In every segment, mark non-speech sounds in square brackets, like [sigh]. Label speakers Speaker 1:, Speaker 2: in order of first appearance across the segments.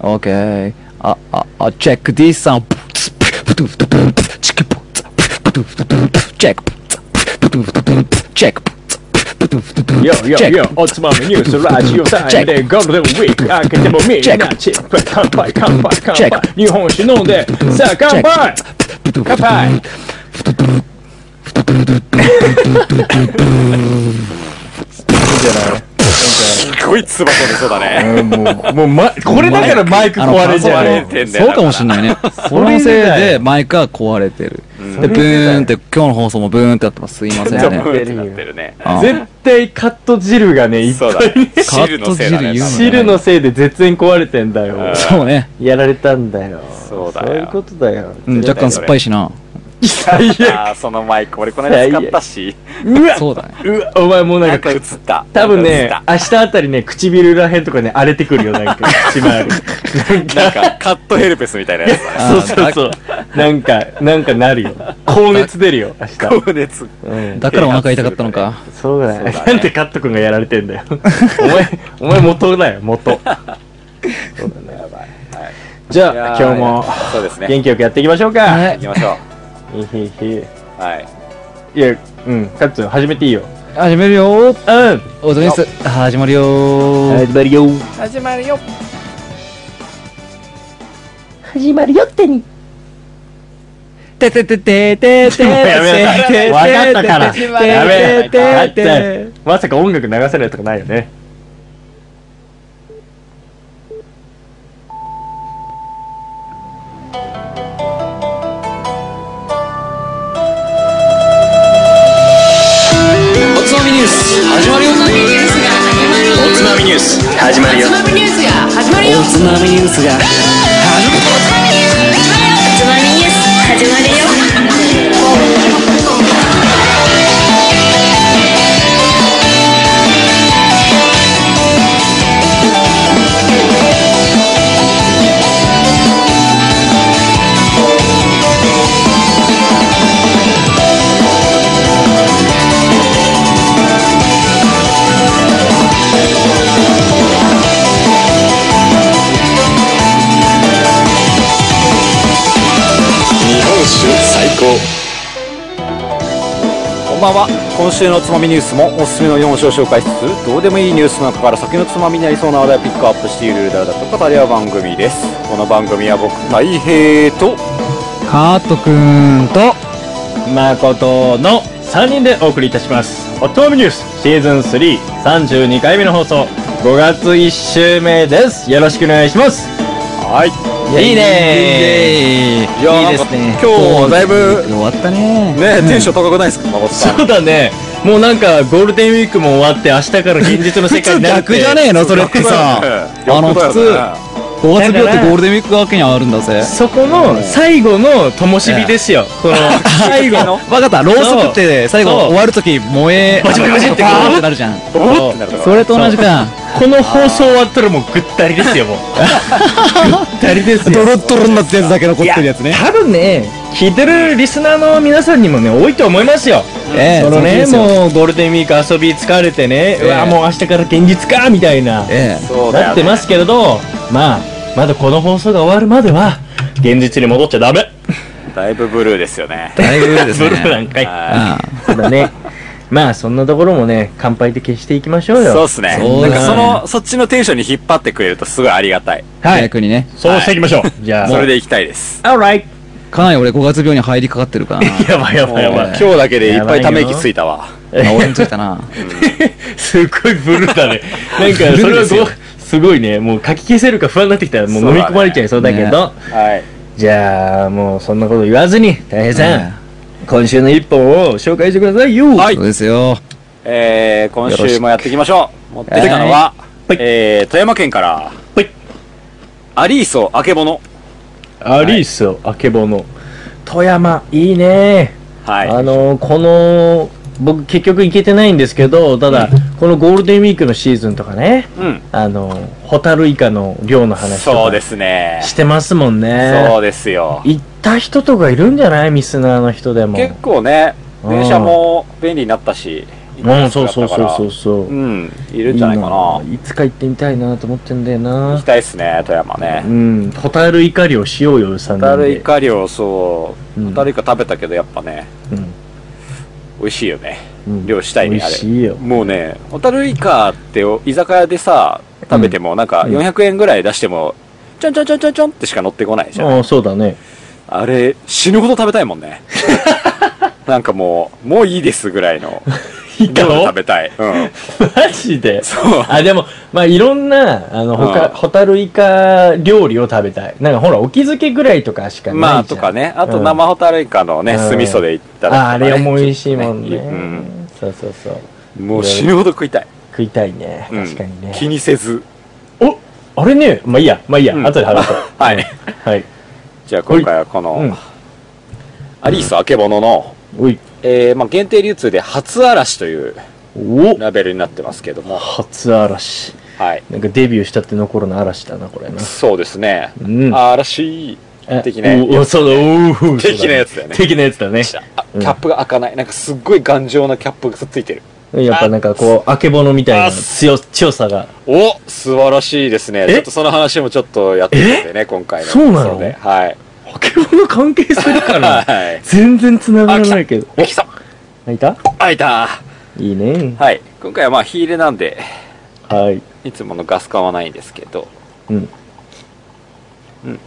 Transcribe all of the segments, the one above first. Speaker 1: Okay. Uh, uh, uh, check this sound. Check. Check.
Speaker 2: Yo, yo,
Speaker 1: Check.
Speaker 2: yo, おつまみニュースラジオタイムでゴールデンウィーク明けてもみんなチップ乾杯乾杯乾杯
Speaker 1: Check.
Speaker 2: 日本酒飲んでさあ乾杯乾杯
Speaker 3: すごい唾飛びそうだね。
Speaker 2: もう、ま、これだからマイク壊れちゃ
Speaker 3: あの
Speaker 2: う
Speaker 3: パソコンてんだよ
Speaker 1: そうかもしんないね。そのせいでマイクが壊れてる。で、ブーンって、今日の放送もブーンってやってます。すいません
Speaker 3: ちょっと
Speaker 1: ね。
Speaker 3: ブーってなってるね。
Speaker 1: あ
Speaker 2: 絶対カット汁がねいっ
Speaker 3: そうだ
Speaker 2: ぱい
Speaker 3: ね
Speaker 2: ね。
Speaker 3: 汁のせいだね。
Speaker 1: カット汁言う
Speaker 2: 汁のせいで絶縁壊れてんだよ
Speaker 1: そうね。
Speaker 2: やられたんだよ
Speaker 3: そうだよ
Speaker 2: いうことだよ
Speaker 1: うん、若干酸っぱいしな。
Speaker 2: 最悪
Speaker 3: ああ、そのマイク、俺この間使ったし、
Speaker 2: うわ
Speaker 1: そうだね。
Speaker 2: うわお前もう
Speaker 3: な
Speaker 2: なんん
Speaker 3: か
Speaker 2: か
Speaker 3: 映った。
Speaker 2: 多分
Speaker 3: 映っ
Speaker 2: ね
Speaker 3: た、
Speaker 2: 明日あたりね、唇らへんとかね、荒れてくるよ、 [laughs] なんか、血回り。 [laughs]
Speaker 3: なんかカットヘルペスみたいなやつだね。
Speaker 1: あ
Speaker 2: そう
Speaker 1: ー
Speaker 2: そうそう。なんか、なんかなるよ。高熱出るよ、明日。
Speaker 3: 高熱。
Speaker 2: うん。
Speaker 1: だからお腹痛かったのか。
Speaker 2: そうだね。
Speaker 3: そうだね
Speaker 2: なんでカット君がやられてんだよ。お前、お前元だよ、元。そうだね、やばい。じ
Speaker 3: いや
Speaker 2: ゃあ、
Speaker 3: ー
Speaker 2: 今日も、
Speaker 3: そうですね。
Speaker 2: 元気よくやっていきましょうか。
Speaker 1: はい
Speaker 3: 行きましょ
Speaker 2: いひいひ。
Speaker 3: う。はい。
Speaker 2: いや、うん、カッツン、始めていいよ。
Speaker 1: 始めるよー。
Speaker 2: うん。
Speaker 1: お疲れ様です。始まるよー。
Speaker 2: 始まるよ。
Speaker 3: 始まるよ。
Speaker 4: 始まるよってに
Speaker 1: てててててて。
Speaker 2: やべえ。
Speaker 1: て
Speaker 2: カ
Speaker 1: て
Speaker 2: ッツンまさか音楽流せないとかないよね。
Speaker 5: おつまみニュース始まるよおつまみニュースが始まるよおつまみニュース始まるよおつまみニュースが始まるよおつまみニュースが
Speaker 4: 始まるよ始まるよ
Speaker 5: 日本酒最高
Speaker 3: こんばんは今週のおつまみニュースもおすすめの4種を紹介しつつどうでもいいニュースの中から先のつまみになりそうな話題をピックアップしているだらだと語り合う番組ですこの番組は僕大平と
Speaker 1: カートくんと、
Speaker 2: 誠の3人でお送りいたします「おとみニュース」シーズン332回目の放送5月1週目ですよろしくお願いします
Speaker 3: はい
Speaker 2: いいね
Speaker 1: いやいいですね。
Speaker 3: 今日だいぶ
Speaker 1: 終わったね。
Speaker 3: ねテンション高くないですか誠さん
Speaker 2: そうだねもうなんかゴールデンウィークも終わって明日から現実の世界に [laughs] なって
Speaker 1: 逆じゃねえのそれってさ。あの、普通、5月病ってゴールデンウィーク明けにあるんだぜ。
Speaker 2: そこの最後の灯火です [laughs] よ、この最後
Speaker 3: [laughs]
Speaker 2: の
Speaker 1: わかった、ろうそくって最後終わるとき燃え、バチバチバチってってなるじゃん。
Speaker 3: おってなる
Speaker 1: それと同じか。
Speaker 2: この放送終わったらもうぐったりですよもうぐったりですよ
Speaker 1: ドロッドロになったやつだけ残ってるやつね。
Speaker 2: 多分ね聞いてるリスナーの皆さんにもね多いと思いますよ、
Speaker 1: ええ
Speaker 2: そのね
Speaker 1: そうです
Speaker 2: もうゴールデンウィーク遊び疲れてね、
Speaker 1: ええ
Speaker 2: うわもう明日から現実かみたいな、
Speaker 1: ええ。
Speaker 3: そうだ
Speaker 2: な
Speaker 3: よ
Speaker 2: って
Speaker 3: ね
Speaker 2: ますけれどまあまだこの放送が終わるまでは現実に戻っちゃダメ
Speaker 3: だいぶブルーですよね
Speaker 1: だいぶです
Speaker 2: ブ
Speaker 1: ね。
Speaker 2: ルーなんかい
Speaker 3: は
Speaker 2: そうだねまあそんなところもね乾杯で消していきましょ
Speaker 3: いう
Speaker 2: よ
Speaker 3: そうっすね
Speaker 1: そうだ
Speaker 3: な
Speaker 1: ね
Speaker 3: んかそのそっちのテンションに引っ張ってくれるとすごいありがたい
Speaker 2: はい
Speaker 1: 逆にね。
Speaker 2: そうしていきましょう、じゃあ
Speaker 3: それで行きたいです
Speaker 2: オーライ
Speaker 1: かなり俺5月病に入りかかってるからな。
Speaker 2: やばいやばいやばい
Speaker 3: 今日だけでいっぱいため息ついたわ
Speaker 1: あ俺についたな。
Speaker 2: すごいブルーだね。なんか、そ
Speaker 1: ブルー
Speaker 2: れは
Speaker 1: ですよ
Speaker 2: ご、すごいね。もう書き消せるか不安になってきたら、もう飲み込まれちゃいそうだけ
Speaker 1: そうだ
Speaker 2: ど。
Speaker 3: はい
Speaker 2: じゃあ、もうそんなこと言わずに、大平さ
Speaker 1: うん
Speaker 2: ん、今週の一本を紹介してくださいよ。
Speaker 3: はい
Speaker 1: そうですよ。
Speaker 3: えー、今
Speaker 1: よろし
Speaker 3: 週
Speaker 1: く
Speaker 3: もやっていきましょう持ってきたのは、
Speaker 2: はい
Speaker 3: えー、富山県から
Speaker 2: はい
Speaker 3: アリーソあけぼの
Speaker 2: アリースをあけぼの。富山、いいね。
Speaker 3: はい
Speaker 2: あの、この、僕結局行けてないんですけど、ただ、このゴールデンウィークのシーズンとかね、
Speaker 3: うん
Speaker 2: あの、ホタルイカの漁の話と
Speaker 3: そうで
Speaker 2: か
Speaker 3: すね
Speaker 2: してますもんね。
Speaker 3: そうですよ
Speaker 2: 行った人とかいるんじゃないミスナーの人でも。
Speaker 3: 結構ね
Speaker 2: うん
Speaker 3: 電車も便利になったしい
Speaker 2: うん、
Speaker 3: 感じ
Speaker 2: そう
Speaker 3: だった
Speaker 2: そう
Speaker 3: か
Speaker 2: そう
Speaker 3: ら
Speaker 2: そうそう。
Speaker 3: うんいるんじゃないかな
Speaker 2: うんいつか行ってみたいなと思ってんだよ
Speaker 3: 行
Speaker 2: な
Speaker 3: き。たいっすね富山ね
Speaker 2: うん、ホタルイカ漁しようよ、さん
Speaker 3: ホタ
Speaker 2: なん
Speaker 3: ルイ
Speaker 2: で。
Speaker 3: カ漁そう
Speaker 2: うん
Speaker 3: ホタルイカ食べたけどやっぱね
Speaker 2: うん
Speaker 3: 美味しいよね
Speaker 2: うん
Speaker 3: 漁したいね
Speaker 2: 美味しいよ
Speaker 3: あれ。もうねホタルイカって居酒屋でさ食べてもなんか
Speaker 2: うん
Speaker 3: 400円ぐらい出してもちょんちょんちょんちょんちょんってしか乗ってこないじゃん
Speaker 2: ああ、そうだね。
Speaker 3: あれ死ぬほど食べたいも
Speaker 2: [laughs]
Speaker 3: んねなんかもうもういいですぐらい
Speaker 2: [laughs]
Speaker 3: の
Speaker 2: イカ
Speaker 3: 量で
Speaker 2: を
Speaker 3: 食べたいうん
Speaker 2: マジで
Speaker 3: そう
Speaker 2: [laughs] あ、でも、まあ、いろんな、あの、ほか、
Speaker 3: うん
Speaker 2: ホタルイカ料理を食べたい。なんか、ほら、お気づけぐらいとかしかないじゃん。
Speaker 3: まあとかねあと
Speaker 2: うん
Speaker 3: 生ホタルイカのね
Speaker 2: うん
Speaker 3: 酢味噌でいっただくとかね
Speaker 2: ああれも美味しいもんね
Speaker 3: ちょっとうん
Speaker 2: そうそうそう
Speaker 3: もう死ぬほど食いたい
Speaker 2: 食いたいね
Speaker 3: うん
Speaker 2: 確かにね、
Speaker 3: 気にせず
Speaker 2: おあれねまあいいやまあいいや、
Speaker 3: うん
Speaker 2: 後で話そう
Speaker 3: [laughs] はい
Speaker 2: はい
Speaker 3: じゃあ今回はこ
Speaker 2: うん
Speaker 3: のアリースあけぼのの
Speaker 2: おい
Speaker 3: えーまあ限定流通で初嵐という
Speaker 2: お
Speaker 3: ラベルになってますけども
Speaker 2: 初嵐
Speaker 3: はい
Speaker 2: なんかデビューしたっての頃の嵐だなこれな
Speaker 3: そうですね
Speaker 2: うん
Speaker 3: 嵐
Speaker 2: え
Speaker 3: 的な
Speaker 2: おおそうだおお
Speaker 3: 的なやつだよね
Speaker 2: 的なやつだね
Speaker 3: あキャップが開かないなんかすっごい頑丈なキャップがついてる
Speaker 2: やっぱなんかこうあけぼのみたいな強強さが
Speaker 3: お素晴らしいですね
Speaker 2: え
Speaker 3: ちょっとその話もちょっとやってるんでね今回の
Speaker 2: そうなの
Speaker 3: 放送ではい
Speaker 2: あけぼの関係するか
Speaker 3: はい
Speaker 2: 全然繋がらないけど
Speaker 3: おきた
Speaker 2: おいた
Speaker 3: あいた
Speaker 2: いいね
Speaker 3: はい今回はまあ火入れなんで
Speaker 2: はい
Speaker 3: いつものガス缶はないんですけど
Speaker 2: うん
Speaker 3: うん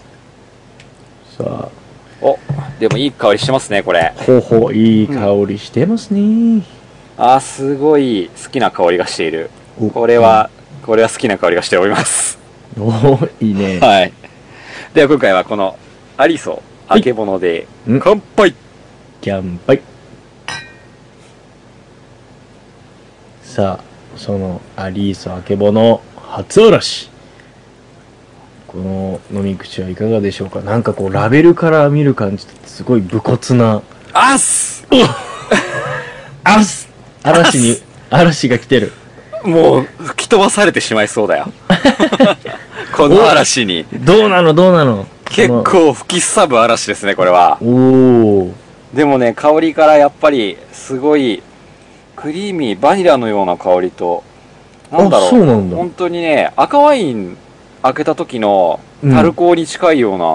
Speaker 2: さあ
Speaker 3: おでもいい香りしてますねこれ
Speaker 2: ほほいい香りしてますね、
Speaker 3: あーすごい好きな香りがしている
Speaker 2: お
Speaker 3: これはこれは好きな香りがしております
Speaker 2: おいいね
Speaker 3: はいでは今回はこのアリソあけぼので
Speaker 2: うん
Speaker 3: 乾杯
Speaker 2: キャンパイさあそのアリーソあけぼの初おろしこの飲み口はいかがでしょうかなんかこうラベルから見る感じってすごい武骨な
Speaker 3: あっす
Speaker 2: あす嵐に嵐が来てる
Speaker 3: もう吹き飛ばされてしまいそ
Speaker 2: [laughs]
Speaker 3: うだよこの嵐に
Speaker 2: どうなのどうなの
Speaker 3: 結構吹きすさぶ嵐ですねこれは
Speaker 2: このおお
Speaker 3: でもね香りからやっぱりすごいクリーミーバニラのような香りとなんだろ
Speaker 2: あ
Speaker 3: う
Speaker 2: そうなんだ
Speaker 3: 本当にね赤ワイン開けた時の
Speaker 2: うん
Speaker 3: 樽香に近いような、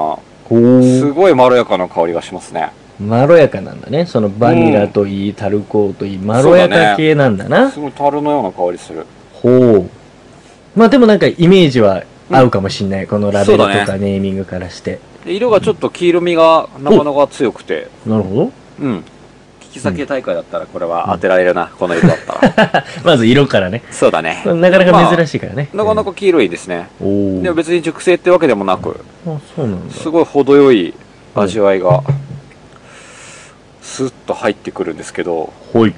Speaker 2: お
Speaker 3: すごいまろやかな香りがしますね
Speaker 2: まろやかなんだね。そのバニラといい、タルコーといい、まろやか系なんだな。
Speaker 3: すごい樽のような香りする
Speaker 2: ほう。まあでもなんかイメージは合うかもしんない。このラベルと
Speaker 3: そうだ
Speaker 2: かネーミングからして。
Speaker 3: で色がちょっと黄色みがなかなか強くて
Speaker 2: なるほど。
Speaker 3: うん聞き酒大会だったらこれは当てられるな、この色だったら
Speaker 2: まず色からね。
Speaker 3: [laughs] そうだね
Speaker 2: なかなか珍しいからね。
Speaker 3: なかなか黄色いですね、
Speaker 2: うん。お
Speaker 3: で
Speaker 2: ー
Speaker 3: も別に熟成ってわけでもなく
Speaker 2: あ、そうなんだ。
Speaker 3: すごい程よい味わいがスッと入ってくるんですけど
Speaker 2: ほい。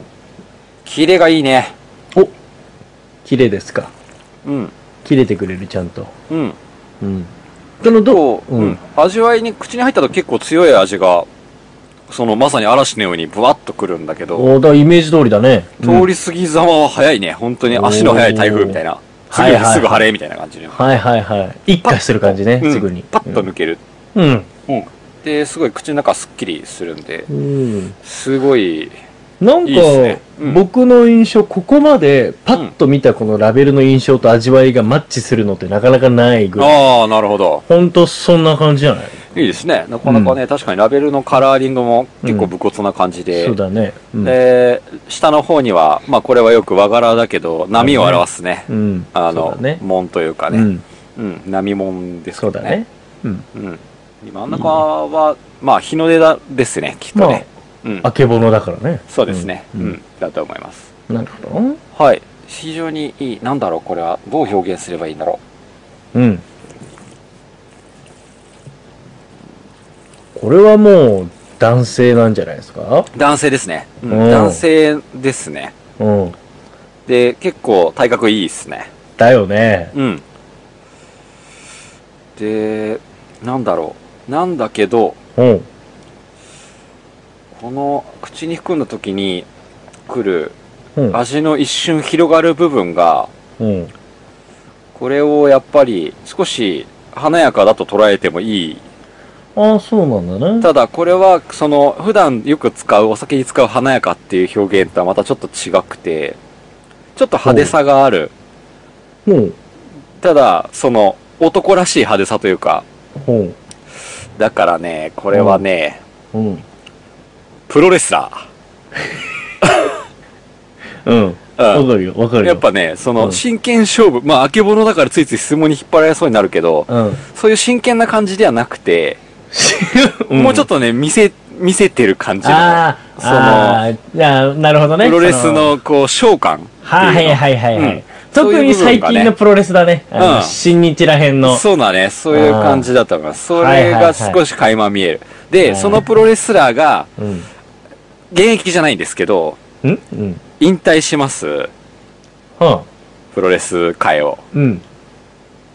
Speaker 3: キレがいいね
Speaker 2: お綺麗ですか。
Speaker 3: うん
Speaker 2: 切れてくれる、ちゃんと。
Speaker 3: うん
Speaker 2: うん。そのど
Speaker 3: と
Speaker 2: う、
Speaker 3: うん。味わいに口に入ったと結構強い味がそのまさに嵐のようにブワッとくるんだけど
Speaker 2: おーだからイメージ通りだね。
Speaker 3: 通り過ぎざまは早いね本当に足の速い台風みたいな
Speaker 2: ー
Speaker 3: 次の
Speaker 2: はい
Speaker 3: 日
Speaker 2: はい
Speaker 3: すぐ晴れみたいな感じで
Speaker 2: うんはいはいはい。一回する感じね、
Speaker 3: うん
Speaker 2: すぐに。
Speaker 3: パッと抜ける
Speaker 2: うん。
Speaker 3: ですごい口の中すっきりするんで
Speaker 2: うん。
Speaker 3: すごい
Speaker 2: なんか
Speaker 3: いいっすねうん
Speaker 2: 僕の印象、ここまでパッと見たこのラベルの印象と味わいがマッチするのってなかなかないぐらい。
Speaker 3: ああなるほど
Speaker 2: ほんとそんな感じじゃない
Speaker 3: いいですねなかなかね、確かにラベルのカラーリングも結構武骨な感じで、
Speaker 2: そうだね。うん。
Speaker 3: で下の方には、まあ、これはよく和柄だけど波を表すね、
Speaker 2: うん。
Speaker 3: あ
Speaker 2: そうだ
Speaker 3: の
Speaker 2: ね。
Speaker 3: 門というか
Speaker 2: う
Speaker 3: ね、
Speaker 2: ん。
Speaker 3: うん波門です
Speaker 2: そ
Speaker 3: よ
Speaker 2: うだね。うん。
Speaker 3: うん、で真ん中は、まあ日の出だですねきっとね、うん
Speaker 2: あけぼのだからね。
Speaker 3: そうですね、う
Speaker 2: うんん
Speaker 3: だと思います
Speaker 2: なるほど。
Speaker 3: はい非常にいいなんだろうこれはどう表現すればいいんだろ
Speaker 2: うん。これはもう男性なんじゃないですか
Speaker 3: う男性ですね、うん
Speaker 2: うん
Speaker 3: 男性ですね
Speaker 2: うん。
Speaker 3: で結構体格いいですね
Speaker 2: だよね。
Speaker 3: うん。で、なんだろう。なんだけど、
Speaker 2: うん。
Speaker 3: この口に含んだ時に来る
Speaker 2: うん。
Speaker 3: 味の一瞬広がる部分が、
Speaker 2: うん。
Speaker 3: これをやっぱり少し華やかだと捉えてもいい
Speaker 2: ああ、そうなんだね。
Speaker 3: ただこれはその普段よく使うお酒に使う華やかっていう表現とはまたちょっと違くてちょっと派手さがある
Speaker 2: ほう、
Speaker 3: ただその男らしい派手さというか
Speaker 2: ほ
Speaker 3: だからねこれはね、
Speaker 2: う、うん。
Speaker 3: プロレスラ
Speaker 2: うん。わ
Speaker 3: ー、
Speaker 2: かるよ、わか
Speaker 3: うん、
Speaker 2: るよ。
Speaker 3: やっ、ぱねそうの
Speaker 2: ん
Speaker 3: 真剣勝負まああけぼのだからついつい質問に引っ張られそうになるけど
Speaker 2: うん。
Speaker 3: そういう真剣な感じではなくて、 [laughs] もうちょっとね見せ見せてる感じの
Speaker 2: あー
Speaker 3: そ
Speaker 2: あー、いや、なるほどね。
Speaker 3: プロレス
Speaker 2: そ
Speaker 3: のこう召喚
Speaker 2: はいはいはいはいは
Speaker 3: うん
Speaker 2: い。特に最近のプロレスだね。
Speaker 3: ういう部分が
Speaker 2: あ
Speaker 3: ねうん
Speaker 2: の新日らへんの。
Speaker 3: そうだね。そういう感じだと思います。それが少し垣間見える。
Speaker 2: は
Speaker 3: で、
Speaker 2: い
Speaker 3: そのプロレスラーが、
Speaker 2: うん。
Speaker 3: 現役じゃないんですけど、
Speaker 2: うんうん。
Speaker 3: 引退します。
Speaker 2: はあ。
Speaker 3: プロレス界を。
Speaker 2: うん。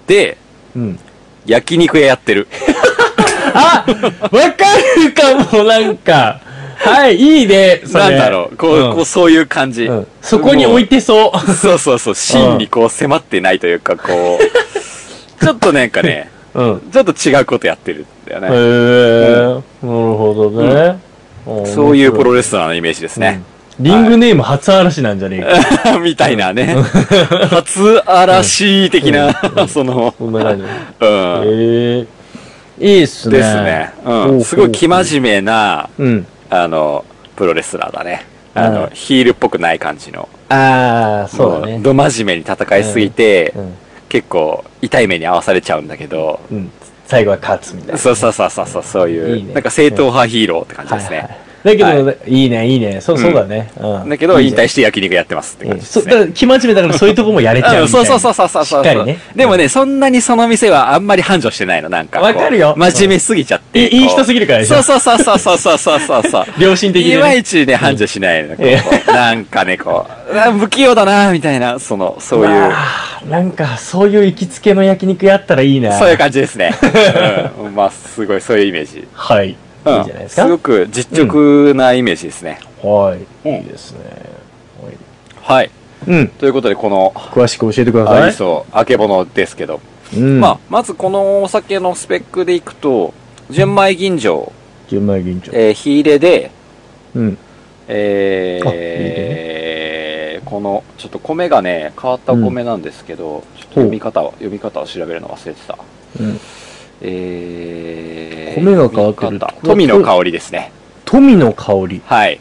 Speaker 3: で、 [laughs]
Speaker 2: うん。
Speaker 3: 焼肉屋やってる。
Speaker 2: あわかるかも、なんか。はい、いいね、それ
Speaker 3: なんだろう。こう、こうそういう感じ。
Speaker 2: うんそこに置いてそう。
Speaker 3: そうそうそう。真にこう迫ってないというか、こ
Speaker 2: [laughs]
Speaker 3: う、ちょっとなんかね、
Speaker 2: うん。
Speaker 3: ちょっと違うことやってるんだ
Speaker 2: へえ、
Speaker 3: よね。
Speaker 2: なるほどね。
Speaker 3: そういうプロ
Speaker 2: レ
Speaker 3: レスラーのイメージですね。
Speaker 2: ス。リングネーム初嵐なんじゃねえか。
Speaker 3: [laughs] みたいなね。初嵐的な、その、
Speaker 2: そんな感じ。
Speaker 3: [laughs] う
Speaker 2: へ
Speaker 3: ん。
Speaker 2: え。いいっすね。
Speaker 3: ですね。
Speaker 2: ほ
Speaker 3: う
Speaker 2: ほ
Speaker 3: ん。すごい生真面目な、
Speaker 2: うん。
Speaker 3: あの、プロレスラーだね。あ
Speaker 2: う
Speaker 3: の、
Speaker 2: ん
Speaker 3: ヒールっぽくない感じの。
Speaker 2: ああ、そうだ
Speaker 3: も
Speaker 2: ね。
Speaker 3: ど真面目に戦いすぎて、
Speaker 2: うん
Speaker 3: 結構痛い目に遭わされちゃうんだけど、
Speaker 2: うん。最後は勝つみたいな。
Speaker 3: そうそうそうそうそう、そういう、
Speaker 2: いいね
Speaker 3: なんか正統派ヒーローって感じですね。
Speaker 2: はいはい、だけど、いいね、いいね。そう、そうだね。うん。
Speaker 3: だけど、
Speaker 2: いい
Speaker 3: 引
Speaker 2: ね
Speaker 3: 退して焼肉やってますって
Speaker 2: う
Speaker 3: 感
Speaker 2: ん
Speaker 3: じで
Speaker 2: そう
Speaker 3: す
Speaker 2: だか
Speaker 3: ね。
Speaker 2: ら、気まじめだからそういうとこもやれちゃうみ
Speaker 3: うん
Speaker 2: たい
Speaker 3: そう
Speaker 2: な。
Speaker 3: そうそうそうそうそう。
Speaker 2: しっかりね。
Speaker 3: でもね、そんなにその店はあんまり繁盛してないの、なんかこう。
Speaker 2: わかるよ
Speaker 3: 真面目すぎちゃって。
Speaker 2: いいいい人すぎるからでし
Speaker 3: そう
Speaker 2: ょ
Speaker 3: そうそうそうそうそうそうそう。
Speaker 2: 良心的でね
Speaker 3: いまいちね、繁盛しないの、こ
Speaker 2: え
Speaker 3: うなんかね、こう、うわ不器用だな、みたいな、その、そういう、
Speaker 2: あーなんか、そういう行きつけの焼肉やったらいいな。
Speaker 3: そういう感
Speaker 2: [laughs]
Speaker 3: じですね。うん、まあ、すごい、そういうイメージ。
Speaker 2: はい。いいじ
Speaker 3: うん
Speaker 2: ゃないですか。
Speaker 3: ごく実直なイメージですね。
Speaker 2: はい。
Speaker 3: うん
Speaker 2: いいですね。はい
Speaker 3: はい。
Speaker 2: うん。
Speaker 3: ということで、この、
Speaker 2: 詳しく教えてくだ
Speaker 3: ア
Speaker 2: さ
Speaker 3: イ
Speaker 2: い。
Speaker 3: スを、あけぼのですけど、
Speaker 2: うん。
Speaker 3: まあ、まずこのお酒のスペックでいくと、純米吟醸、
Speaker 2: 純米銀杏。
Speaker 3: えー、火入れで、
Speaker 2: うん。
Speaker 3: えー
Speaker 2: あいい
Speaker 3: このちょっと米がね変わったお米なんですけど、ちょっと読み方を読み方を調べるの忘れてた、
Speaker 2: うん
Speaker 3: えー、
Speaker 2: 米が変わってる
Speaker 3: 読み方
Speaker 2: これ
Speaker 3: 富の香りですね
Speaker 2: 富の香り。
Speaker 3: はい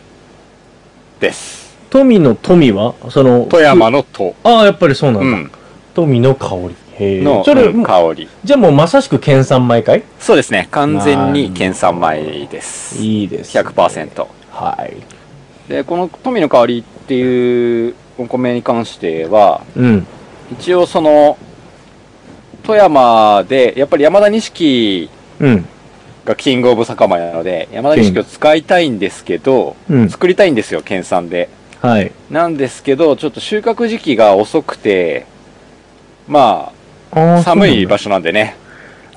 Speaker 3: です
Speaker 2: 富の富は、その、
Speaker 3: 富山のと、
Speaker 2: ああ、やっぱりそうなん
Speaker 3: う
Speaker 2: だ。
Speaker 3: ん、
Speaker 2: 富の香り。へえ。
Speaker 3: の、
Speaker 2: それ、
Speaker 3: うん香り
Speaker 2: じゃあもうまさしく研鑽毎回
Speaker 3: そうですね完全に県産米です
Speaker 2: いいで
Speaker 3: 100%
Speaker 2: はい。
Speaker 3: でこの富の香りっていうお米に関しては
Speaker 2: うん。
Speaker 3: 一応その富山でやっぱり山田錦
Speaker 2: うん。
Speaker 3: がキングオブ酒米なので、山田錦を使いたいんですけど、
Speaker 2: うん。
Speaker 3: 作りたいんですよ、県産で。
Speaker 2: はい。
Speaker 3: なんですけど、ちょっと収穫時期が遅くて、まあ、寒い場所なんでね、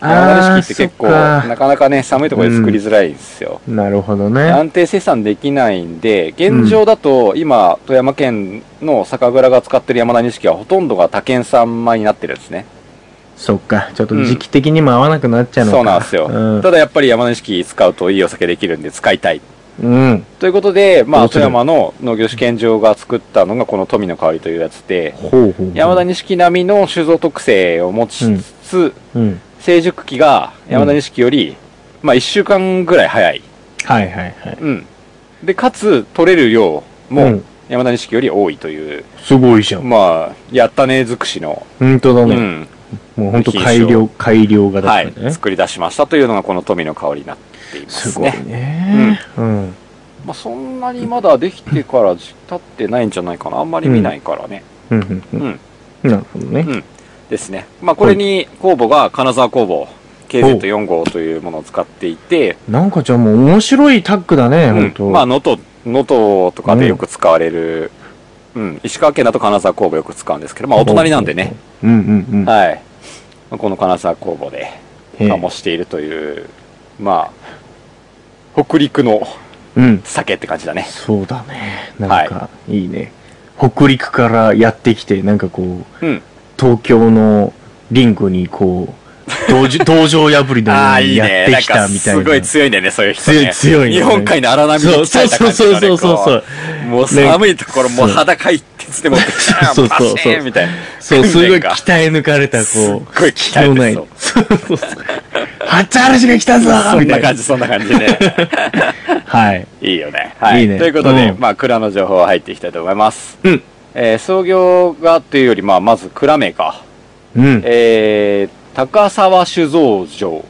Speaker 3: 山田錦って結構、なかなかね、寒いところで作りづらいんですよ。
Speaker 2: なるほどね。
Speaker 3: 安定生産できないんで、現状だと、今、富山県の酒蔵が使ってる山田錦はほとんどが他県産米になってるんですね。
Speaker 2: そっか。ちょっと時期的にも合わなくなっちゃうのか。
Speaker 3: そうなんですよ。
Speaker 2: うん
Speaker 3: ただやっぱり山田錦使うといいお酒できるんで使いたい。
Speaker 2: うん。
Speaker 3: ということで、ま
Speaker 2: ど
Speaker 3: あ、
Speaker 2: うす
Speaker 3: 富
Speaker 2: る
Speaker 3: 山の農業試験場が作ったのがこの富の香りというやつで、
Speaker 2: ほうほう。
Speaker 3: 山田錦並みの酒造特性を持ちつつ、
Speaker 2: うん。
Speaker 3: 成熟期が山田錦より、まあ、1週間ぐらい早い。
Speaker 2: はいはいはい。
Speaker 3: うん。で、かつ、取れる量
Speaker 2: う
Speaker 3: も
Speaker 2: ん
Speaker 3: 山田錦より多いという、
Speaker 2: すごいじゃん。
Speaker 3: まあ、やったね尽くしの、
Speaker 2: ほんとだ
Speaker 3: う
Speaker 2: ね。
Speaker 3: ん、
Speaker 2: もうほんと改良、改良が
Speaker 3: は
Speaker 2: だっ
Speaker 3: い
Speaker 2: た、ね。
Speaker 3: 作り出しましたというのがこの富の香りになっていますす
Speaker 2: ごい
Speaker 3: ね。
Speaker 2: ね。うん。
Speaker 3: まあ、そんなにまだできてから経ってないんじゃないかな。あんまり見ないからね。
Speaker 2: うん。う
Speaker 3: うんん
Speaker 2: なるほどね。
Speaker 3: ですね。まあ、これに公募が金沢工房 KZ4 号というものを使っていて、
Speaker 2: なんかじゃあもう面白いタッグだね、ほんと。
Speaker 3: うんまあ、能登、能登とかでよく使われる、うん、石川県だと金沢工房よく使うんですけど、まあ、お隣なんでね、
Speaker 2: うんうんうん。
Speaker 3: はい。まあこの金沢工房で
Speaker 2: へえ
Speaker 3: 醸しているという、まあ、北陸の
Speaker 2: うん。
Speaker 3: 酒って感じだね。
Speaker 2: そうだね。なんか、いいね。北陸からやってきて、なんかこう、
Speaker 3: うん。
Speaker 2: 東京のリンクにこう、道
Speaker 3: [laughs]
Speaker 2: 場道場破りの
Speaker 3: ああ、
Speaker 2: よう
Speaker 3: い
Speaker 2: に
Speaker 3: い
Speaker 2: やっ
Speaker 3: ね。
Speaker 2: て
Speaker 3: なん
Speaker 2: きた
Speaker 3: か、
Speaker 2: みたい
Speaker 3: す
Speaker 2: な。
Speaker 3: ごい強いんだよね、そういう人、ね。
Speaker 2: 強い強いね
Speaker 3: 日本海の荒波に
Speaker 2: そう
Speaker 3: 鍛えた感じの
Speaker 2: そうそうそ
Speaker 3: ね
Speaker 2: うそうそう
Speaker 3: こもう寒いところ、もう裸一徹でも、
Speaker 2: そ
Speaker 3: そう
Speaker 2: そうそう
Speaker 3: パシーンみたいな。
Speaker 2: そう、すごい
Speaker 3: 訓練が
Speaker 2: 鍛え抜かれた、こう。
Speaker 3: すっごい鍛えて
Speaker 2: ない。
Speaker 3: そう
Speaker 2: そうそうそう。初嵐が来たぞ
Speaker 3: そん
Speaker 2: みた
Speaker 3: ない感じ、そんな感じね。
Speaker 2: はい。
Speaker 3: いいよね。はい。
Speaker 2: いいね
Speaker 3: ということで、
Speaker 2: うん
Speaker 3: まあ、蔵の情報入っていきたいと思います。
Speaker 2: うん。
Speaker 3: えー創業がというより、まあ、まず蔵名か。
Speaker 2: うん。
Speaker 3: えー、高沢酒造場。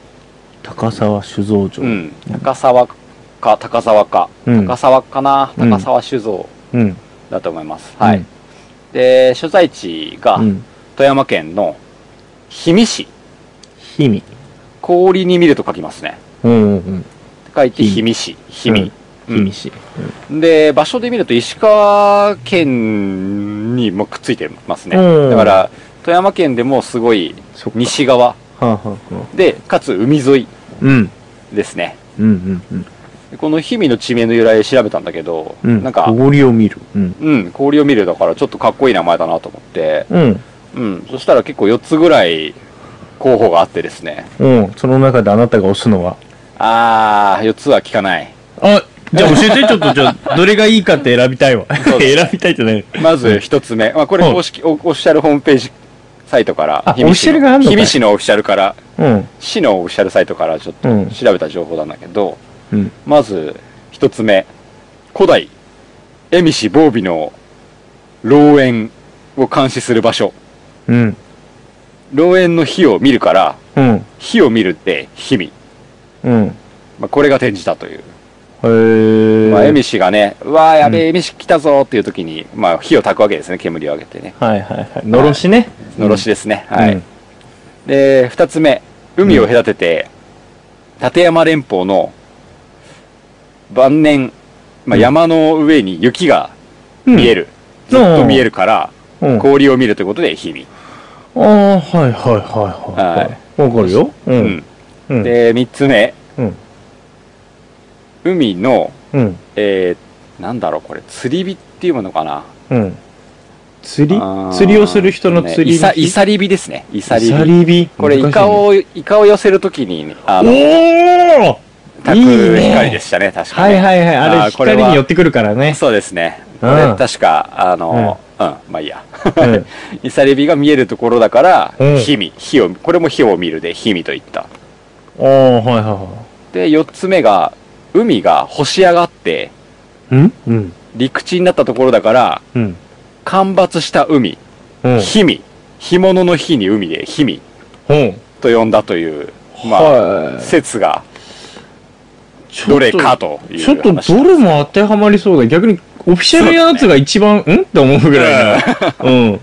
Speaker 2: 高沢酒造場。
Speaker 3: う。ん。高沢か、高沢か。
Speaker 2: うん
Speaker 3: 高沢かな。
Speaker 2: うん
Speaker 3: 高沢酒造
Speaker 2: うん。
Speaker 3: だと思います。はい。。で、所在地が
Speaker 2: う、ん。
Speaker 3: 富山県の氷見市。
Speaker 2: 氷見。
Speaker 3: 氷に見ると書きますね。
Speaker 2: うんうんうん。
Speaker 3: 書いて氷見市。氷見。うん
Speaker 2: 氷見市。
Speaker 3: で、場所で見ると石川県にもくっついてますね。
Speaker 2: うん
Speaker 3: だから、富山県でもすごい
Speaker 2: そっか。
Speaker 3: 西側
Speaker 2: はあはあはあ。
Speaker 3: で、かつ海沿い
Speaker 2: うん。
Speaker 3: ですね。
Speaker 2: うんうんうん。
Speaker 3: この氷見の地名の由来調べたんだけど、
Speaker 2: うん。
Speaker 3: なんか、
Speaker 2: 氷を見る。うん。
Speaker 3: うん、氷を見るだからちょっとかっこいい名前だなと思って、
Speaker 2: うん。
Speaker 3: うん、そしたら結構4つぐらい候補があってですね。
Speaker 2: うん。その中であなたが押すのは
Speaker 3: あー、4つは聞かない。
Speaker 2: あ、じゃあ教えて、ちょっと、じゃあ、どれがいいかって選びたいわ。
Speaker 3: そうですね
Speaker 2: 選びたいじゃない。
Speaker 3: まず1つ目。まあ、これ
Speaker 2: はい
Speaker 3: 公式、オフィシャルホームページサイトから、
Speaker 2: あ
Speaker 3: 氷見市
Speaker 2: オフィシャルがあんのかい
Speaker 3: 氷見市のオフィシャルから、
Speaker 2: うん。
Speaker 3: 市のオフィシャルサイトからちょっと
Speaker 2: うん
Speaker 3: 調べた情報なんだけど、
Speaker 2: うん。
Speaker 3: まず一つ目、古代、蝦夷氏防備の老園を監視する場所。
Speaker 2: うん。
Speaker 3: 老園の火を見るから、
Speaker 2: うん。
Speaker 3: 火を見るって日々。
Speaker 2: うん。
Speaker 3: まあ、これが転じたという。
Speaker 2: へー。
Speaker 3: まあ、蝦夷氏がね、うわーやべえ、蝦夷氏来たぞーっていう時に、まあ、火を焚くわけですね、煙を上げてね。
Speaker 2: はいはいはい。のろしね。
Speaker 3: のろしですね。はい。
Speaker 2: うん
Speaker 3: で、二つ目、海を隔てて、立山連峰の晩年、まあ、
Speaker 2: うん
Speaker 3: 山の上に雪が見える。ずっと見えるから、
Speaker 2: うん。あ
Speaker 3: 氷を見るということで、日々。
Speaker 2: あー、はいはいはいはい。わかるよ。う。
Speaker 3: うん。
Speaker 2: うんん。
Speaker 3: で、三つ目、
Speaker 2: うん。
Speaker 3: 海の、
Speaker 2: うん。
Speaker 3: えー、なんだろう、これ、釣り火っていうのかな。
Speaker 2: うん。釣り
Speaker 3: あー
Speaker 2: 釣りをする人の釣り。
Speaker 3: ねいさ、いさり火ですね。いさり
Speaker 2: イサ
Speaker 3: 火。
Speaker 2: リビ。
Speaker 3: これ、イカを、イカを寄せるときに、あ
Speaker 2: 難
Speaker 3: の、
Speaker 2: しいね。おー
Speaker 3: 炊
Speaker 2: いい
Speaker 3: く
Speaker 2: ね
Speaker 3: 光でしたね、確か
Speaker 2: は
Speaker 3: に。
Speaker 2: いはいはい。あ
Speaker 3: あ
Speaker 2: れ、
Speaker 3: ーこれは
Speaker 2: 光に寄ってくるからね。
Speaker 3: そうですね。こ
Speaker 2: うん
Speaker 3: れ確か、あの、うん、まあいいや。
Speaker 2: うん。
Speaker 3: イサリビが見えるところだから、
Speaker 2: うん
Speaker 3: 火見、火を、これも火を見るで、火見と言った。
Speaker 2: おー、はいはいは
Speaker 3: で、四つ目が、海が干し上がって、
Speaker 2: い。んうん。
Speaker 3: 陸地になったところだから、
Speaker 2: うん。
Speaker 3: 干ばつした海、
Speaker 2: うん。
Speaker 3: 火見、干物の火に海で、火見
Speaker 2: うん。
Speaker 3: と呼んだという、まあ、
Speaker 2: はい。
Speaker 3: 説が、
Speaker 2: ちょっと
Speaker 3: どれかという
Speaker 2: ちょっと
Speaker 3: 話だ
Speaker 2: どれも当てはまりそうだ逆にオフィシャルのやつが一番、んって思うぐらいなうんへ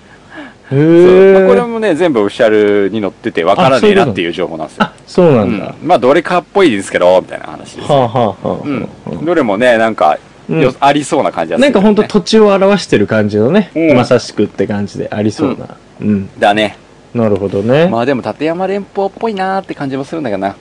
Speaker 3: そうまあこれ
Speaker 2: え
Speaker 3: もね、全部オフィシャルに載ってて、わからねえなっていう情報なんですよ。
Speaker 2: あそうな
Speaker 3: うんん
Speaker 2: だは、
Speaker 3: まあ、どれかっぽいですけど、みたいな話です。
Speaker 2: あはあ
Speaker 3: う
Speaker 2: は
Speaker 3: ん。どれもね、なんか、
Speaker 2: うん
Speaker 3: よありそうな感じ
Speaker 2: あ
Speaker 3: がす
Speaker 2: な
Speaker 3: るよ
Speaker 2: ん
Speaker 3: ね、
Speaker 2: かほんと土地を表してる感じのね
Speaker 3: うん
Speaker 2: まさしくって感じでありそうなうん
Speaker 3: だね。
Speaker 2: なるほどね
Speaker 3: まあでも立山連峰っぽいなーって感じもするんだけどな。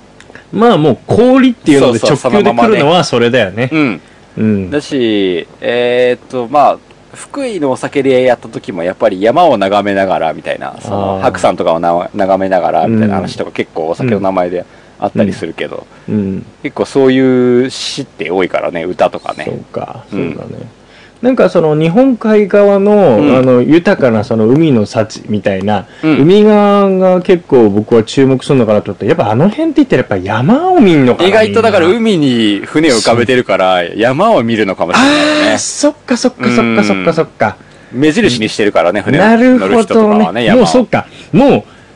Speaker 2: まあもう氷っていうので
Speaker 3: そうそ
Speaker 2: 直
Speaker 3: うそ
Speaker 2: 球
Speaker 3: の
Speaker 2: で
Speaker 3: まま
Speaker 2: 来
Speaker 3: ね
Speaker 2: るのはそれだよね
Speaker 3: うん。
Speaker 2: うん
Speaker 3: だし、えーっと、まあ、福井のお酒でやった時もやっぱり山を眺めながらみたいな、その
Speaker 2: あー
Speaker 3: 白山とかをな眺めながらみたいな話とか結構お酒の名前であったりするけど、
Speaker 2: うん
Speaker 3: 結構そういう詩って多いからね、歌とか
Speaker 2: そう
Speaker 3: ね。
Speaker 2: か、
Speaker 3: う
Speaker 2: そ
Speaker 3: ん
Speaker 2: うだね。なんかその日本海側の,、
Speaker 3: うん
Speaker 2: あの豊かなその海の幸みたいな、
Speaker 3: うん
Speaker 2: 海側が結構僕は注目するのかなと思ってやっぱあの辺って言ったらやっぱ山を見るのかな
Speaker 3: 意外とだから
Speaker 2: みんな
Speaker 3: 海に船を浮かべてるから山を見るのかもしれない
Speaker 2: あ
Speaker 3: ね
Speaker 2: ー。そっかそっかそっかそっかそっか
Speaker 3: 目印にしてるからね、船
Speaker 2: なる
Speaker 3: 乗
Speaker 2: ほ
Speaker 3: る人とか
Speaker 2: ど
Speaker 3: は
Speaker 2: ね
Speaker 3: ね、
Speaker 2: も
Speaker 3: 山
Speaker 2: うそ
Speaker 3: を
Speaker 2: っ。かも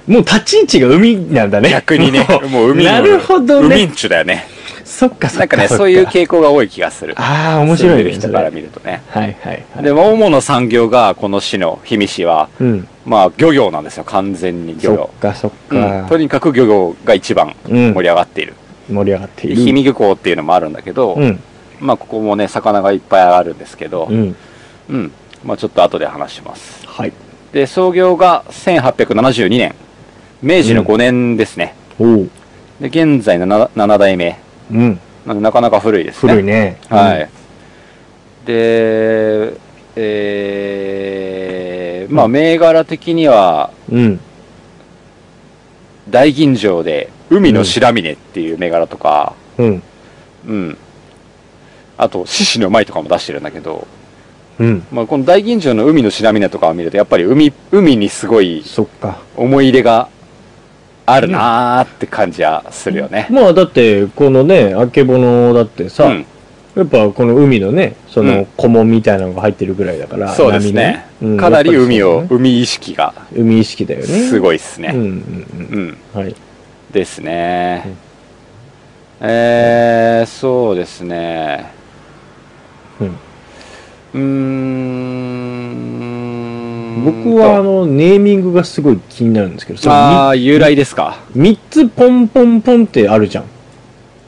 Speaker 2: うもう立ち位置が海なんだね
Speaker 3: 逆にね、
Speaker 2: [laughs]
Speaker 3: [laughs] もう海の
Speaker 2: なるほど
Speaker 3: 海
Speaker 2: ね
Speaker 3: んちゅだよね。
Speaker 2: そっかそ
Speaker 3: な
Speaker 2: っ
Speaker 3: んか
Speaker 2: か
Speaker 3: ね、
Speaker 2: そっ
Speaker 3: そういう傾向が多い気がする。
Speaker 2: ああ面白いね
Speaker 3: 住んでる
Speaker 2: そ
Speaker 3: 人
Speaker 2: れ
Speaker 3: から見るとね。
Speaker 2: はいはいはい
Speaker 3: で、主の産業が、この市の氷見市は、
Speaker 2: うん
Speaker 3: まあ、漁業なんですよ、完全に漁
Speaker 2: そ
Speaker 3: 業
Speaker 2: っ。かそっ
Speaker 3: うん
Speaker 2: か、
Speaker 3: とにかく漁業が一番
Speaker 2: うん
Speaker 3: 盛り上がっている。
Speaker 2: 盛り上がって
Speaker 3: で
Speaker 2: い
Speaker 3: 氷
Speaker 2: る
Speaker 3: 見漁港っていうのもあるんだけど、
Speaker 2: うん
Speaker 3: まあ、ここもね、魚がいっぱいあるんですけど
Speaker 2: う、ん
Speaker 3: うん。まあ、ちょっと後で話します。
Speaker 2: はい
Speaker 3: で、創業が1872年、明治の5年ですね。
Speaker 2: おう
Speaker 3: で、現在 7, 7代目。
Speaker 2: うん
Speaker 3: なんでなかなか古いですね。
Speaker 2: 古いね
Speaker 3: はい。で、えー、まあ、銘柄的には、
Speaker 2: うん
Speaker 3: 大吟醸で、海の白峰っていう銘柄とか、
Speaker 2: うん。
Speaker 3: うん。あと、獅子の舞とかも出してるんだけど、
Speaker 2: うん。
Speaker 3: まあ、この大吟醸の海の白峰とかを見ると、やっぱり海、海にすごい
Speaker 2: そっか。
Speaker 3: 思い入れがあるなーって感じはするよね。
Speaker 2: まあだって、このね、あけぼのだってさ、
Speaker 3: うん。
Speaker 2: やっぱこの海のね、そ
Speaker 3: うん
Speaker 2: の顧問みたいなのが入ってるぐらいだから、
Speaker 3: そうですね
Speaker 2: 波のうん
Speaker 3: かなり海
Speaker 2: や
Speaker 3: を、
Speaker 2: っぱりそうだね
Speaker 3: 海意識が
Speaker 2: 海意識だよね。
Speaker 3: す
Speaker 2: い
Speaker 3: ごいっす
Speaker 2: うん
Speaker 3: ね。
Speaker 2: うん
Speaker 3: うん。
Speaker 2: うん。はい。
Speaker 3: ですね
Speaker 2: うん。
Speaker 3: えー、そうですね。
Speaker 2: うん
Speaker 3: うーん。
Speaker 2: 僕はあの、ネーミングがすごい気になるんですけど、そ
Speaker 3: あ
Speaker 2: の
Speaker 3: あ、由来ですか。
Speaker 2: み三つポンポンポンってあるじゃん。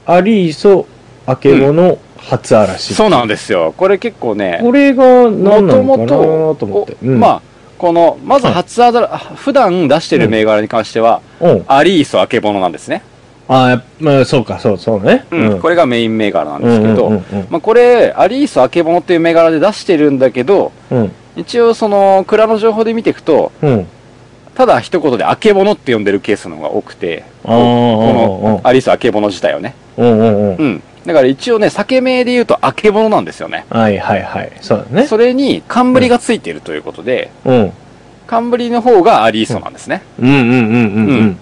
Speaker 2: アリーソ、あけぼの、初嵐。
Speaker 3: そうなんですよ。これ結構ね、
Speaker 2: これが何なのかな
Speaker 3: 元々
Speaker 2: と思って。
Speaker 3: おまあ、この、まず
Speaker 2: はい
Speaker 3: 初アドラ、普段出してる銘柄に関しては、
Speaker 2: あ、うん。
Speaker 3: アリーソあけぼのなんですね。
Speaker 2: あーやっまあ、そうか、そうそうね。
Speaker 3: うん。これがメイン銘柄なんですけど、
Speaker 2: うんうんうんうん
Speaker 3: まあ、これ、アリーソあけぼのっていう銘柄で出してるんだけど、
Speaker 2: うん。
Speaker 3: 一応その、蔵の情報で見ていくと、
Speaker 2: うん。
Speaker 3: ただ一言で、あけぼのって呼んでるケースの方が多くて、
Speaker 2: あー
Speaker 3: このアリスあけぼの自体をね。
Speaker 2: うんうんう。
Speaker 3: うんん。だから一応ね、酒名で言うとあけぼのなんですよね。
Speaker 2: はいはいはい。そうだね。
Speaker 3: それに冠がついているということで、
Speaker 2: うん。
Speaker 3: 冠の方がアリーソなんですね。
Speaker 2: うんうんうんうん
Speaker 3: う
Speaker 2: うんん。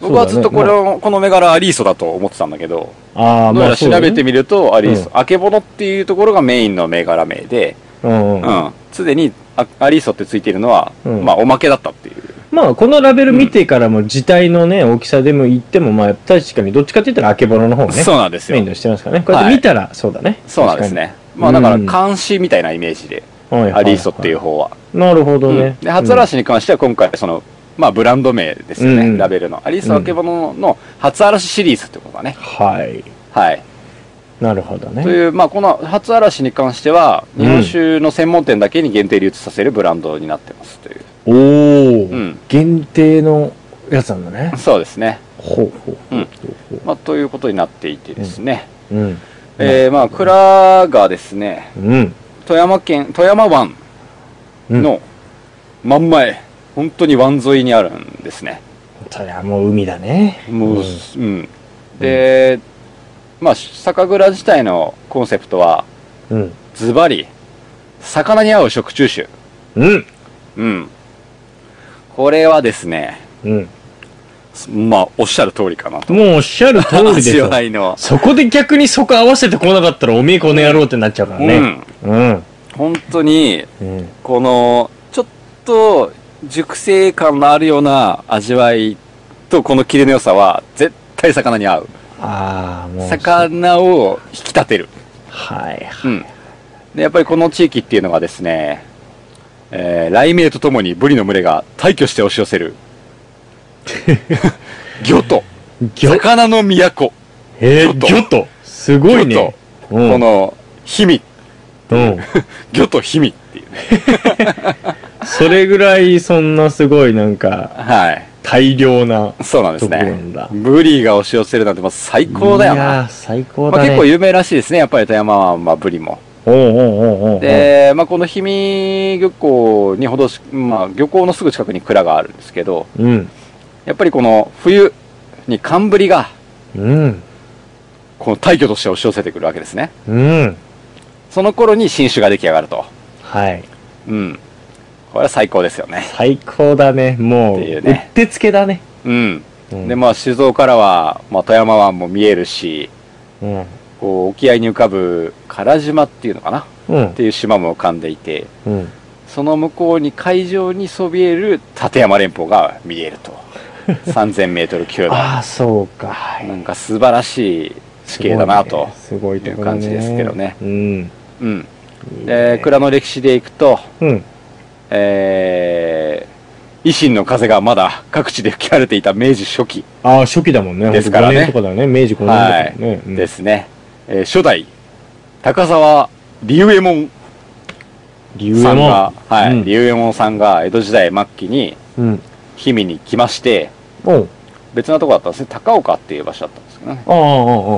Speaker 3: 僕はずっとこれ
Speaker 2: を、
Speaker 3: を、この銘柄アリーソだと思ってたんだけど、
Speaker 2: ああ、
Speaker 3: どう
Speaker 2: ま
Speaker 3: や
Speaker 2: あ
Speaker 3: ら調べて
Speaker 2: み
Speaker 3: みると、アリーソ
Speaker 2: う、
Speaker 3: あけぼのっていうところがメインの銘柄名で、
Speaker 2: うん
Speaker 3: う
Speaker 2: うん。
Speaker 3: ん。すでにあアリーソってついているのは、
Speaker 2: うん
Speaker 3: まあおまけだったっていう。
Speaker 2: まあ、このラベル見てからも、字体のね、大きさでも言っても、まあ、確かに、どっちかって言ったら、あけぼのの方ね。
Speaker 3: そうなんです
Speaker 2: メイ
Speaker 3: よ
Speaker 2: ン。としてますからね。こうやって見たら、そうだね。
Speaker 3: そうなんですね。まあだから監視みたいなイメージで、
Speaker 2: 確かに。はい
Speaker 3: アリーソっていう。
Speaker 2: は
Speaker 3: 方は。
Speaker 2: いはいなるほど
Speaker 3: うん
Speaker 2: ね。
Speaker 3: で、初嵐に関しては今回、その、まあ、ブランド名ですよね、
Speaker 2: うん
Speaker 3: ラベルの。アリス・アケボノの初嵐シリーズってことだね
Speaker 2: うん。はい。
Speaker 3: はい。
Speaker 2: なるほどね。
Speaker 3: という、まあ、この初嵐に関しては、
Speaker 2: うん
Speaker 3: 日本酒の専門店だけに限定流通させるブランドになってますという。
Speaker 2: おー、
Speaker 3: うん
Speaker 2: 限定のやつなんだね。
Speaker 3: そうですね。
Speaker 2: ほうほうほ
Speaker 3: うん
Speaker 2: うほうほ
Speaker 3: まあ、ということになっていてですね。
Speaker 2: う。うん。
Speaker 3: えー、まあ、蔵がですね、
Speaker 2: うん。
Speaker 3: 富山県、富山湾
Speaker 2: うん。
Speaker 3: の真ん前、本当に湾沿いにあるんですね。
Speaker 2: そりゃもう海だね。ん
Speaker 3: もう、うん。で、まあ、酒蔵自体のコンセプトは、
Speaker 2: うん。
Speaker 3: ズバリ、魚に合う食中酒。
Speaker 2: うん。
Speaker 3: うん。これはですね、
Speaker 2: うん。
Speaker 3: まあ、おっしゃる通りかなと。
Speaker 2: もうおっしゃる通りです
Speaker 3: 味 [laughs]
Speaker 2: よ
Speaker 3: わ。いの。
Speaker 2: そこで逆にそこ合わせてこなかったらおめえこの野郎ってなっちゃうから
Speaker 3: う
Speaker 2: ね。
Speaker 3: ん。
Speaker 2: うん。
Speaker 3: 本当に、
Speaker 2: うん。
Speaker 3: この、ちょっと、熟成感のあるような味わいと、このキレの良さは、絶対魚に合う。
Speaker 2: ああ、もう。
Speaker 3: 魚を引き立てる。
Speaker 2: はいは
Speaker 3: うん。で、やっぱりこの地域っていうのがですね、えー、雷鳴とともにブリの群れが退去して押し寄
Speaker 2: [laughs]
Speaker 3: せる。魚と、
Speaker 2: い。ギョ
Speaker 3: 魚の都、
Speaker 2: え
Speaker 3: ギョ
Speaker 2: ー、
Speaker 3: と
Speaker 2: ギョと。すごい
Speaker 3: ギョ
Speaker 2: ね
Speaker 3: と。
Speaker 2: うん
Speaker 3: この、氷見、
Speaker 2: うん。
Speaker 3: 魚と氷見っていうね。
Speaker 2: それぐらいそんなすごいなんか
Speaker 3: はい。
Speaker 2: 大量な。
Speaker 3: そうなんです
Speaker 2: ところな
Speaker 3: ね
Speaker 2: んだ。
Speaker 3: ブリが押し寄せるなんて、まあ最高だよ
Speaker 2: いや
Speaker 3: な。
Speaker 2: ー最高
Speaker 3: ま
Speaker 2: だ
Speaker 3: あ、
Speaker 2: ね。
Speaker 3: 結構有名らしいですね、やっぱり富山湾はブリも。
Speaker 2: おうおうおうおう。
Speaker 3: で、まあ、この氷見漁港にほどし、まあ、漁港のすぐ近くに蔵があるんですけど、
Speaker 2: うん。
Speaker 3: やっぱりこの冬に寒ブリが、
Speaker 2: うん。
Speaker 3: この退去として押し寄せてくるわけですね。
Speaker 2: うん。
Speaker 3: その頃に新種が出来上がると。
Speaker 2: はい。
Speaker 3: うん。これは最高ですよね。
Speaker 2: 最高だね。もう、
Speaker 3: っていううね
Speaker 2: っってつけだね。
Speaker 3: うん。
Speaker 2: うん
Speaker 3: で、まあ、静岡からは、まあ、富山湾も見えるし、
Speaker 2: うん。
Speaker 3: こう、沖合に浮かぶ唐島っていうのかなっ
Speaker 2: うん。
Speaker 3: ていう島も浮かんでいて、
Speaker 2: うん。
Speaker 3: その向こうに海上にそびえる立山連峰が見える
Speaker 2: [laughs]
Speaker 3: と。3000メートル級の。
Speaker 2: ああ、そうか。
Speaker 3: なんか素晴らしい地形だなと。
Speaker 2: すごい,、ね、すごいとこだ
Speaker 3: いう感じですけどね
Speaker 2: うん。
Speaker 3: うん。えー蔵の歴史でいくと、
Speaker 2: うん。
Speaker 3: えー維新の風がまだ各地で吹き荒れていた明治初期
Speaker 2: ああ、初期だもんね。
Speaker 3: ですからね
Speaker 2: ほんと5年とかだよね。明治5年とかだよね。うん
Speaker 3: ですね、えー初代高沢龍右衛門
Speaker 2: 龍右衛
Speaker 3: さん
Speaker 2: 門
Speaker 3: が、はい
Speaker 2: うん
Speaker 3: 龍右衛門さんが江戸時代末期に
Speaker 2: うん。
Speaker 3: 氷見に来まして
Speaker 2: おう
Speaker 3: 別なとこだったんですね高岡っていう場所だったんですけどね、
Speaker 2: ああ、ああ、ああ。。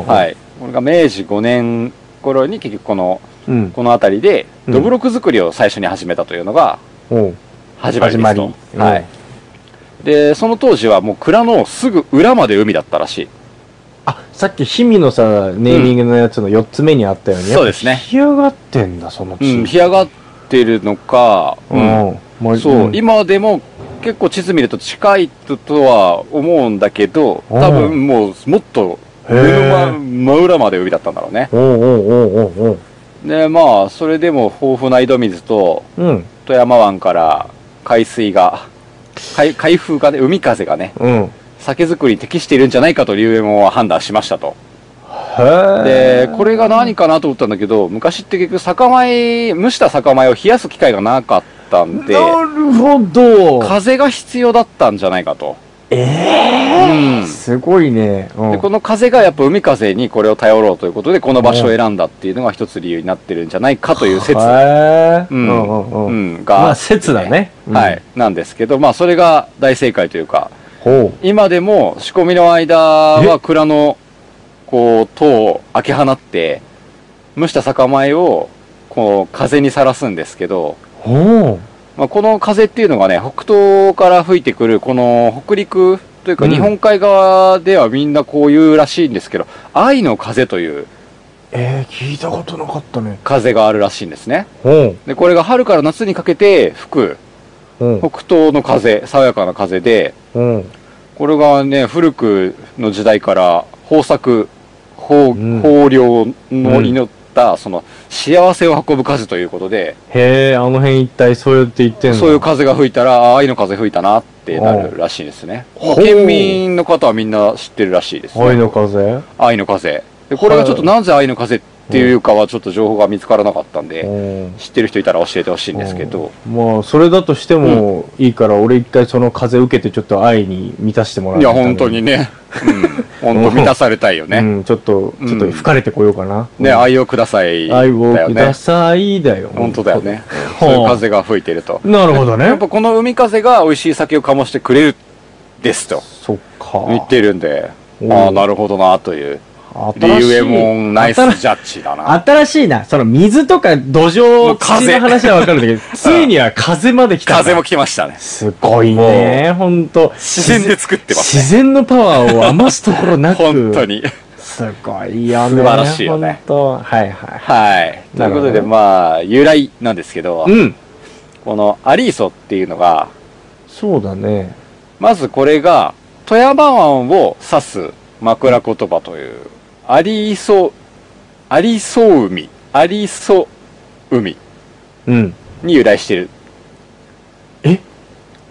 Speaker 3: はいいこれが明治5年頃に結局この
Speaker 2: うん。
Speaker 3: この辺りで
Speaker 2: うん
Speaker 3: どぶろく作りを最初に始めたというのが
Speaker 2: おう
Speaker 3: 始まりですと、
Speaker 2: 始まりうん
Speaker 3: はいでその当時はもう蔵のすぐ裏まで海だったらしい
Speaker 2: あ、さっき氷見のさ、ネーミングのやつの4つ目にあったよね。
Speaker 3: そうですね
Speaker 2: 干上がってんだ、その地
Speaker 3: うん、
Speaker 2: 域。
Speaker 3: 干上がってるのか、
Speaker 2: うん。も
Speaker 3: そう、
Speaker 2: ん
Speaker 3: 今でも結構地図見ると近いとは思うんだけど、
Speaker 2: うん
Speaker 3: 多分もうもっと
Speaker 2: へ
Speaker 3: 上の
Speaker 2: ー
Speaker 3: 真真裏まで海だったんだろうね。
Speaker 2: おうおうおうおう
Speaker 3: で、まあ、それでも豊富な井戸水と
Speaker 2: おう。うん。
Speaker 3: 富山湾から海水が、海海風がね、海風がね、
Speaker 2: うん。へ
Speaker 3: 酒造りに適しているんじゃないかと龍右衛門は判断しましたと。
Speaker 2: ー
Speaker 3: で、これが何かなと思ったんだけど、昔って結局酒米、蒸した酒米を冷やす機会がなかったんで、
Speaker 2: なるほど。
Speaker 3: 風が必要だったんじゃないかと。え
Speaker 2: すごいね。う
Speaker 3: うん、で
Speaker 2: ん
Speaker 3: この風がやっぱ海風にこれを頼ろうということでこの場所を選んだっていうのが一つ理由になってるんじゃないかという説、
Speaker 2: へー
Speaker 3: う
Speaker 2: うんんうん
Speaker 3: う
Speaker 2: うん。
Speaker 3: ん、が、
Speaker 2: まあ、説だね。うん
Speaker 3: はい。、なんですけど、まあ、それが大正解というか
Speaker 2: ほ
Speaker 3: 今でも仕込みの間は蔵のこう塔を開け放って蒸した酒米をこう風にさらすんですけど、
Speaker 2: う。ほう。
Speaker 3: まあ、この風っていうのがね、北東から吹いてくる、この北陸というか
Speaker 2: うん
Speaker 3: 日本海側ではみんなこういうらしいんですけど、愛の風という
Speaker 2: えー、聞いたことなかったね。
Speaker 3: 風があるらしいんですね。
Speaker 2: ほ
Speaker 3: で、これが春から夏にかけて吹く
Speaker 2: う。うん。
Speaker 3: 北東の風、爽やかな風で、
Speaker 2: うん。
Speaker 3: これがね、古くの時代から豊作、豊
Speaker 2: うん
Speaker 3: 豊漁の祈った、その幸せを運ぶ風ということで、
Speaker 2: へえ、あの辺一体そうやって言ってんの
Speaker 3: そういう風が吹いたら、あ愛の風吹いたなってなるらしいですね。
Speaker 2: ほう
Speaker 3: 県民の方はみんな知ってるらしいです、ね。
Speaker 2: 愛の風
Speaker 3: 愛の風。でこれがちょっとなぜ愛の風っていうかはちょっと情報が見つからなかったんで、
Speaker 2: うん。
Speaker 3: 知ってる人いたら教えてほしいんですけど、
Speaker 2: まあ、それだとしてもいいから、俺一回その風受けてちょっと愛に満たしてもら
Speaker 3: い
Speaker 2: た
Speaker 3: や、
Speaker 2: め
Speaker 3: 本当にね、うん、本当満たされたいよね。
Speaker 2: うん、ちょっと、ちょっと吹かれてこようかな。
Speaker 3: ね、
Speaker 2: うん
Speaker 3: 愛をください。
Speaker 2: 愛を
Speaker 3: だよ
Speaker 2: く
Speaker 3: ね
Speaker 2: だ。さいだよ。
Speaker 3: 本当だよね。
Speaker 2: ほ
Speaker 3: そうういう風が吹いてると。
Speaker 2: なるほど
Speaker 3: やっ
Speaker 2: ね。
Speaker 3: ぱこの海風が美味しい酒を醸してくれるですと
Speaker 2: そっか。
Speaker 3: 言ってるんで、
Speaker 2: おう
Speaker 3: ああ、なるほどなという。
Speaker 2: 新
Speaker 3: リ
Speaker 2: しい
Speaker 3: ュウエモンナイスジャッジだな。
Speaker 2: 新しいな。その水とか土
Speaker 3: も
Speaker 2: 壌、
Speaker 3: う風
Speaker 2: 土の話はわかるんだけど、ついには風まで来たな。
Speaker 3: 風も来ましたね。
Speaker 2: すごいね。ほんと。
Speaker 3: 自然で作ってますね。
Speaker 2: 自然のパワーを余すところなく。
Speaker 3: 本当。に。
Speaker 2: すごいよね。
Speaker 3: 素晴らしいよね
Speaker 2: 本当。はいはい。
Speaker 3: はい。とい
Speaker 2: な
Speaker 3: う
Speaker 2: る
Speaker 3: こ
Speaker 2: ほど
Speaker 3: とで、まあ、由来なんですけど、
Speaker 2: うん。
Speaker 3: このアリーソっていうのが、
Speaker 2: そうだね。
Speaker 3: まずこれが、富山湾を指す枕言葉という、アリーソ、アリソ海、アリソ海
Speaker 2: うん。
Speaker 3: に由来してる。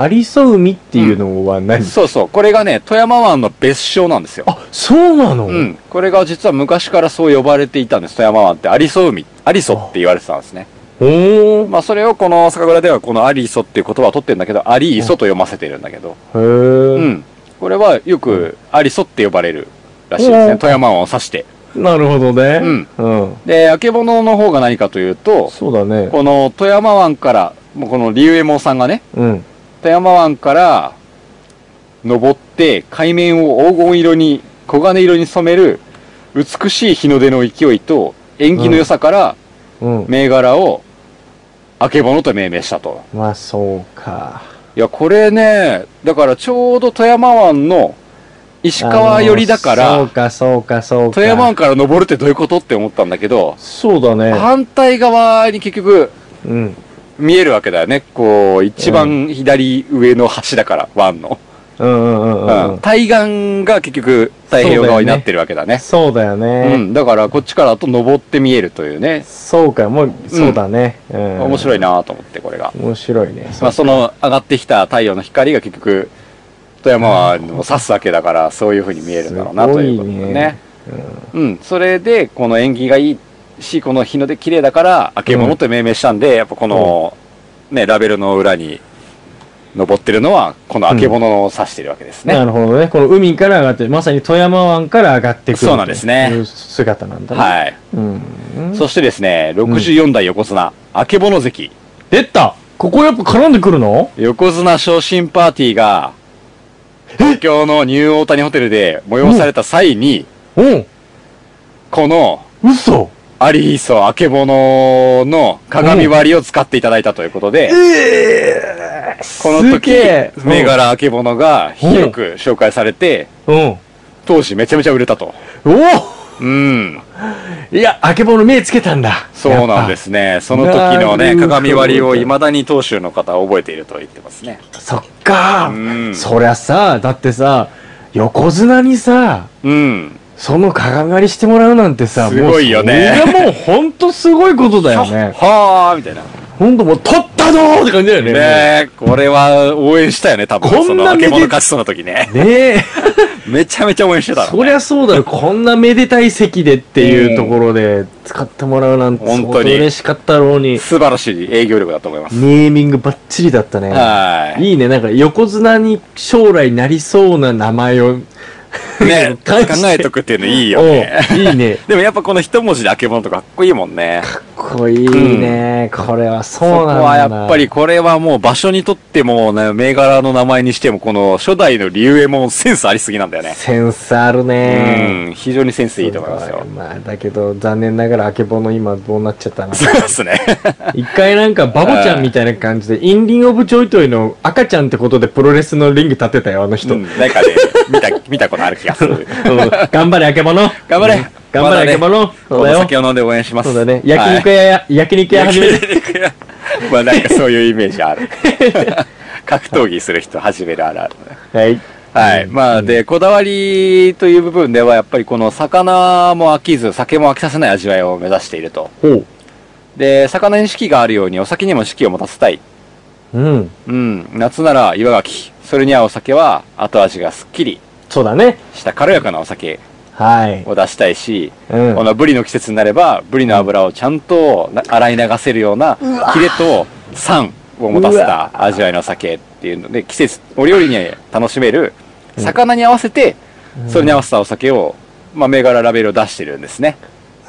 Speaker 2: ありそう海っていうのは何、
Speaker 3: そうそう、これがね、富山湾の別称なんですよ。
Speaker 2: あ、そうなの、
Speaker 3: うん。これが実は昔からそう呼ばれていたんです。富山湾ってアリソ海、アリソって言われてたんですね。
Speaker 2: おー。
Speaker 3: まあそれをこの酒蔵ではこのアリソっていう言葉を取ってるんだけど、アリーソと読ませてるんだけど、
Speaker 2: へ
Speaker 3: う
Speaker 2: ー。
Speaker 3: ん。これはよくアリソって呼ばれるらしいです
Speaker 2: う
Speaker 3: ね。
Speaker 2: ん
Speaker 3: 富山湾を指して。
Speaker 2: なるほどね。うん。
Speaker 3: で、あけぼのの方が何かというと、
Speaker 2: そうだね。
Speaker 3: この富山湾から、もうこの龍右衛門さんがね、
Speaker 2: うん。
Speaker 3: 富山湾から登って海面を黄金色に、黄金色に染める美しい日の出の勢いと縁起の良さから
Speaker 2: うん。
Speaker 3: 銘柄をあけぼのと命名したと。
Speaker 2: まあ、そうか。
Speaker 3: いや、これね、だからちょうど富山湾の石川寄りだか
Speaker 2: あの
Speaker 3: ら
Speaker 2: そう、か、そうか、そうか。
Speaker 3: 富山湾から登るってどういうことって思ったんだけど、
Speaker 2: そうだね。
Speaker 3: 反対側に結局
Speaker 2: うん。
Speaker 3: 見えるわけだよね。こう、一番左上の端だから、湾の。
Speaker 2: うんうんうんうん。う
Speaker 3: うん
Speaker 2: ん、
Speaker 3: 対岸が結局太平洋側になってるわけだね。
Speaker 2: そうだよ
Speaker 3: う
Speaker 2: ね、
Speaker 3: ん。だからこっちからあと登って見えるというね。
Speaker 2: そうか、もう、そうだね。うん。
Speaker 3: 面白
Speaker 2: い。
Speaker 3: いなと思って、これが。
Speaker 2: 面白いね。
Speaker 3: まあその上がってきた太陽の光が結局、富山湾を指すわけだから、そういう風に見えるんだろうな
Speaker 2: す
Speaker 3: と
Speaker 2: ご
Speaker 3: い
Speaker 2: いう
Speaker 3: ことでね。
Speaker 2: ね
Speaker 3: うん。それで、この縁起がいいし、この日の出綺麗だから、明け物と命名したんで、やっぱこの、ね、ラベルの裏に登ってるのは、この明け物を指してるわけですね。
Speaker 2: なるほどね。この海から上がって、まさに富山湾から上がってくる
Speaker 3: そうなんですね
Speaker 2: という姿なんだね。い。
Speaker 3: はい。
Speaker 2: うん。
Speaker 3: そしてですね、64代横綱、あけぼの関、
Speaker 2: 出たここやっぱ絡んでくるの
Speaker 3: 横綱昇進パーティーが、東京のニューオータニホテルで催された際に、
Speaker 2: うん。
Speaker 3: この、
Speaker 2: 嘘
Speaker 3: アリーソあけぼのの鏡割りを使っていただいたということで、この
Speaker 2: す
Speaker 3: 時
Speaker 2: げえ、
Speaker 3: 銘柄あけぼのが広く紹介されて、
Speaker 2: うん。
Speaker 3: 当時めちゃめちゃ売れたと。
Speaker 2: お
Speaker 3: うん。
Speaker 2: おいや、あけぼの目つけたんだ。
Speaker 3: そうなんですね。その時の
Speaker 2: なる
Speaker 3: ね、
Speaker 2: ほど
Speaker 3: 鏡割りを未だに当主の方は覚えていると言ってますね。
Speaker 2: やっぱ。そっか
Speaker 3: うん
Speaker 2: そりゃさ、だってさ、横綱にさ、
Speaker 3: うん。
Speaker 2: その鏡狩りしてもらうなんてさ、
Speaker 3: すごいよね
Speaker 2: もうそれはもうほんとすごいことだよね。
Speaker 3: [laughs] はあみたいな。
Speaker 2: ほんともう、取ったぞーって感じだよね。
Speaker 3: ねえ、これは応援したよね、多分。
Speaker 2: こんな
Speaker 3: その、あ
Speaker 2: め
Speaker 3: け
Speaker 2: で
Speaker 3: ぼの勝ちそうな
Speaker 2: [laughs]
Speaker 3: 時ね。
Speaker 2: ねえ。
Speaker 3: めちゃめちゃ応援してたのね。
Speaker 2: そりゃそうだよ。こんなめでたい席でっていうところで使ってもらうなんて
Speaker 3: 本当に
Speaker 2: 相当嬉しかったろうに。
Speaker 3: 素晴らしい営業力だと思います。
Speaker 2: ネーミングバッチリだったね。
Speaker 3: はい。
Speaker 2: いいね。なんか横綱に将来なりそうな名前を。
Speaker 3: ね考
Speaker 2: [laughs] 感じて
Speaker 3: えとくっていうのいいよね。
Speaker 2: おういいね。
Speaker 3: でもやっぱこの一文字であけぼのとかかっこいいもんね。
Speaker 2: かっこいいね。これはそうなんだ。
Speaker 3: こはやっぱりこれはもう場所にとっても、ね、銘柄の名前にしても、この初代の龍右衛門センスありすぎなんだよね。
Speaker 2: センスあるね。
Speaker 3: うん、非常にセンスいいと思います
Speaker 2: ご
Speaker 3: よ。
Speaker 2: まあ、だけど、残念ながら、あけぼの今、どうなっちゃったな。
Speaker 3: そうです [laughs] ね。
Speaker 2: 一回なんか、バボちゃんみたいな感じで、インリンオブちょいといの赤ちゃんってことでプロレスのリング立てたよ、あの人。
Speaker 3: うんなんかね、見た、見たことある気がする。
Speaker 2: うん [laughs] 頑張れ、あけぼの。
Speaker 3: 頑張れ
Speaker 2: 頑張れ、あけぼ
Speaker 3: まだ
Speaker 2: の
Speaker 3: ね。
Speaker 2: そうだ
Speaker 3: お
Speaker 2: よ。
Speaker 3: 酒を飲んで応援します。
Speaker 2: そうだね。焼肉屋や、焼肉屋
Speaker 3: はい
Speaker 2: 始めて。
Speaker 3: 焼肉屋まあなんかそういうイメージ
Speaker 2: [laughs]
Speaker 3: ある。格闘技する人始めるあるある。
Speaker 2: はい。
Speaker 3: はい。まあ、で、こだわりという部分では、やっぱりこの魚も飽きず、酒も飽きさせない味わいを目指していると。
Speaker 2: ほう。
Speaker 3: で、魚に四季があるように、お酒にも四季を持たせたい。
Speaker 2: うん。
Speaker 3: うん。夏なら岩牡蠣。それに合うお酒は、後味がすっきり
Speaker 2: そうだね。
Speaker 3: した軽やかなお酒
Speaker 2: はい。
Speaker 3: を出したいし、
Speaker 2: うん
Speaker 3: このブリの季節になれば、ブリの油をちゃんとな洗い流せるような、キレと酸を持たせた味わいの酒っていうので、季節、お料理に楽しめる、魚に合わせて、それに合わせたお酒を、まあ、銘柄ラベルを出してるんですね。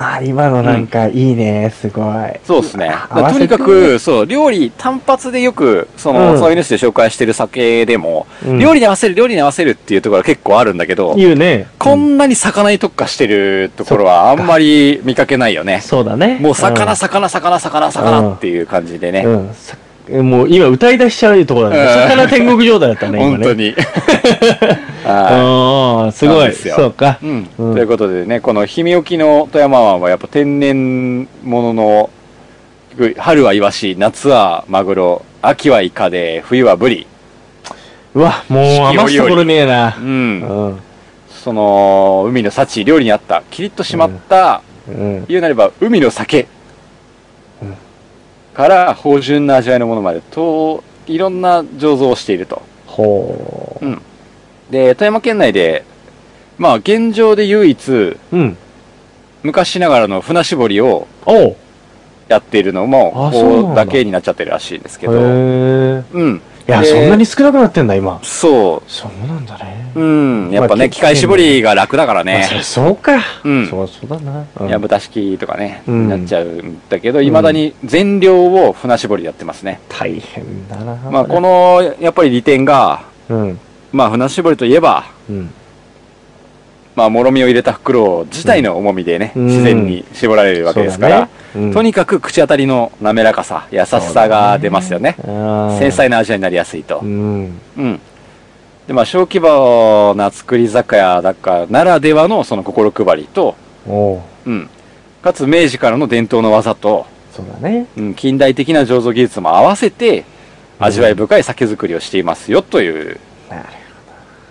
Speaker 2: あ、今のなんか、いいね。すごい。
Speaker 3: そうですね。だ
Speaker 2: 合
Speaker 3: か
Speaker 2: わ
Speaker 3: らと
Speaker 2: せて
Speaker 3: にかく、そう、料理単発でよく、その、
Speaker 2: うん
Speaker 3: そういうニュースで紹介してる酒でも、
Speaker 2: うん
Speaker 3: 料理に合わせる、料理に合わせるっていうところは結構あるんだけど、
Speaker 2: 言うね。
Speaker 3: こんなに魚に特化してるところはあんまり見かけないよね。
Speaker 2: そうだね。
Speaker 3: [laughs] もう魚、
Speaker 2: ん
Speaker 3: 魚、魚、魚、魚っていう感じでね。
Speaker 2: うんさもう今歌い出しちゃうところだね。
Speaker 3: うん
Speaker 2: 魚天国状態だ
Speaker 3: [laughs]
Speaker 2: ったね、今
Speaker 3: 本
Speaker 2: ね。
Speaker 3: 当に。 [laughs] は
Speaker 2: ああ、す
Speaker 3: な
Speaker 2: ご
Speaker 3: んで
Speaker 2: い。
Speaker 3: すよ
Speaker 2: そうか
Speaker 3: い。うん。
Speaker 2: うん
Speaker 3: ということでね、この氷見沖の富山湾はやっぱ天然ものの、春はイワシ、夏はマグロ、秋はイカで、冬はブリ。
Speaker 2: うわ、もう余すところねえな
Speaker 3: う。ん。
Speaker 2: うん。
Speaker 3: その、海の幸、料理にあった、キリッとしまった、
Speaker 2: うん。
Speaker 3: 言うなれば海の酒から芳醇な味わいのものまでといろんな醸造をしていると、
Speaker 2: ほ
Speaker 3: うん、で富山県内でまあ現状で唯一
Speaker 2: う。うん。
Speaker 3: 昔ながらの船絞りを
Speaker 2: おう。
Speaker 3: やっているのも
Speaker 2: あ
Speaker 3: こ
Speaker 2: そうなん
Speaker 3: こ
Speaker 2: だ
Speaker 3: だけになっちゃってるらしいんですけ
Speaker 2: へ
Speaker 3: ど
Speaker 2: え。
Speaker 3: うんい
Speaker 2: いや、そんなに少なくなってんだ、今。
Speaker 3: そ
Speaker 2: そうなんだね。
Speaker 3: ううんやっぱ
Speaker 2: まあ
Speaker 3: ね機械絞りが楽だから
Speaker 2: まあ
Speaker 3: ね
Speaker 2: そりゃそうか。
Speaker 3: うん
Speaker 2: そうそうだな。うん
Speaker 3: やぶた式とかね、
Speaker 2: うん
Speaker 3: なっちゃうんだけど、いまだに全量を船絞りでやってますね。
Speaker 2: 大変だな。
Speaker 3: まあ、こ。の、やっぱり利点が、
Speaker 2: うん。
Speaker 3: まあ、船絞りといえば、
Speaker 2: うん。
Speaker 3: まあ、もろみを入れた袋自体の重みでね、
Speaker 2: うん
Speaker 3: 自然に絞られるわけですから、
Speaker 2: そうだねうん
Speaker 3: とにかく口当たりの滑らかさ、優しさが出ますよね。繊
Speaker 2: 繊
Speaker 3: 細な味わいになりやすいと
Speaker 2: う。ん。
Speaker 3: うん。で、まあ、小規模な作り酒屋だから、ならではのその心配りと、
Speaker 2: おう。
Speaker 3: うん。かつ、明治からの伝統の技と、
Speaker 2: そうだね。
Speaker 3: うん、近代的な醸造技術も合わせて、味わい深い酒造りをしていますよ、という。
Speaker 2: なる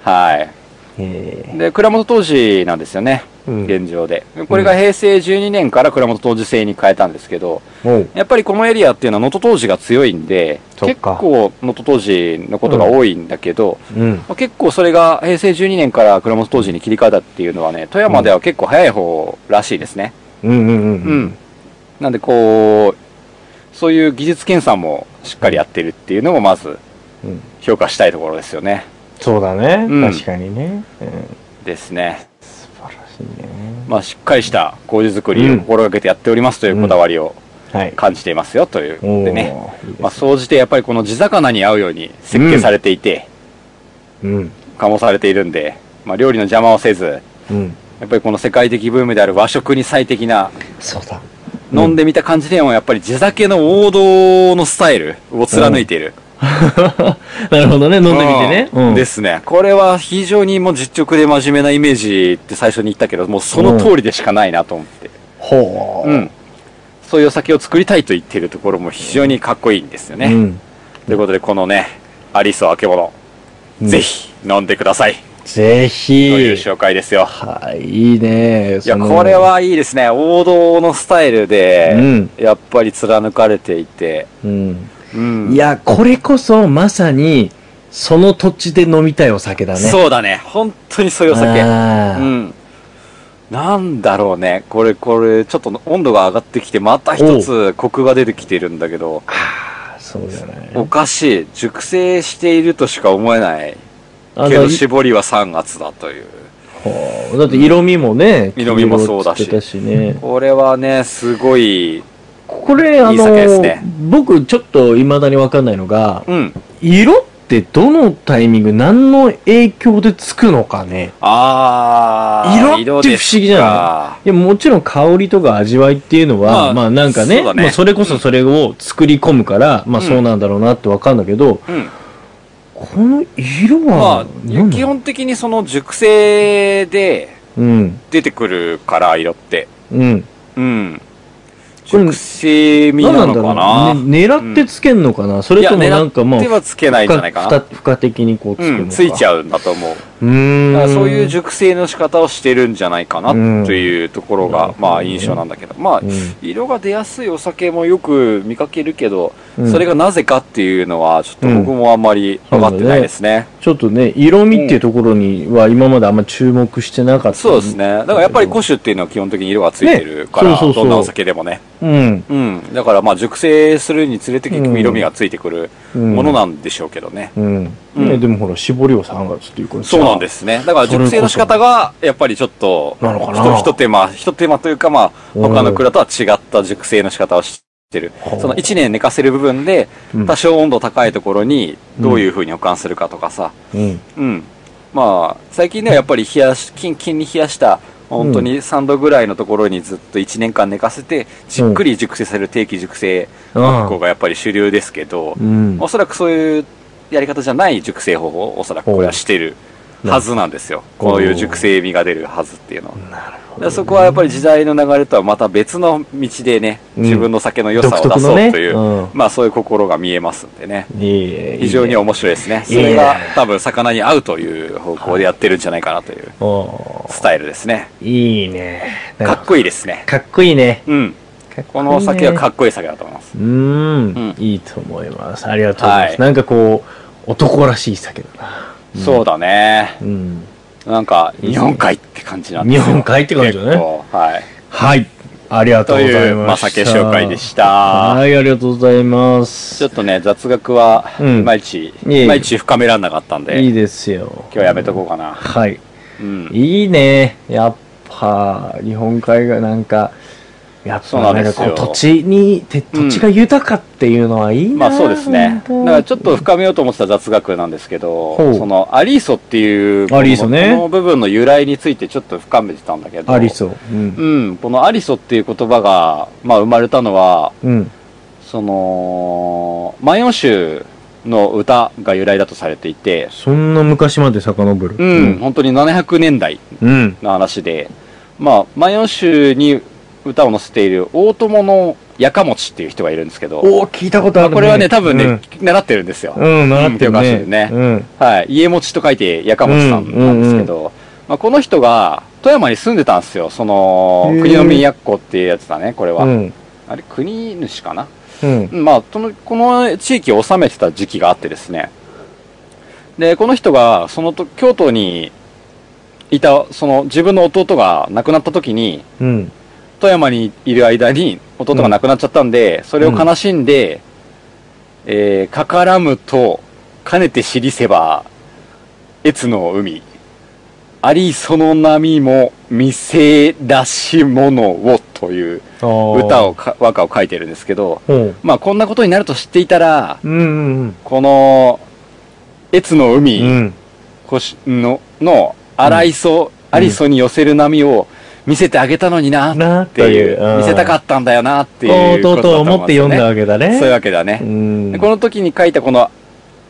Speaker 3: はい。
Speaker 2: え
Speaker 3: で、蔵元当時なんですよね。
Speaker 2: え。うん
Speaker 3: 現状で。これが平成12年から蔵元当時制に変えたんですけど、
Speaker 2: おう。
Speaker 3: やっぱりこのエリアっていうのは能登当時が強いんで、
Speaker 2: そっ
Speaker 3: 結
Speaker 2: か
Speaker 3: 構能登当時のことが多いんだけど、
Speaker 2: うん。
Speaker 3: まあ結構それが平成12年から蔵元当時に切り替えたっていうのはね、富山では結構早い方らしいですね。
Speaker 2: うんうんうん
Speaker 3: うん。なんでこう、そういう技術検査もしっかりやってるっていうのもまず
Speaker 2: うん
Speaker 3: 評価したいところですよね。
Speaker 2: そうだね、
Speaker 3: うん
Speaker 2: 確かにね、うん、
Speaker 3: ですね。
Speaker 2: 素晴らしいね
Speaker 3: まあしっかりした麹作りを心がけてやっておりますというこだわりを
Speaker 2: はい
Speaker 3: 感じていますよという
Speaker 2: おー
Speaker 3: でね、
Speaker 2: いいですね
Speaker 3: まあ、総じてやっぱりこの地魚に合うように設計されていて、
Speaker 2: うん
Speaker 3: 醸されているんで、まあ、料理の邪魔をせず、
Speaker 2: うん
Speaker 3: やっぱりこの世界的ブームである和食に最適な、
Speaker 2: そうだ。
Speaker 3: 飲んでみた感じでもやっぱり地酒の王道のスタイルを貫いている。
Speaker 2: なるほどね、飲んでみてね。
Speaker 3: うん
Speaker 2: うん
Speaker 3: ですね。これは非常にもう実直で真面目なイメージって最初に言ったけど、もうその通りでしかないなと思って。
Speaker 2: ほう。
Speaker 3: うん。そういうお酒を作りたいと言ってるところも非常にかっこいいんですよね。
Speaker 2: うん。
Speaker 3: ということで、このね、アリスをあけぼの、ぜひ飲んでください。
Speaker 2: ぜひ。
Speaker 3: という紹介ですよ。
Speaker 2: はい、いいね。
Speaker 3: いや、
Speaker 2: その
Speaker 3: これ。はいいですね。王道のスタイルで、やっぱり貫かれていて。
Speaker 2: うん。
Speaker 3: うん
Speaker 2: いや、これこそまさに、その土地で飲みたいお酒だね。う。
Speaker 3: そうだね。本当にそういうお酒。う
Speaker 2: 酒。
Speaker 3: ん。なんだろうね。これ、これ、ちょっと温度が上がってきて、また一つコクが出てきてるんだけど、
Speaker 2: そうじゃない。
Speaker 3: おかしい。熟成しているとしか思えない。
Speaker 2: あ
Speaker 3: け
Speaker 2: だ
Speaker 3: ど、絞りは3月だという。
Speaker 2: ほうだって色味もね、
Speaker 3: 色味もそうだし
Speaker 2: 黄色っつってたしね。
Speaker 3: これはね、すごい、
Speaker 2: これ、あ
Speaker 3: いい酒です
Speaker 2: の
Speaker 3: ね、
Speaker 2: 僕ちょっと未だにわかんないのが、
Speaker 3: うん。
Speaker 2: 色ってどのタイミング、何の影響でつくのかね。
Speaker 3: あー、
Speaker 2: 色って不思議じゃ
Speaker 3: ない
Speaker 2: や、もちろん香りとか味わいっていうのは、
Speaker 3: まあ
Speaker 2: まあなんかね、
Speaker 3: そうだね
Speaker 2: まあそれこそそれを作り込むから、まあ
Speaker 3: うん
Speaker 2: そうなんだろうなってわかるんだけど、
Speaker 3: いうん。
Speaker 2: この色
Speaker 3: ま
Speaker 2: は、なん
Speaker 3: あ、
Speaker 2: だ
Speaker 3: 基本的にその熟成で
Speaker 2: うん、
Speaker 3: 出てくるから、色って。
Speaker 2: うん。
Speaker 3: うん。
Speaker 2: これ
Speaker 3: 熟成味なのかな
Speaker 2: うね狙ってつけんのかな、それともなんかもう、
Speaker 3: いや狙ってはつけないんじゃないか
Speaker 2: ふ
Speaker 3: な
Speaker 2: か。付加的にこうつく
Speaker 3: う
Speaker 2: のか、
Speaker 3: ん、ついちゃうんだと思う。
Speaker 2: うーん。
Speaker 3: だからそういう熟成の仕方をしてるんじゃないかな
Speaker 2: うん
Speaker 3: というところが、まあ印象なんだけど。まあ
Speaker 2: う、ん
Speaker 3: 色が出やすいお酒もよく見かけるけど、
Speaker 2: うん
Speaker 3: それがなぜかっていうのは、ちょっと僕もあんまり分かってないですね。
Speaker 2: ちょっとね、色味っていうところには今まであんま注目してなかった。
Speaker 3: そうですね。だからやっぱり古酒っていうのは基本的に色がついてるから、
Speaker 2: ねそうそうそう
Speaker 3: どんなお酒でもね。
Speaker 2: うん。
Speaker 3: うん。だからまあ熟成するにつれて結局色味がついてくる
Speaker 2: うん
Speaker 3: ものなんでしょうけどね。
Speaker 2: うん。
Speaker 3: うん
Speaker 2: ねでもほら、絞りを3月っていうから
Speaker 3: そうなんですね。だから熟成の仕方が、やっぱりちょっと、
Speaker 2: なのかな
Speaker 3: ひとひと手間、ひと手間というかまあ、
Speaker 2: うん
Speaker 3: 他の蔵とは違った熟成の仕方をしてる
Speaker 2: ほう。
Speaker 3: その1年寝かせる部分で
Speaker 2: うん、
Speaker 3: 多少温度高いところにどういう風に保管するかとかさ。
Speaker 2: うん。
Speaker 3: うん。まあ、最近ではやっぱり冷やし、キンキンに冷やした、本当に3度ぐらいのところにずっと1年間寝かせて、じっくり熟成される定期熟成
Speaker 2: あ
Speaker 3: 発酵がやっぱり主流ですけど
Speaker 2: う、ん
Speaker 3: お。そらくそういうやり方じゃない熟成方法をおそらくこれはしてるはずなんですよ。
Speaker 2: ほう
Speaker 3: こういう熟成味が出るはずっていうのは。
Speaker 2: なるほ
Speaker 3: だからそこはやっぱり時代の流れとはまた別の道でね、
Speaker 2: うん
Speaker 3: 自分の酒の良
Speaker 2: ど。
Speaker 3: さを出そうという、
Speaker 2: うん
Speaker 3: まあそういう心が見えますんでね。
Speaker 2: いい
Speaker 3: 非常に
Speaker 2: あ
Speaker 3: 面白いですね。
Speaker 2: い
Speaker 3: そ
Speaker 2: いね
Speaker 3: れが多分魚に合うという方向でやってるんじゃないかなという
Speaker 2: あ
Speaker 3: スタイルですね。
Speaker 2: いいね。
Speaker 3: かっこいいですね。
Speaker 2: かっこいいね。
Speaker 3: うん。
Speaker 2: かっこい
Speaker 3: こ
Speaker 2: いね
Speaker 3: のお酒はかっこいい酒だと思います。
Speaker 2: うー
Speaker 3: うん
Speaker 2: ん。いいと思います。ありがとうございま
Speaker 3: はい
Speaker 2: す。なんかこう、男らしい酒だな。
Speaker 3: そうだね。
Speaker 2: うん。
Speaker 3: なんか、日本海って感じなんです
Speaker 2: 日
Speaker 3: よ。
Speaker 2: 本海って感じ
Speaker 3: 結
Speaker 2: だね。
Speaker 3: 構。はい。
Speaker 2: はい。ありがとう
Speaker 3: と
Speaker 2: ござ
Speaker 3: い、
Speaker 2: いうま
Speaker 3: ま
Speaker 2: した。
Speaker 3: さけ紹介でし
Speaker 2: は
Speaker 3: た。
Speaker 2: い、ありがとうございます。
Speaker 3: ちょっとね、雑学は、い
Speaker 2: うん
Speaker 3: まいち、
Speaker 2: えいえ
Speaker 3: いまいち深めらんなかったんで、
Speaker 2: いい
Speaker 3: 今
Speaker 2: ですよ。
Speaker 3: 日やめとこうかな。
Speaker 2: はい。
Speaker 3: うん。
Speaker 2: いいね。やっぱ、日本海がなんか、やっ
Speaker 3: そう
Speaker 2: ぱ
Speaker 3: なん
Speaker 2: なん
Speaker 3: で
Speaker 2: か
Speaker 3: すよ
Speaker 2: こう土地に、て
Speaker 3: うん
Speaker 2: 土地が豊かっていうのはいいな、
Speaker 3: まあそうですね。だ
Speaker 2: 本
Speaker 3: か
Speaker 2: 当
Speaker 3: らちょっと深めようと思ってた雑学なんですけど
Speaker 2: ほう、
Speaker 3: そのアリーソっていう、この
Speaker 2: アリーソね
Speaker 3: この部分の由来についてちょっと深めてたんだけど、
Speaker 2: ありそう。うん。
Speaker 3: うん、このアリソっていう言葉が、まあ、生まれたのは、
Speaker 2: うん。
Speaker 3: その、万葉集の歌が由来だとされていて、
Speaker 2: そんな昔まで遡る。
Speaker 3: うん、本当に700年代
Speaker 2: うん。うん。
Speaker 3: の話で、まあ、万葉集に歌を載せている大友のやかもちっていう人がいるんですけど、
Speaker 2: おー聞いたことある、ね。
Speaker 3: これはね、多分ね、
Speaker 2: うん
Speaker 3: 習ってるんですよ。
Speaker 2: うん、習ってるね。
Speaker 3: うんっていう歌詞でね
Speaker 2: うん。
Speaker 3: はい、家持ちと書いてやかもちさんなんですけど、まあ、この人が富山に住んでたんですよ、その
Speaker 2: へ、ー
Speaker 3: 国の民薬庫っていうやつだね、これは。
Speaker 2: うん。
Speaker 3: あれ、国主かな
Speaker 2: うん。
Speaker 3: まあ、そのこの地域を治めてた時期があってですね、で、この人が、そのと、京都にいた、その、自分の弟が亡くなった時に、
Speaker 2: うん。
Speaker 3: 富山にいる間に、弟が亡くなっちゃったんで、それを悲しんで、えー、かからむと、かねて知りせば、越の海、ありその波も見せ出し物をという歌
Speaker 2: を。
Speaker 3: をか、和歌を書いてるんですけど、
Speaker 2: うん。
Speaker 3: まあ、こんなことになると知っていたら、
Speaker 2: うんうん
Speaker 3: この、越の
Speaker 2: うん。
Speaker 3: 海、
Speaker 2: うん。
Speaker 3: こしの、の、荒磯アリソンに寄せる波を見せてあげたのにな
Speaker 2: な
Speaker 3: ってい
Speaker 2: という
Speaker 3: う、
Speaker 2: うん
Speaker 3: 見せたかったんだよなって
Speaker 2: と
Speaker 3: いううこと
Speaker 2: う
Speaker 3: だ
Speaker 2: と
Speaker 3: と
Speaker 2: う
Speaker 3: 思
Speaker 2: 思って読んだわ
Speaker 3: け
Speaker 2: けだね。
Speaker 3: そういうわけだね
Speaker 2: う。ん
Speaker 3: でこの時に書いたこの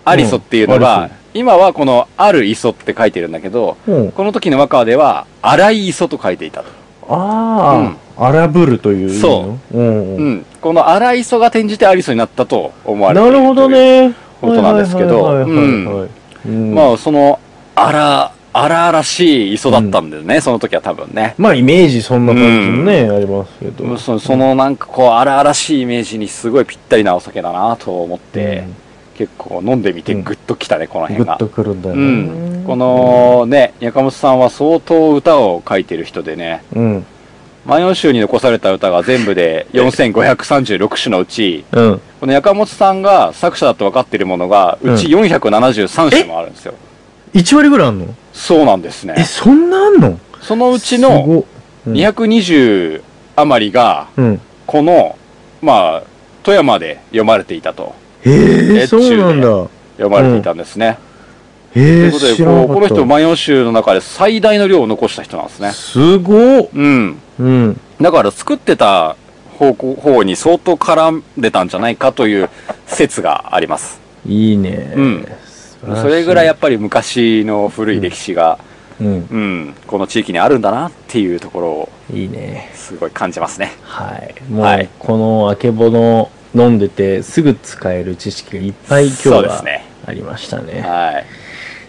Speaker 3: アリソっていうの
Speaker 2: うんア
Speaker 3: は
Speaker 2: リ、
Speaker 3: 今はこのある磯って書いてるんだけど、
Speaker 2: うん
Speaker 3: この時の和歌では、荒い磯と書いていたと。
Speaker 2: ああ、荒ぶるという意味の。うん
Speaker 3: う
Speaker 2: うん
Speaker 3: ん。この荒い磯が転じてアリソになったと思われてい
Speaker 2: なるほど。ね。
Speaker 3: ことなんですけど
Speaker 2: はいはいはいはいはいうん
Speaker 3: まあ、その、荒、荒々しい磯だったんだよね、その時は多分ね。
Speaker 2: まあ、イメージそんな感じもね、ありますけど。
Speaker 3: そそのなんかこう荒々しいイメージにすごいぴったりなお酒だなと思って、結構飲んでみてグッときたね、この
Speaker 2: うん、グ
Speaker 3: 辺
Speaker 2: ッ
Speaker 3: が
Speaker 2: と。くるんだよ
Speaker 3: う
Speaker 2: ね。
Speaker 3: ん、こ、のね、中本さんは相当歌を書いてる人でね、
Speaker 2: うん。
Speaker 3: 万葉集に残された歌が全
Speaker 2: [laughs]
Speaker 3: 部で4536首のうち、
Speaker 2: うん。
Speaker 3: この中本さんが作者だと分かってるものが、うち473首もあるんですよ。
Speaker 2: 1割ぐらいあんの
Speaker 3: そうなんですね
Speaker 2: え、。そんなあんの
Speaker 3: そのうち
Speaker 2: すご
Speaker 3: の
Speaker 2: っ、うん
Speaker 3: 220余りが、
Speaker 2: うん。
Speaker 3: この、まあ、富山で読まれていたと、
Speaker 2: へ
Speaker 3: 越
Speaker 2: え、
Speaker 3: 中
Speaker 2: そうなんだ。
Speaker 3: 読まれていたんですね。
Speaker 2: へえ、
Speaker 3: ということ
Speaker 2: 知
Speaker 3: で、
Speaker 2: ら
Speaker 3: こ
Speaker 2: な
Speaker 3: う
Speaker 2: か
Speaker 3: こ
Speaker 2: っ
Speaker 3: の
Speaker 2: た。
Speaker 3: 人、万葉集の中で最大の量を残した人なんですね。
Speaker 2: すごっ。
Speaker 3: うん。
Speaker 2: うん。
Speaker 3: だから作ってた方向方に相当絡んでたんじゃないかという説があります。
Speaker 2: いいね。
Speaker 3: うん
Speaker 2: 素晴らしい。
Speaker 3: それぐらいやっぱり昔の古い歴史が、
Speaker 2: うん。
Speaker 3: うん、この地域にあるんだなっていうところを
Speaker 2: いいね。
Speaker 3: すごい感じますね。
Speaker 2: はい。もう、
Speaker 3: はい
Speaker 2: このあけぼの飲んでてすぐ使える知識がいっぱい今日
Speaker 3: そうです
Speaker 2: は
Speaker 3: ね。
Speaker 2: ありましたね。
Speaker 3: はい。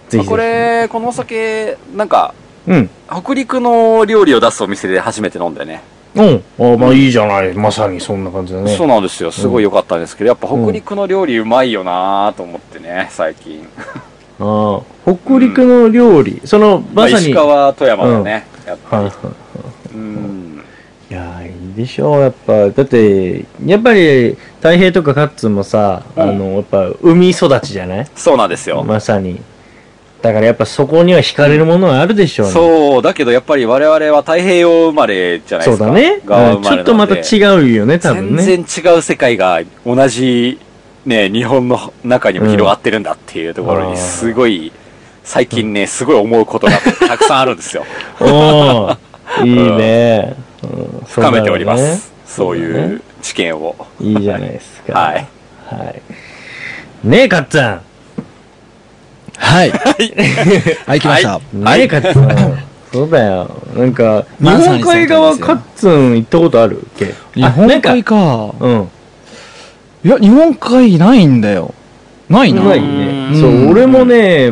Speaker 2: ぜひぜ
Speaker 3: まあ
Speaker 2: ひ。
Speaker 3: これ、このお酒、なんか、
Speaker 2: うん。
Speaker 3: 北陸の料理を出すお店で初めて飲んでね。
Speaker 2: うん。あまあいいじゃない。まさにそんな感じだね。
Speaker 3: そうなんですよ。すごい良かったんですけど、やっぱ北陸の料理うまいよなと思ってね、最近。
Speaker 2: ああ北陸の料理、その、
Speaker 3: まあ
Speaker 2: まさ
Speaker 3: 石
Speaker 2: に。
Speaker 3: 川、富山のね、やっ
Speaker 2: はいは
Speaker 3: ぱ
Speaker 2: い
Speaker 3: り。うん。
Speaker 2: いやーいいでしょう、やっぱ。だって、やっぱり、太平とかカッツンもさ、
Speaker 3: うん
Speaker 2: あの、やっぱ、海育ちじゃない
Speaker 3: そうなんですよ。
Speaker 2: まさに。だからやっぱそこには惹かれるものはあるでしょうね。
Speaker 3: そう、だけどやっぱり我々は太平洋生まれじゃない
Speaker 2: そ
Speaker 3: で
Speaker 2: う
Speaker 3: すか。
Speaker 2: だね、
Speaker 3: が
Speaker 2: うん
Speaker 3: 生
Speaker 2: ち
Speaker 3: まれなので
Speaker 2: ょっとまた違うよね、多分ね。
Speaker 3: 全然違う世界が同じ、ね、日本の中にも広がってるんだっていうところ
Speaker 2: うん
Speaker 3: に、すごい、最近ね、すごい思うことがたくさんあるんで
Speaker 2: [laughs]
Speaker 3: すよ。
Speaker 2: おーいいね。うん
Speaker 3: 深めておりま。す。
Speaker 2: そ
Speaker 3: そうう
Speaker 2: だね
Speaker 3: いう知見を。
Speaker 2: そうだねいいじゃないですか。
Speaker 3: はい。
Speaker 2: はい。ねえ、カッツン
Speaker 1: はい。はい、来ました。
Speaker 2: ねえ、カッツン [laughs] そうだよ。なんか、日
Speaker 1: まさ
Speaker 2: 本
Speaker 1: にそうな
Speaker 2: 海
Speaker 1: んですよ
Speaker 2: 側カッツン行ったことあるっけ
Speaker 1: 日本海
Speaker 2: か。
Speaker 1: か。
Speaker 2: うん。
Speaker 1: いや、日本海ないんだよ。ないな。
Speaker 2: ないね
Speaker 1: う。ん
Speaker 2: そう、俺もね、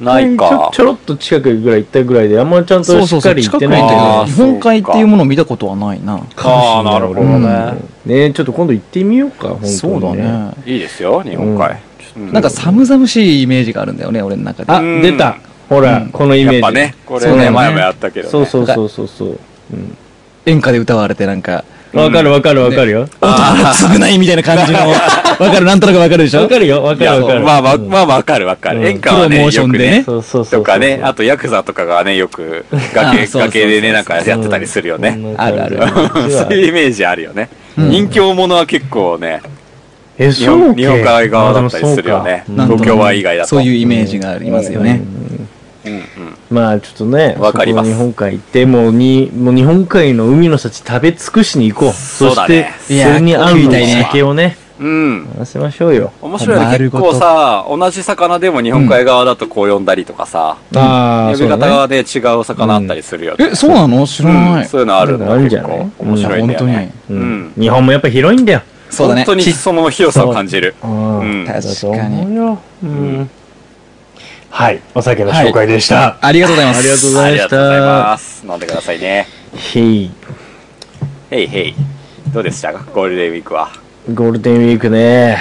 Speaker 3: ない
Speaker 2: ちょ
Speaker 3: か
Speaker 2: ち。ょろっと近くぐらい行ったぐらいで、あんまちゃん
Speaker 1: そ
Speaker 2: と
Speaker 1: う
Speaker 2: し
Speaker 1: そう
Speaker 2: っ
Speaker 1: そ
Speaker 2: か
Speaker 1: う。
Speaker 2: り行
Speaker 1: 近く
Speaker 2: って
Speaker 1: に
Speaker 2: ないんだよね
Speaker 3: あ
Speaker 1: 行っ
Speaker 3: ー
Speaker 1: て日本海っていうものを見たことはないな。
Speaker 3: ああ、なるほどね。
Speaker 2: うんねちょっと今度行ってみようか、本当に、
Speaker 1: そうだ。ね。
Speaker 3: いいですよ、日本海。う
Speaker 1: なんか寒々しいイメージがあるんだよね、俺の中で。
Speaker 2: あ、
Speaker 3: うん
Speaker 2: 出た。ほら、
Speaker 1: うん
Speaker 2: このイメージ。
Speaker 3: やっぱね、こ
Speaker 1: そ
Speaker 3: れ
Speaker 1: うだ
Speaker 3: ね、
Speaker 1: ね
Speaker 3: 前もやったけどね。
Speaker 2: そうそうそうそうそう。うん
Speaker 1: 演歌で歌われてなんか、
Speaker 2: わ、かるわかるわかるよ。
Speaker 1: 男の償いみたいな感じ
Speaker 2: [laughs]
Speaker 1: の、わかる、なんとなくわかるでし
Speaker 2: わ
Speaker 1: ょ
Speaker 2: かるよ、わ
Speaker 3: い
Speaker 2: か
Speaker 3: や
Speaker 2: るわかる。
Speaker 3: まあまあ、
Speaker 2: うん
Speaker 3: まあわかるわか
Speaker 2: う
Speaker 3: る。
Speaker 2: ん
Speaker 3: 演歌
Speaker 1: プ
Speaker 3: は
Speaker 1: ロ
Speaker 3: ね、
Speaker 1: モーショ
Speaker 3: よ
Speaker 1: ン
Speaker 3: く
Speaker 1: でね
Speaker 3: ね、
Speaker 2: そうそうそうそう。
Speaker 3: とかね、あとヤクザとかがね、
Speaker 2: [laughs]
Speaker 3: よく崖、
Speaker 1: あそうそうそう
Speaker 3: 崖でね、なんかやってたりするよ
Speaker 2: う
Speaker 3: ね。
Speaker 2: ん
Speaker 1: あるある
Speaker 3: [laughs] そういうイメージあるよね。
Speaker 1: うん
Speaker 3: 人気者は結構ね、
Speaker 2: え、
Speaker 3: 日
Speaker 2: そう
Speaker 3: 本
Speaker 2: け
Speaker 3: 日本海側だったりするよね。
Speaker 2: あでも
Speaker 1: なんとな
Speaker 2: そう
Speaker 1: く
Speaker 2: か
Speaker 3: 東京湾以外だと。
Speaker 1: そういうイメージがありますよね。
Speaker 3: うんうん
Speaker 2: まあちょっとね、
Speaker 3: わかります
Speaker 2: そこの日本海行って、もうに、もう日本海の海の幸食べ尽くしに行こう。
Speaker 3: そ
Speaker 2: そう
Speaker 3: だ
Speaker 2: し
Speaker 3: ね
Speaker 2: て、それに合う
Speaker 1: いやー食いたいね
Speaker 2: お酒をね、
Speaker 3: うん。
Speaker 2: 話しましょうよ。
Speaker 3: 面白いよね。
Speaker 1: 丸
Speaker 3: 結
Speaker 1: ごと
Speaker 3: 構さ、同じ魚でも日本海側だとこう呼んだりとか
Speaker 2: あ
Speaker 3: さ、呼
Speaker 2: あ、そ
Speaker 3: び
Speaker 2: うだ
Speaker 3: 方
Speaker 2: ね。
Speaker 3: がね、違う魚あったりするよね
Speaker 1: え、。そうなの知ら
Speaker 3: う
Speaker 1: なんい。
Speaker 3: そういうのあるんだ
Speaker 2: あるんじゃない
Speaker 3: 結構面白いんだよね。
Speaker 2: う
Speaker 3: うん
Speaker 2: ん。日本もやっぱ広いんだよ。
Speaker 1: そうだね
Speaker 3: 本。当にその広さを感じる。
Speaker 2: うん
Speaker 3: うん
Speaker 1: 確
Speaker 2: だと
Speaker 1: か
Speaker 2: 思う
Speaker 1: に。
Speaker 2: よ。う。
Speaker 3: うん
Speaker 2: はい。お酒の紹介でした。
Speaker 1: ありがとうございます。
Speaker 2: ありがとうご
Speaker 3: あ
Speaker 2: ざい
Speaker 3: り
Speaker 2: ま
Speaker 3: が
Speaker 2: し
Speaker 3: とうございま
Speaker 2: た。
Speaker 3: す。飲んでくださいね。
Speaker 2: へい。
Speaker 3: へいへい。どうでしたかゴールデンウィークは。
Speaker 2: ゴールデンウィークね。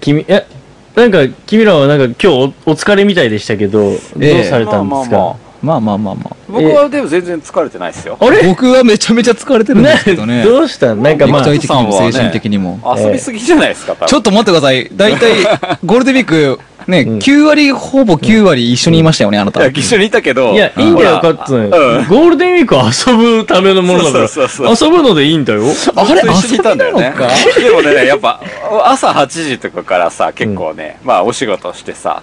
Speaker 2: 君、え、なんか、君らはなんか今日おお疲れみたいでしたけど、どう
Speaker 1: ええ
Speaker 2: されたんです
Speaker 3: まあまあ
Speaker 2: か
Speaker 3: ま
Speaker 1: まあまあまあまあ。
Speaker 3: 僕はでも全然疲れてないですよ。
Speaker 2: あれ
Speaker 1: 僕はめちゃめちゃ疲れてるんですけどね。
Speaker 2: どうしたなんかま
Speaker 1: 肉
Speaker 2: あ、
Speaker 1: 体的にも精神的にも。
Speaker 2: ええ
Speaker 3: 遊びすぎじゃないですか、多分
Speaker 1: ちょっと待ってください。大 [laughs] 体、ゴールデンウィーク、ね、
Speaker 2: うん
Speaker 1: 9割、ほぼ9割一緒にいましたよね、あなた。
Speaker 3: いや、一緒にいたけど。
Speaker 2: いや、いいんだよ、
Speaker 3: ほ
Speaker 2: カ
Speaker 3: ら
Speaker 2: ッツン。ゴ
Speaker 3: うん
Speaker 2: ールデンウィークは遊ぶためのものだから、
Speaker 3: そうそうそう
Speaker 2: 遊ぶのでいいんだよ。
Speaker 1: あれ
Speaker 3: ずっと一緒にいたんだよ
Speaker 1: 遊
Speaker 3: ね
Speaker 1: びなのか。
Speaker 3: でもね、やっぱ、朝8時とかからさ、結構ね、まあお仕事してさ、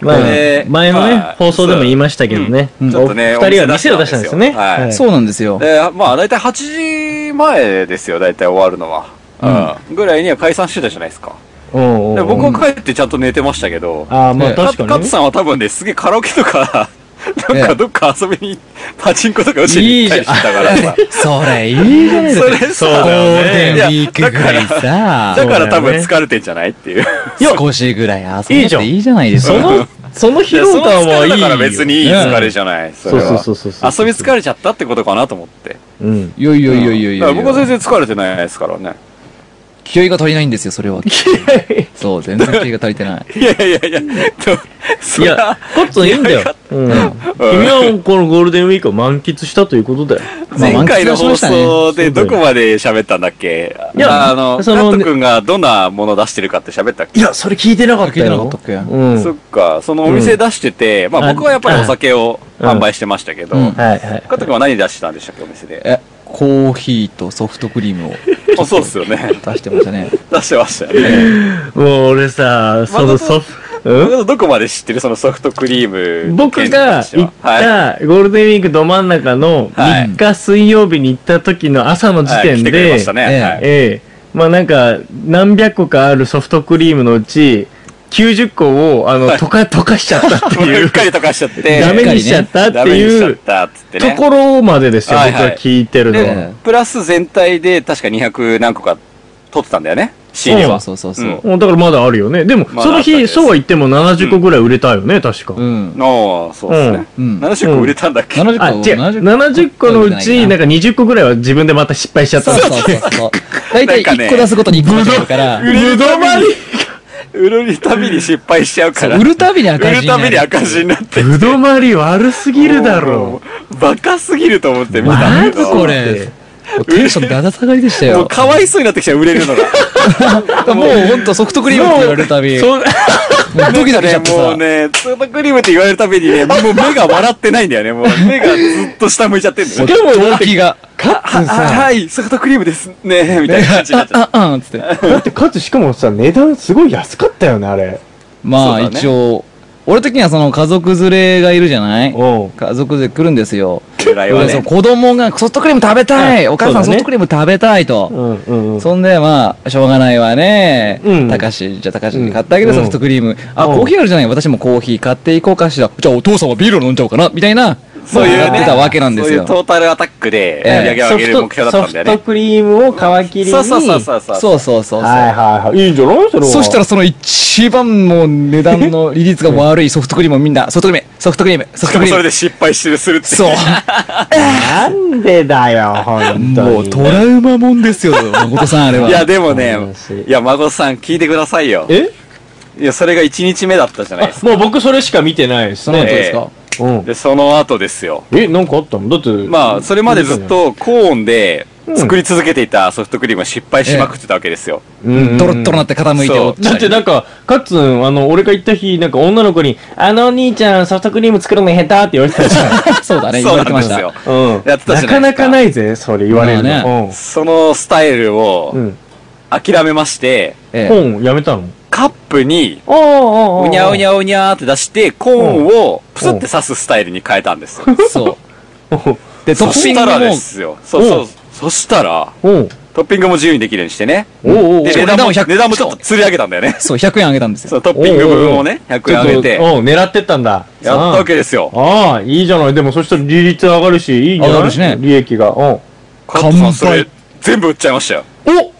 Speaker 2: まあ
Speaker 3: で、
Speaker 2: 前のね、
Speaker 3: まあ
Speaker 2: 放送でも言いましたけどね、
Speaker 1: うん
Speaker 3: ちょっとね
Speaker 2: お二人が店を出したんですよね。
Speaker 3: お店出したんですよはい
Speaker 1: そうなんですよ。
Speaker 3: で、まあ、大体8時前ですよ、大体終わるのは。うん。ぐらいには解散してたじゃないですか。
Speaker 2: うんうん
Speaker 3: で僕は帰ってちゃんと寝てましたけど、
Speaker 2: ああ、まあ
Speaker 1: ね
Speaker 2: 確か
Speaker 3: カ
Speaker 2: にね。
Speaker 3: ツさんは多分ね、すげえカラオケ
Speaker 2: [laughs]
Speaker 3: とか、
Speaker 1: え
Speaker 3: なん
Speaker 1: え
Speaker 3: かどっか遊びに、パチンコとか打ちに行ったりしてたからさ。
Speaker 1: [laughs] それいいじゃないです
Speaker 3: そ
Speaker 1: か。
Speaker 3: れ
Speaker 2: そう
Speaker 3: さ、
Speaker 1: ゴ
Speaker 2: だよ
Speaker 1: ール
Speaker 2: ね
Speaker 1: デンウィー
Speaker 3: いや
Speaker 1: クぐ
Speaker 3: だから
Speaker 1: いさ、
Speaker 3: だ
Speaker 2: そ
Speaker 3: から多分
Speaker 2: うだよね
Speaker 3: 疲れてんじゃないって
Speaker 2: [laughs]
Speaker 3: いう。
Speaker 1: 少しぐらい遊んでてい
Speaker 2: い
Speaker 1: いじゃないです
Speaker 2: そ
Speaker 1: か。
Speaker 2: の、その疲労感はいいよ。
Speaker 3: だから別にいい疲れじゃない。それは
Speaker 2: そうそうそうそうそう
Speaker 3: 遊び疲れちゃったってことかなと思って。
Speaker 2: うん。
Speaker 3: [laughs]
Speaker 1: いやいやいやいやい
Speaker 3: だか
Speaker 1: や
Speaker 3: ら僕は全然疲れてないですからね。
Speaker 1: 気合が足りないんですよ、それは。そう、全然気合が足りてない。
Speaker 3: いやいやいやいや、とそ
Speaker 2: い
Speaker 3: りゃ
Speaker 2: や、コットンいいんだよ。うん。君はこのゴールデンウィークを満喫したということだよ。
Speaker 1: まあ
Speaker 3: 前回
Speaker 1: 満喫
Speaker 3: の
Speaker 1: はし
Speaker 3: 放
Speaker 1: ましたね
Speaker 3: 送でどこまで喋ったんだっけ
Speaker 2: いや
Speaker 3: ああの、
Speaker 2: そ
Speaker 3: カ
Speaker 2: の
Speaker 3: ット君がどんなもの出してるかって喋ったっけ
Speaker 2: いや、それ聞いてなかった
Speaker 1: 聞いてなか
Speaker 2: よ。
Speaker 1: ったっけ
Speaker 2: うん。
Speaker 3: そ
Speaker 2: は
Speaker 3: っか、そのお店出してて、ま
Speaker 2: あ
Speaker 3: あ僕はやっぱりお酒を
Speaker 2: うん
Speaker 3: 販売してましたけど、
Speaker 1: うん
Speaker 2: いはい。
Speaker 3: カット君は何出してたんでしたっけ、お店で。
Speaker 1: え、コーヒーとソフトクリームを
Speaker 3: あそうっすよね。
Speaker 1: 出してましたね。
Speaker 3: 出してましたよね。
Speaker 2: もう俺さ、そのソフ、う
Speaker 3: どこまで知ってるそのソフトクリーム
Speaker 2: ん
Speaker 3: の
Speaker 2: 僕
Speaker 3: 件に
Speaker 2: が
Speaker 3: 関して
Speaker 2: 行っ
Speaker 3: は。はい。
Speaker 2: たゴールデンウィークど真ん中の
Speaker 3: [laughs] はい
Speaker 2: 3日水曜日に行った時の朝の時
Speaker 3: はい、
Speaker 2: 点
Speaker 3: 来てくれま
Speaker 2: で
Speaker 3: し、たね。
Speaker 1: ええ
Speaker 3: はい
Speaker 2: ええ、まあなんか、何百個かあるソフトクリームのうち、90個を、あの、溶か、溶かしちゃった
Speaker 3: [laughs]
Speaker 2: って
Speaker 3: う
Speaker 2: い
Speaker 3: っ
Speaker 2: う、
Speaker 3: かりとかしちゃって。
Speaker 2: ダメにしちゃったって
Speaker 3: ダメにしち
Speaker 2: い
Speaker 3: ゃっ
Speaker 2: う
Speaker 3: たっつって
Speaker 2: と
Speaker 3: ね。
Speaker 2: ころまでですよ、
Speaker 3: はい
Speaker 2: 僕
Speaker 3: はい
Speaker 2: は聞いてるの
Speaker 3: で、
Speaker 2: は。
Speaker 3: プラス全体で確か200何個か取ってたんだよね。
Speaker 1: そ
Speaker 3: CD
Speaker 1: う
Speaker 3: は。
Speaker 1: そうそうそう。
Speaker 2: もうだからまだあるよね。でも、
Speaker 3: まだ
Speaker 2: その
Speaker 3: あった
Speaker 2: 日、
Speaker 3: です
Speaker 2: そうは言っても70個ぐらい売れたよね、確か。
Speaker 1: うん。
Speaker 3: ああ、そうですね。
Speaker 1: うん。
Speaker 3: 70個売れたんだっけ、
Speaker 1: 70個
Speaker 2: あ、違う。70個のうち、なんか20個ぐらいは自分でまた失敗しちゃった
Speaker 1: そう。そうそうそう。大体
Speaker 3: なんかね
Speaker 1: 1個出すごとに1個出してるから、
Speaker 2: ぶどまり
Speaker 3: 売るたびに失敗しちゃう
Speaker 1: そ
Speaker 3: か
Speaker 1: う
Speaker 3: ら。
Speaker 1: 売るたびに赤字
Speaker 3: 売る
Speaker 1: に
Speaker 3: た
Speaker 1: なる
Speaker 3: びに赤字になって。
Speaker 2: ぶどまり悪すぎるだろ
Speaker 3: う。バカすぎると思って見たん
Speaker 1: な
Speaker 3: だ
Speaker 1: ん
Speaker 3: けど。
Speaker 1: だこれ。テンションだだ下がりでした
Speaker 3: もう
Speaker 1: よ。
Speaker 3: かわいそうになってきた、売れるのが。
Speaker 1: もうほんとソフトクリームって言われるたび、
Speaker 2: う。
Speaker 1: も
Speaker 2: そう
Speaker 1: う [laughs] ドキドキしちゃって
Speaker 3: も
Speaker 1: さ
Speaker 3: う。ね、ソフトクリームって言われるたび
Speaker 1: [laughs]
Speaker 3: にね、もう目が笑ってないんだよね。もう目がずっと下向いちゃってんだよね。
Speaker 1: もう動機が、
Speaker 2: カッ
Speaker 3: は、
Speaker 2: ツン
Speaker 3: は
Speaker 2: さ、
Speaker 3: はい、ソフトクリームですね、みたいな感じになっちゃっ
Speaker 1: あ、あんつって。
Speaker 2: だってカッツンしかもさ、値段すごい安かったよね、あれ。
Speaker 1: まあ
Speaker 3: そうだね
Speaker 1: 一応、俺的にはその家族連れがいるじゃない
Speaker 2: うん。
Speaker 1: 家族で来るんですよ。
Speaker 3: た。ぐらいは
Speaker 1: でその
Speaker 3: ね。
Speaker 1: 子供がソフトクリーム食べたい
Speaker 2: うん
Speaker 1: お母さんソ
Speaker 2: そうだね
Speaker 1: フトクリーム食べたいと。
Speaker 2: うんうんうん。
Speaker 1: そんで、まあ、しょうがないわね。
Speaker 2: うん
Speaker 1: たかし、じゃあたかしに買ってあげる
Speaker 2: うん
Speaker 1: ソフトクリーム。あ、
Speaker 2: うん
Speaker 1: コーヒーあるじゃない私もコーヒー買っていこうかしら。じゃあお父さんはビールを飲んじゃおうかなみたいな、
Speaker 3: そういう
Speaker 1: やって
Speaker 3: ね、
Speaker 1: たわけなんです
Speaker 3: そうい
Speaker 1: よ
Speaker 3: う。トータルアタックで盛り上げ上げる目標だったんだよ
Speaker 2: ソ
Speaker 3: ね
Speaker 2: フ。トクリームを皮切りに。
Speaker 3: そうそうそうそうそ
Speaker 1: そ
Speaker 3: う。
Speaker 1: うそうそうそう。
Speaker 2: はいはいはい。いいんじゃないそれは。
Speaker 1: そしたら
Speaker 2: ら、
Speaker 1: その一番もう値段の利率が悪いソフトクリームをみんな、ソフトクリーム、ソフトクリーム、ソフ
Speaker 3: しか
Speaker 1: ト
Speaker 3: も
Speaker 1: クリ
Speaker 3: [laughs]
Speaker 1: ー
Speaker 3: それ
Speaker 1: ム。
Speaker 3: で失敗するするっていう。 [laughs]
Speaker 1: そう。
Speaker 2: なんでだよ、ほんとに。
Speaker 1: もうトラウマもんですよ、誠さんあれは。
Speaker 3: いや、でもね
Speaker 2: 悲しい、
Speaker 3: いや、孫さん聞いてくださいよ。
Speaker 2: え
Speaker 3: いや、それが1日目だったじゃな
Speaker 1: [laughs]
Speaker 3: いですか。
Speaker 2: もう僕それしか見てないです
Speaker 1: その後
Speaker 2: ね。
Speaker 1: ですか
Speaker 2: うん。
Speaker 3: で、その後ですよ。
Speaker 2: え、なんかあったのだって。
Speaker 3: まあ、それまでずっ。と高温で作り続けていたソフトクリームは失敗しまくってたわけですよ。
Speaker 2: うん
Speaker 1: ドロッドロなって傾いてお
Speaker 3: そう
Speaker 1: たり
Speaker 2: だってなんか、かつん、あの、俺が行った日、なんか女の子に、あの兄ちゃんソフトクリーム作るの下手って言われてたじ
Speaker 3: [laughs]
Speaker 2: ゃん。
Speaker 1: [laughs] そうだね、言
Speaker 3: そ
Speaker 1: わ
Speaker 3: うな
Speaker 1: れてま
Speaker 3: ん
Speaker 1: し
Speaker 3: で
Speaker 1: た。
Speaker 3: すよ。
Speaker 2: うん。
Speaker 3: やってたじゃないですか
Speaker 2: なかなかないぜ、それ言われる
Speaker 1: まあ
Speaker 2: の。
Speaker 3: そのスタイル
Speaker 2: う
Speaker 3: を
Speaker 2: ん。
Speaker 3: 諦めまして、
Speaker 1: ええ
Speaker 2: うん。うん、やめたの
Speaker 3: カップに、
Speaker 2: おーお
Speaker 3: うにゃうに
Speaker 2: ゃ。
Speaker 3: ゃうにゃーって出して、コーンをプスって刺すスタイルに変えたんですよ。
Speaker 1: そう。
Speaker 2: で、
Speaker 1: そ
Speaker 3: そ
Speaker 1: トッ
Speaker 3: し
Speaker 1: ピング
Speaker 3: た
Speaker 1: も
Speaker 3: らですよ。そうそうう。そしたら、
Speaker 2: おう
Speaker 3: トッピングも自由にできるようにしてね。
Speaker 2: おうおうおう
Speaker 3: で、
Speaker 1: そう
Speaker 3: 値段も、
Speaker 1: 値段も100
Speaker 3: 値段もちょっと釣り上げたんだよね。
Speaker 1: そう、100円あげたんです
Speaker 3: そ
Speaker 1: よ。
Speaker 3: う、トッピング部分をね、100円上げて
Speaker 2: ちょっ、とうん、狙ってったんだ。
Speaker 3: やったわけですよ。
Speaker 2: ああ、いいじゃない。でもそしたら利率上がるし、いいんじゃない
Speaker 1: 上がるしね
Speaker 2: 利益が。うん。
Speaker 3: カットさんそ
Speaker 1: 完売
Speaker 3: れ、全部売っちゃいましたよ。
Speaker 2: お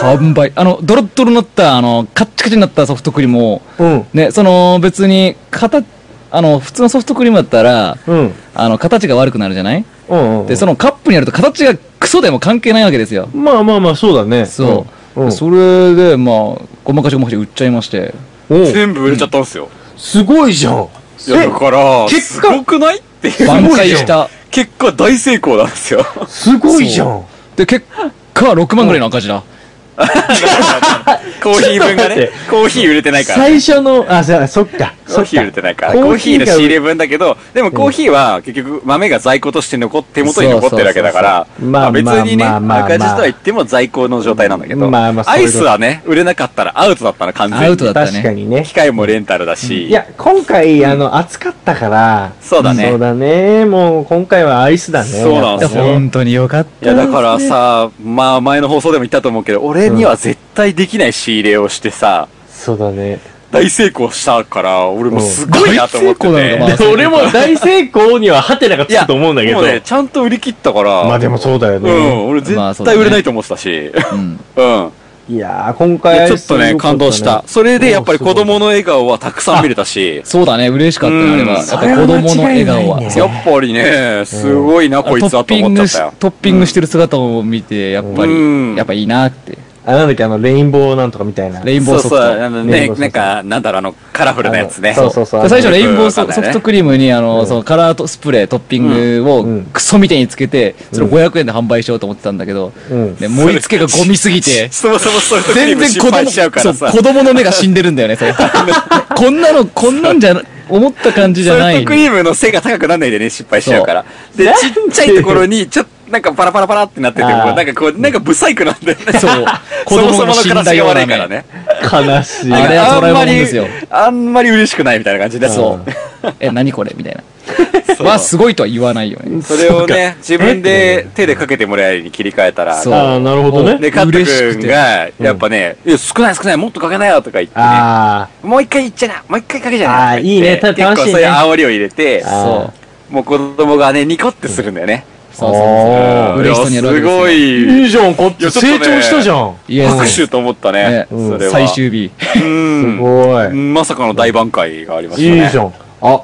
Speaker 1: 完売。あの、ドロッドロになった、あの、カッチカチになったソフトクリームを、
Speaker 2: うん。
Speaker 1: ね、その、別に、形、あの、普通のソフトクリームだったら、
Speaker 2: うん。
Speaker 1: あの、形が悪くなるじゃない
Speaker 2: うんうん。
Speaker 1: で、そのカップにやると形がクソでも関係ないわけですよ。
Speaker 2: まあまあまあ、そうだね。
Speaker 1: そうう。
Speaker 2: ん。
Speaker 1: それで、まあ、ごまかしごまかし売っちゃいまして。
Speaker 2: うんおう
Speaker 3: 全部売れちゃったんですよ。
Speaker 2: すごいじゃん。
Speaker 3: いや、だから、
Speaker 2: 結
Speaker 3: す
Speaker 2: 果
Speaker 3: ごくないっていう。
Speaker 1: 挽回した。
Speaker 3: 結果大成功なんで
Speaker 2: [laughs]
Speaker 3: すよ。
Speaker 2: えすごいじゃん。
Speaker 1: で、結果、6万ぐらいの赤字だ。
Speaker 3: コーヒー分
Speaker 2: ちょっと待
Speaker 3: が
Speaker 2: っ
Speaker 3: ね
Speaker 2: て、
Speaker 3: コーヒー売れてないから。
Speaker 2: 最初の、あ、そそっか。
Speaker 3: コーヒー入れてないから。
Speaker 2: そっか
Speaker 3: コーヒーの
Speaker 2: コーヒーが
Speaker 3: 仕入れ分だけど、でもコーヒーは結局豆が在庫として残って手元に残ってるわけだから
Speaker 2: そうそうそうそう、まあ
Speaker 3: 別にね、
Speaker 2: まあまあまあ
Speaker 3: 赤字とは言っても在庫の状態なんだけど、
Speaker 2: まあまあそう
Speaker 3: ア
Speaker 2: いう
Speaker 3: イ
Speaker 2: こと
Speaker 3: スはね、売れなかったらアウトだったら完全に。
Speaker 1: アウトだったね
Speaker 2: 確かにね
Speaker 3: 機。械もレンタルだし、
Speaker 2: いや、今回、あの、暑かったから。
Speaker 3: そうだね
Speaker 2: そうだね。もう、今回はアイスだね。
Speaker 3: そうなんですよ
Speaker 2: やっぱね
Speaker 1: 本当によかっ
Speaker 3: い
Speaker 1: た。
Speaker 3: やだからさ、まあ前の放送でも言ったと思うけど、俺には絶対できない仕入れをしてさ、
Speaker 2: そうだね。
Speaker 3: 大成功したから、俺もすごいなと思って
Speaker 1: うん大成功なのか
Speaker 3: て。
Speaker 1: まあそう
Speaker 2: 俺
Speaker 3: [laughs]
Speaker 2: も大成功にはハテナがつくと思うんだけ
Speaker 3: も
Speaker 2: ど
Speaker 3: う。ね、ちゃんと売り切ったから、
Speaker 2: まあでもそうだよ
Speaker 3: う
Speaker 2: ね。
Speaker 3: ん、俺
Speaker 1: まあ
Speaker 3: 絶
Speaker 1: そうだ
Speaker 3: 対
Speaker 1: ね
Speaker 3: 売れないと思ってたし、 [laughs]
Speaker 1: うん。
Speaker 3: うん。
Speaker 2: いやー、今
Speaker 3: いや
Speaker 2: 回
Speaker 3: ちょっとね、感動した。それでやっぱり子供の笑顔はたくさん見れたし、
Speaker 1: そうだね、嬉しかったね、あれは。
Speaker 3: うん
Speaker 1: やっぱ子供の笑顔は。
Speaker 2: そ
Speaker 3: やっぱりね、すごいな、こいつ
Speaker 1: ト
Speaker 3: は
Speaker 1: ッ
Speaker 3: と
Speaker 1: ピ
Speaker 3: 思
Speaker 1: ン
Speaker 3: っちゃ
Speaker 1: グ
Speaker 3: っ
Speaker 1: し、
Speaker 3: たよ。
Speaker 1: トッピングしてる姿を見て、やっぱり、
Speaker 3: うん
Speaker 1: やっぱいいなって。
Speaker 2: あ、なんだっけ、あの、レインボーなんとかみたいな。
Speaker 1: レインボー
Speaker 3: そう
Speaker 1: ソフ
Speaker 3: そう、あ
Speaker 1: ト。
Speaker 3: の
Speaker 2: レイン
Speaker 3: ね、
Speaker 2: ボーソフト
Speaker 3: なんか、なんだろう、あの、カラフルなやつね。
Speaker 2: あのそうそうそう
Speaker 1: で最初レインボーソ
Speaker 3: よくわかんな
Speaker 1: ソフ
Speaker 3: いね、
Speaker 1: トクリームに、あの、
Speaker 2: うん
Speaker 1: そのカラーとスプレー、トッピングを
Speaker 2: うん
Speaker 1: クソみたいにつけて、それを500円で販売しようと思ってたんだけど、
Speaker 2: うん
Speaker 1: ね、盛り付けがゴミすぎて
Speaker 3: [laughs] そもそもそれと
Speaker 1: 全然子
Speaker 3: 失敗
Speaker 1: 供、
Speaker 3: しちゃうか
Speaker 1: そ
Speaker 3: ら
Speaker 1: う、
Speaker 3: さ。
Speaker 1: 子供の目が死んでるんだよね、それ。 [laughs] こんなの、こんなんじゃな、思った感じじゃな
Speaker 3: ソ
Speaker 1: い
Speaker 3: フトク。リームの背が高くなんないでね、失敗しちゃうから。で、ちっちゃいところに、ちょっと、なんかパラパラパラってなってても、
Speaker 2: あー
Speaker 3: なんかこう、なんかブサイクなんだよね。
Speaker 1: [laughs] そう。子
Speaker 3: そも
Speaker 1: 供
Speaker 3: そ
Speaker 1: の
Speaker 3: もの
Speaker 1: 死んだ
Speaker 3: 形が
Speaker 1: よう
Speaker 3: 悪
Speaker 1: ない
Speaker 3: から
Speaker 1: 目。
Speaker 3: ね。
Speaker 2: 悲しい。
Speaker 1: あれはト
Speaker 3: ん
Speaker 1: ラえも
Speaker 3: ま
Speaker 1: ん
Speaker 3: り
Speaker 1: ですよ、
Speaker 3: あんまり嬉しくないみたいな感じで。
Speaker 1: そう。え、何これみたいな。は、すごいとは言わないよね。
Speaker 3: それをね、自分で手でかけてもらえるように切り替えたら、
Speaker 1: そう
Speaker 2: ああ、なるほどね。
Speaker 3: で、カット
Speaker 1: 嬉しく
Speaker 3: 君
Speaker 1: て
Speaker 3: が、やっぱね、いや少ない少ない、もっとかけなよとか言ってね、
Speaker 2: あ
Speaker 3: もう一回言っちゃな、もう一回かけちゃな。
Speaker 2: あーいいね
Speaker 3: とか言
Speaker 2: 楽
Speaker 3: って
Speaker 2: しいね
Speaker 3: 結構そういう煽りを入れて
Speaker 2: あ、
Speaker 1: そ
Speaker 2: あ
Speaker 1: う。
Speaker 3: もう子供がね、ニコってするんだよね。
Speaker 1: そうそうそ
Speaker 2: おー
Speaker 3: うん
Speaker 1: 嬉しそうにやるわけですよ
Speaker 2: ー。
Speaker 3: い
Speaker 2: いいじゃん、こっ
Speaker 3: いや
Speaker 2: ち
Speaker 3: ちょっと
Speaker 2: 成
Speaker 3: ね
Speaker 2: 長したじゃん。
Speaker 1: いや
Speaker 2: うん
Speaker 3: 拍手と思った
Speaker 1: う。
Speaker 3: ね。
Speaker 1: ね
Speaker 2: うん
Speaker 3: それは。
Speaker 1: 最終日。
Speaker 3: うん
Speaker 2: すごい。
Speaker 3: まさかの大挽回がありましたね。
Speaker 2: いいじゃん。あ、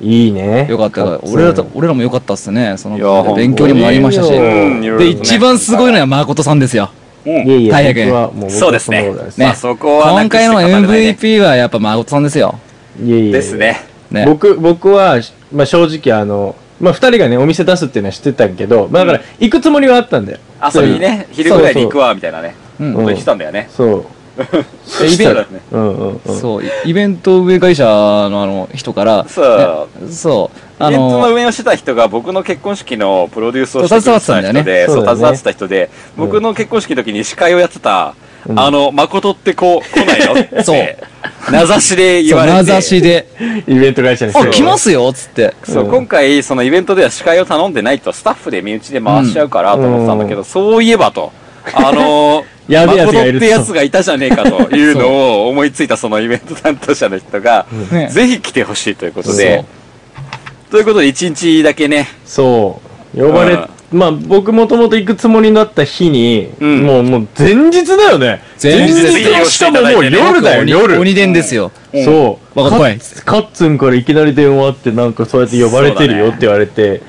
Speaker 2: いいね。
Speaker 1: よかったよ。俺らと、俺らもよかったっすね。そ
Speaker 3: いや本当
Speaker 1: の、
Speaker 3: に
Speaker 1: 勉強にもなりましたし。
Speaker 2: いいよ
Speaker 1: で、
Speaker 3: うんいろいろとね
Speaker 1: 一番すごいのは誠さんですよ。
Speaker 3: うん
Speaker 2: いえいえ、
Speaker 1: 大変
Speaker 2: 僕はもう僕は
Speaker 3: そうですね
Speaker 2: その方です
Speaker 1: ね
Speaker 3: まあそこはな
Speaker 1: 今
Speaker 3: くして
Speaker 1: 回
Speaker 3: 語
Speaker 1: の
Speaker 3: れないね
Speaker 1: MVP はやっぱ誠さんですよ。
Speaker 2: いえいえいえ。
Speaker 3: ですね。
Speaker 1: ね。
Speaker 2: 僕、僕は、まあ正直あの、まあ二人がね、お店出すっていうのは知ってたけど、まあだから、行くつもりはあったんだよ。
Speaker 3: 遊びにね、昼ぐらいに行くわ、みたいなね。
Speaker 1: う
Speaker 3: こ
Speaker 1: ん。
Speaker 3: と言ってたんだよね。
Speaker 2: そう。
Speaker 3: そう
Speaker 2: イベン
Speaker 3: だね。
Speaker 2: トうんうんうん。
Speaker 1: そう、イベント運営会社のあの人から、
Speaker 3: そう
Speaker 1: ねそう、
Speaker 3: イ
Speaker 1: あ
Speaker 3: ベントの
Speaker 1: の、
Speaker 3: 運営をしてた人が僕の結婚式のプロデュースをしてくれてた人で、
Speaker 2: そ
Speaker 3: そう
Speaker 2: 携
Speaker 3: う、携
Speaker 2: わ
Speaker 3: わ
Speaker 2: っ
Speaker 3: っててた人で、
Speaker 2: うん
Speaker 3: 僕の結婚式の時に司会をやってた、
Speaker 2: うん
Speaker 3: あの、誠ってこう、来ないのって
Speaker 1: そう
Speaker 3: 名指しで言
Speaker 1: そう
Speaker 3: われて。
Speaker 1: 名指しで、
Speaker 2: イベント会社に
Speaker 1: あ、来ますよっつって。
Speaker 3: そう、
Speaker 2: うん
Speaker 3: 今回、そのイベントでは司会を頼んでないと、スタッフで身内で回しちゃうからと思ってたんだけど、
Speaker 2: う
Speaker 3: そういえばと、あのー、
Speaker 2: やべえやつがい
Speaker 3: 誠
Speaker 2: る
Speaker 3: っ
Speaker 2: と
Speaker 3: てやつがいたじゃねえかというのを思いついたそのイベント担当者の人が、
Speaker 1: ね
Speaker 3: ぜひ来てほしいということ
Speaker 1: そ
Speaker 3: で
Speaker 1: う、
Speaker 3: ということで1日だけね、
Speaker 2: そう。呼ばれ、まあ僕もともと行くつもりになった日に、
Speaker 3: うん
Speaker 2: もうもう前日だよね。
Speaker 1: 前日
Speaker 2: 前日のしかももう夜だよ、
Speaker 1: 鬼
Speaker 2: 夜。
Speaker 1: 鬼伝ですよ。
Speaker 2: そう。
Speaker 1: わかった
Speaker 2: カッカッツンからいきなり電話あって、なんかそうやって呼ばれてるよって言われて、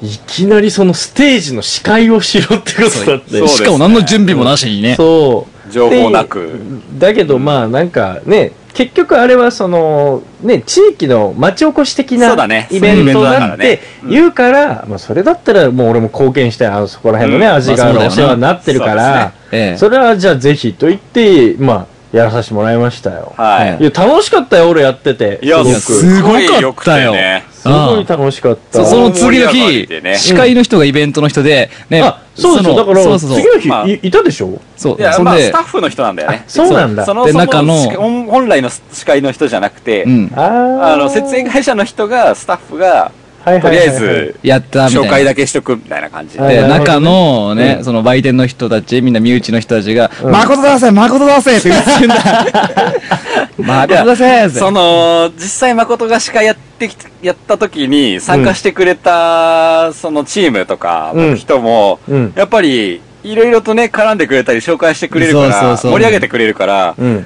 Speaker 2: いきなりそのステージの司会をしろってことだっ
Speaker 3: そう
Speaker 2: て。
Speaker 1: しかも何の準備もなしにね。
Speaker 2: そう。
Speaker 3: 情報なく。
Speaker 2: だけどまあなんかね、結局あれはその、ね、地域の町おこし的
Speaker 3: そ
Speaker 2: な
Speaker 3: うだね
Speaker 2: イベント
Speaker 3: そういうイベントだか
Speaker 2: だっ
Speaker 3: ら
Speaker 2: て
Speaker 3: ね
Speaker 2: 言うから、まあそれだったらもう俺も貢献して、あのそこら辺のね、
Speaker 3: うん
Speaker 2: 味が
Speaker 1: ま
Speaker 2: ある
Speaker 1: あ
Speaker 2: お
Speaker 1: そうだ
Speaker 2: 世
Speaker 1: よな
Speaker 2: 話になってるから、
Speaker 1: ええ
Speaker 2: それはじゃあぜひと言って、まあやらさせてもらいましたよ。
Speaker 3: はい。
Speaker 1: え
Speaker 2: いや、楽しかったよ、俺やってて。
Speaker 3: い
Speaker 2: す
Speaker 3: や、
Speaker 2: ごくす
Speaker 3: すごい良くてね。
Speaker 2: ごい楽しかった。
Speaker 1: そその次の
Speaker 3: 大盛り上
Speaker 1: 日
Speaker 3: がりで、ね
Speaker 1: 司会の人がイベントの人で、ね、
Speaker 2: あ、そうでしょ。
Speaker 1: の
Speaker 2: だから、
Speaker 1: そうそうそう。
Speaker 2: 次
Speaker 3: ま
Speaker 2: の
Speaker 3: あ
Speaker 2: 日、いいたでしょ
Speaker 1: そう
Speaker 3: いや、
Speaker 1: そん
Speaker 3: まあ、
Speaker 1: で
Speaker 3: スタッ、フの人なんだよね。
Speaker 2: そうなんだ。
Speaker 3: そ
Speaker 2: あ
Speaker 3: の、
Speaker 1: で
Speaker 3: その
Speaker 1: 中の
Speaker 3: し本本来の司会の人じゃなくて、
Speaker 1: うん。
Speaker 2: ー
Speaker 3: あの、設営会社の人が、スタッフが、
Speaker 2: はい
Speaker 3: と
Speaker 2: はい
Speaker 3: り
Speaker 2: はい
Speaker 3: あえ
Speaker 2: はい
Speaker 3: ず、
Speaker 1: やったみたいな。
Speaker 3: 紹介だけしとくみたいな感じ
Speaker 2: は
Speaker 3: で。
Speaker 1: で、
Speaker 2: い
Speaker 1: 中のね
Speaker 2: う、ん
Speaker 1: その売店の人たち、みんな身内の人たちが、
Speaker 2: うん
Speaker 1: 誠出せ誠出せって言ってん
Speaker 2: [laughs]
Speaker 1: だ誠出せって
Speaker 3: その、実際誠が司会やってきて、やった時に参加してくれた、そのチームとか
Speaker 2: う
Speaker 3: の
Speaker 2: ん
Speaker 3: 人も、
Speaker 2: うん
Speaker 3: やっぱり、いろいろとね、絡んでくれたり、紹介してくれるか
Speaker 1: そうそう
Speaker 3: ら、
Speaker 1: そう
Speaker 3: 盛り上げてくれるから、
Speaker 2: うん。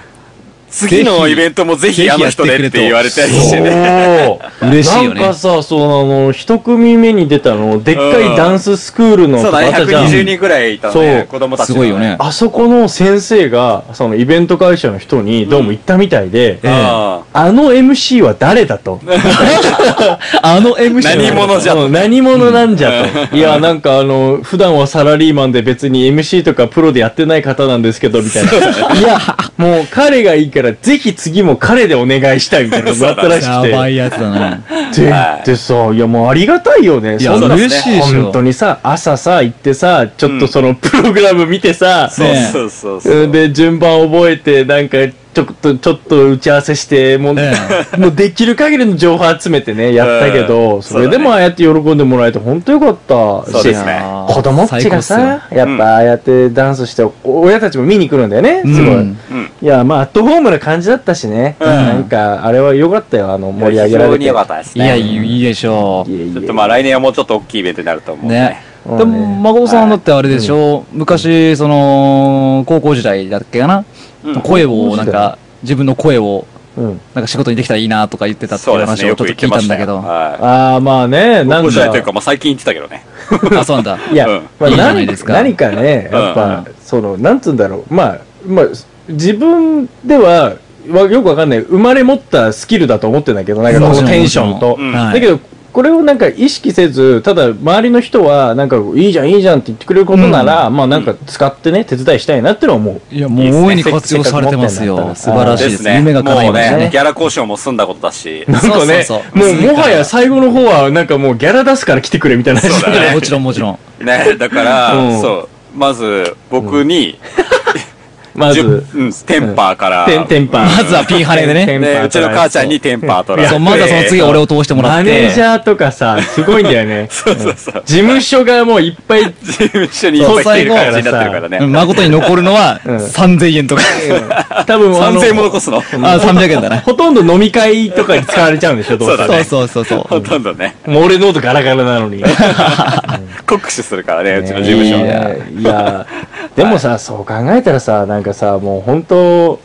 Speaker 3: 次のイベントもぜ
Speaker 1: ぜ
Speaker 3: ひ
Speaker 1: ひ
Speaker 3: あの人でって言われたりしてね。 [laughs]
Speaker 2: おー
Speaker 1: 嬉しいよね
Speaker 2: なんかさ、その、あの、一組目に出たの、でっかいダンススクールの
Speaker 3: そう
Speaker 2: とか
Speaker 3: だ
Speaker 2: あっ
Speaker 3: ね、
Speaker 2: たじゃん。
Speaker 3: 120人ぐらいいた
Speaker 2: そう
Speaker 3: ね、子供たち
Speaker 1: す
Speaker 3: が
Speaker 1: ごいよね。。
Speaker 2: あそこの先生が、そのイベント会社の人にどうも言ったみたいで、
Speaker 1: え
Speaker 3: あ
Speaker 2: あの MC は誰だと。
Speaker 1: あの MC
Speaker 3: 何者じゃと
Speaker 2: うん何者なんじゃと。いや、なんかあの、普段はサラリーマンで別に MC とかプロでやってない方なんですけど、みたいな。いや、もう彼がいいかから、ぜひ次も彼でお願いしたいみたいなのがあったらし
Speaker 1: やば
Speaker 2: く
Speaker 1: いやつだな。
Speaker 2: て。で、でさ、いやもうありがたいよね。
Speaker 1: いや、
Speaker 2: そんな
Speaker 1: 嬉しいでしょ。
Speaker 2: 本当にさ、朝さ、行ってさ、ちょっとそのプログラム見てさ、
Speaker 1: ねえ
Speaker 3: そうそうそう。
Speaker 2: うんで、順番覚えて、なんか、ちょっと、ちょっと打ち合わせして、もう、
Speaker 1: え
Speaker 2: [laughs] もうできる限りの情報集めてね、やったけど、
Speaker 3: うん
Speaker 2: それでもああやって喜んでもらえて、本当よかったし。
Speaker 3: そうですね
Speaker 2: 子供たちがさ、やっぱああやってダンスして、お親たちも見に来るんだよね、
Speaker 1: うん
Speaker 2: すごい。
Speaker 3: うん。
Speaker 2: いや、まあ、アットホームな感じだったしね。
Speaker 3: うん
Speaker 2: なんか、あれは良かったよ、あの、盛り上げられ
Speaker 3: 非常
Speaker 2: て。
Speaker 3: に良かったです
Speaker 1: いや、
Speaker 3: ね。
Speaker 1: いいでしょ
Speaker 2: いえいえ
Speaker 3: ちょっとまあ来年はもうちょっと大きいイベントになると思う
Speaker 1: う。
Speaker 3: んで。
Speaker 1: ね。
Speaker 2: うん
Speaker 1: でも、誠さんだってあれでし
Speaker 2: う
Speaker 1: ょ、昔、その、高校時代だっけかな、
Speaker 3: うん
Speaker 1: 声を、なんか、自分の声を、
Speaker 2: うん。
Speaker 1: なんか仕事にできたらいいなとか言ってたってい
Speaker 3: そううです
Speaker 1: 話
Speaker 3: ね。
Speaker 1: を
Speaker 3: よ
Speaker 1: ちょ
Speaker 3: く
Speaker 1: っと
Speaker 3: 言っ
Speaker 1: 聞
Speaker 3: て
Speaker 1: いた
Speaker 3: ま
Speaker 1: ん
Speaker 3: し
Speaker 1: だ
Speaker 3: た
Speaker 1: け
Speaker 3: よ。
Speaker 1: ど。
Speaker 3: は
Speaker 2: ああ、まあね、
Speaker 3: い。
Speaker 2: なん
Speaker 3: 僕時代
Speaker 2: か
Speaker 3: という。か、まあ最近言ってたけどね。
Speaker 1: あ、そうなんだ。
Speaker 2: [laughs] いや、
Speaker 3: うん
Speaker 2: まあ、
Speaker 1: いいじゃない
Speaker 2: 何
Speaker 1: ですか
Speaker 2: 何かね、やっぱ、その、なんつうんだろう、まあ、まあ、自分では、わよくわかんない、生まれ持ったスキルだと思ってんだけど、なんかこ
Speaker 1: もち
Speaker 2: の
Speaker 1: ろん
Speaker 2: テンションと。
Speaker 3: うん
Speaker 1: はい
Speaker 2: だけど、これをなんか意識せず、ただ周りの人は、なんか、いいじゃん、いいじゃんって言ってくれることなら、まあなんか使ってね、手伝いしたいなってのは思う。
Speaker 1: いや、もう大いに活用されてます
Speaker 2: せっかく持
Speaker 1: よ。
Speaker 2: ってんだ
Speaker 1: 素
Speaker 2: ったら
Speaker 1: 晴らしいです。夢が叶い
Speaker 3: もう
Speaker 1: ました
Speaker 3: ね
Speaker 1: ね、。
Speaker 3: ギャラ交渉も済んだこと
Speaker 1: [laughs]
Speaker 3: だし。
Speaker 2: なんかね、
Speaker 1: そうそうそう
Speaker 2: もうもはや最後の方は、なんかもうギャラ出すから来てくれみたいな話
Speaker 3: そうだ
Speaker 1: い
Speaker 3: ね
Speaker 1: や [laughs] もちろん、もちろん。
Speaker 3: ね、だから、
Speaker 2: うん
Speaker 3: そう、まず僕に、
Speaker 2: ま
Speaker 3: じゅ
Speaker 2: ず、
Speaker 3: うん、テンパーから、
Speaker 2: テンテンパー。
Speaker 1: まずはピンハネでね。
Speaker 2: ン
Speaker 3: ね、うちの母ちゃんにテンパー取られ
Speaker 1: そう、まずはその次俺を通してもら
Speaker 2: マ
Speaker 1: っ
Speaker 2: ネージ
Speaker 1: て。
Speaker 2: ャーとかさ、すごいんだよね。
Speaker 3: [laughs] そうそうそう。
Speaker 2: 事務所がもういっぱい、
Speaker 3: 事務所にいっぱい来てる感じになってるからね。
Speaker 1: うん誠に残るのは
Speaker 2: [laughs] うん
Speaker 1: 3000円と
Speaker 2: [laughs]
Speaker 1: か。
Speaker 2: 多分あの
Speaker 3: 3000円も残すの。
Speaker 1: あ、300円だな。
Speaker 2: ほとんど飲み会とかに使われちゃうんでしょ、どうせ
Speaker 3: そうだ
Speaker 1: そう
Speaker 3: ね
Speaker 1: そうそうそう。
Speaker 3: ほとんどね、
Speaker 2: もう俺ノートガラガラなのに。
Speaker 3: 酷使するからね、うちの事務
Speaker 2: い
Speaker 3: 所。
Speaker 2: やいや、でもさ、そう考えたらさ、なんかさ、もう本当、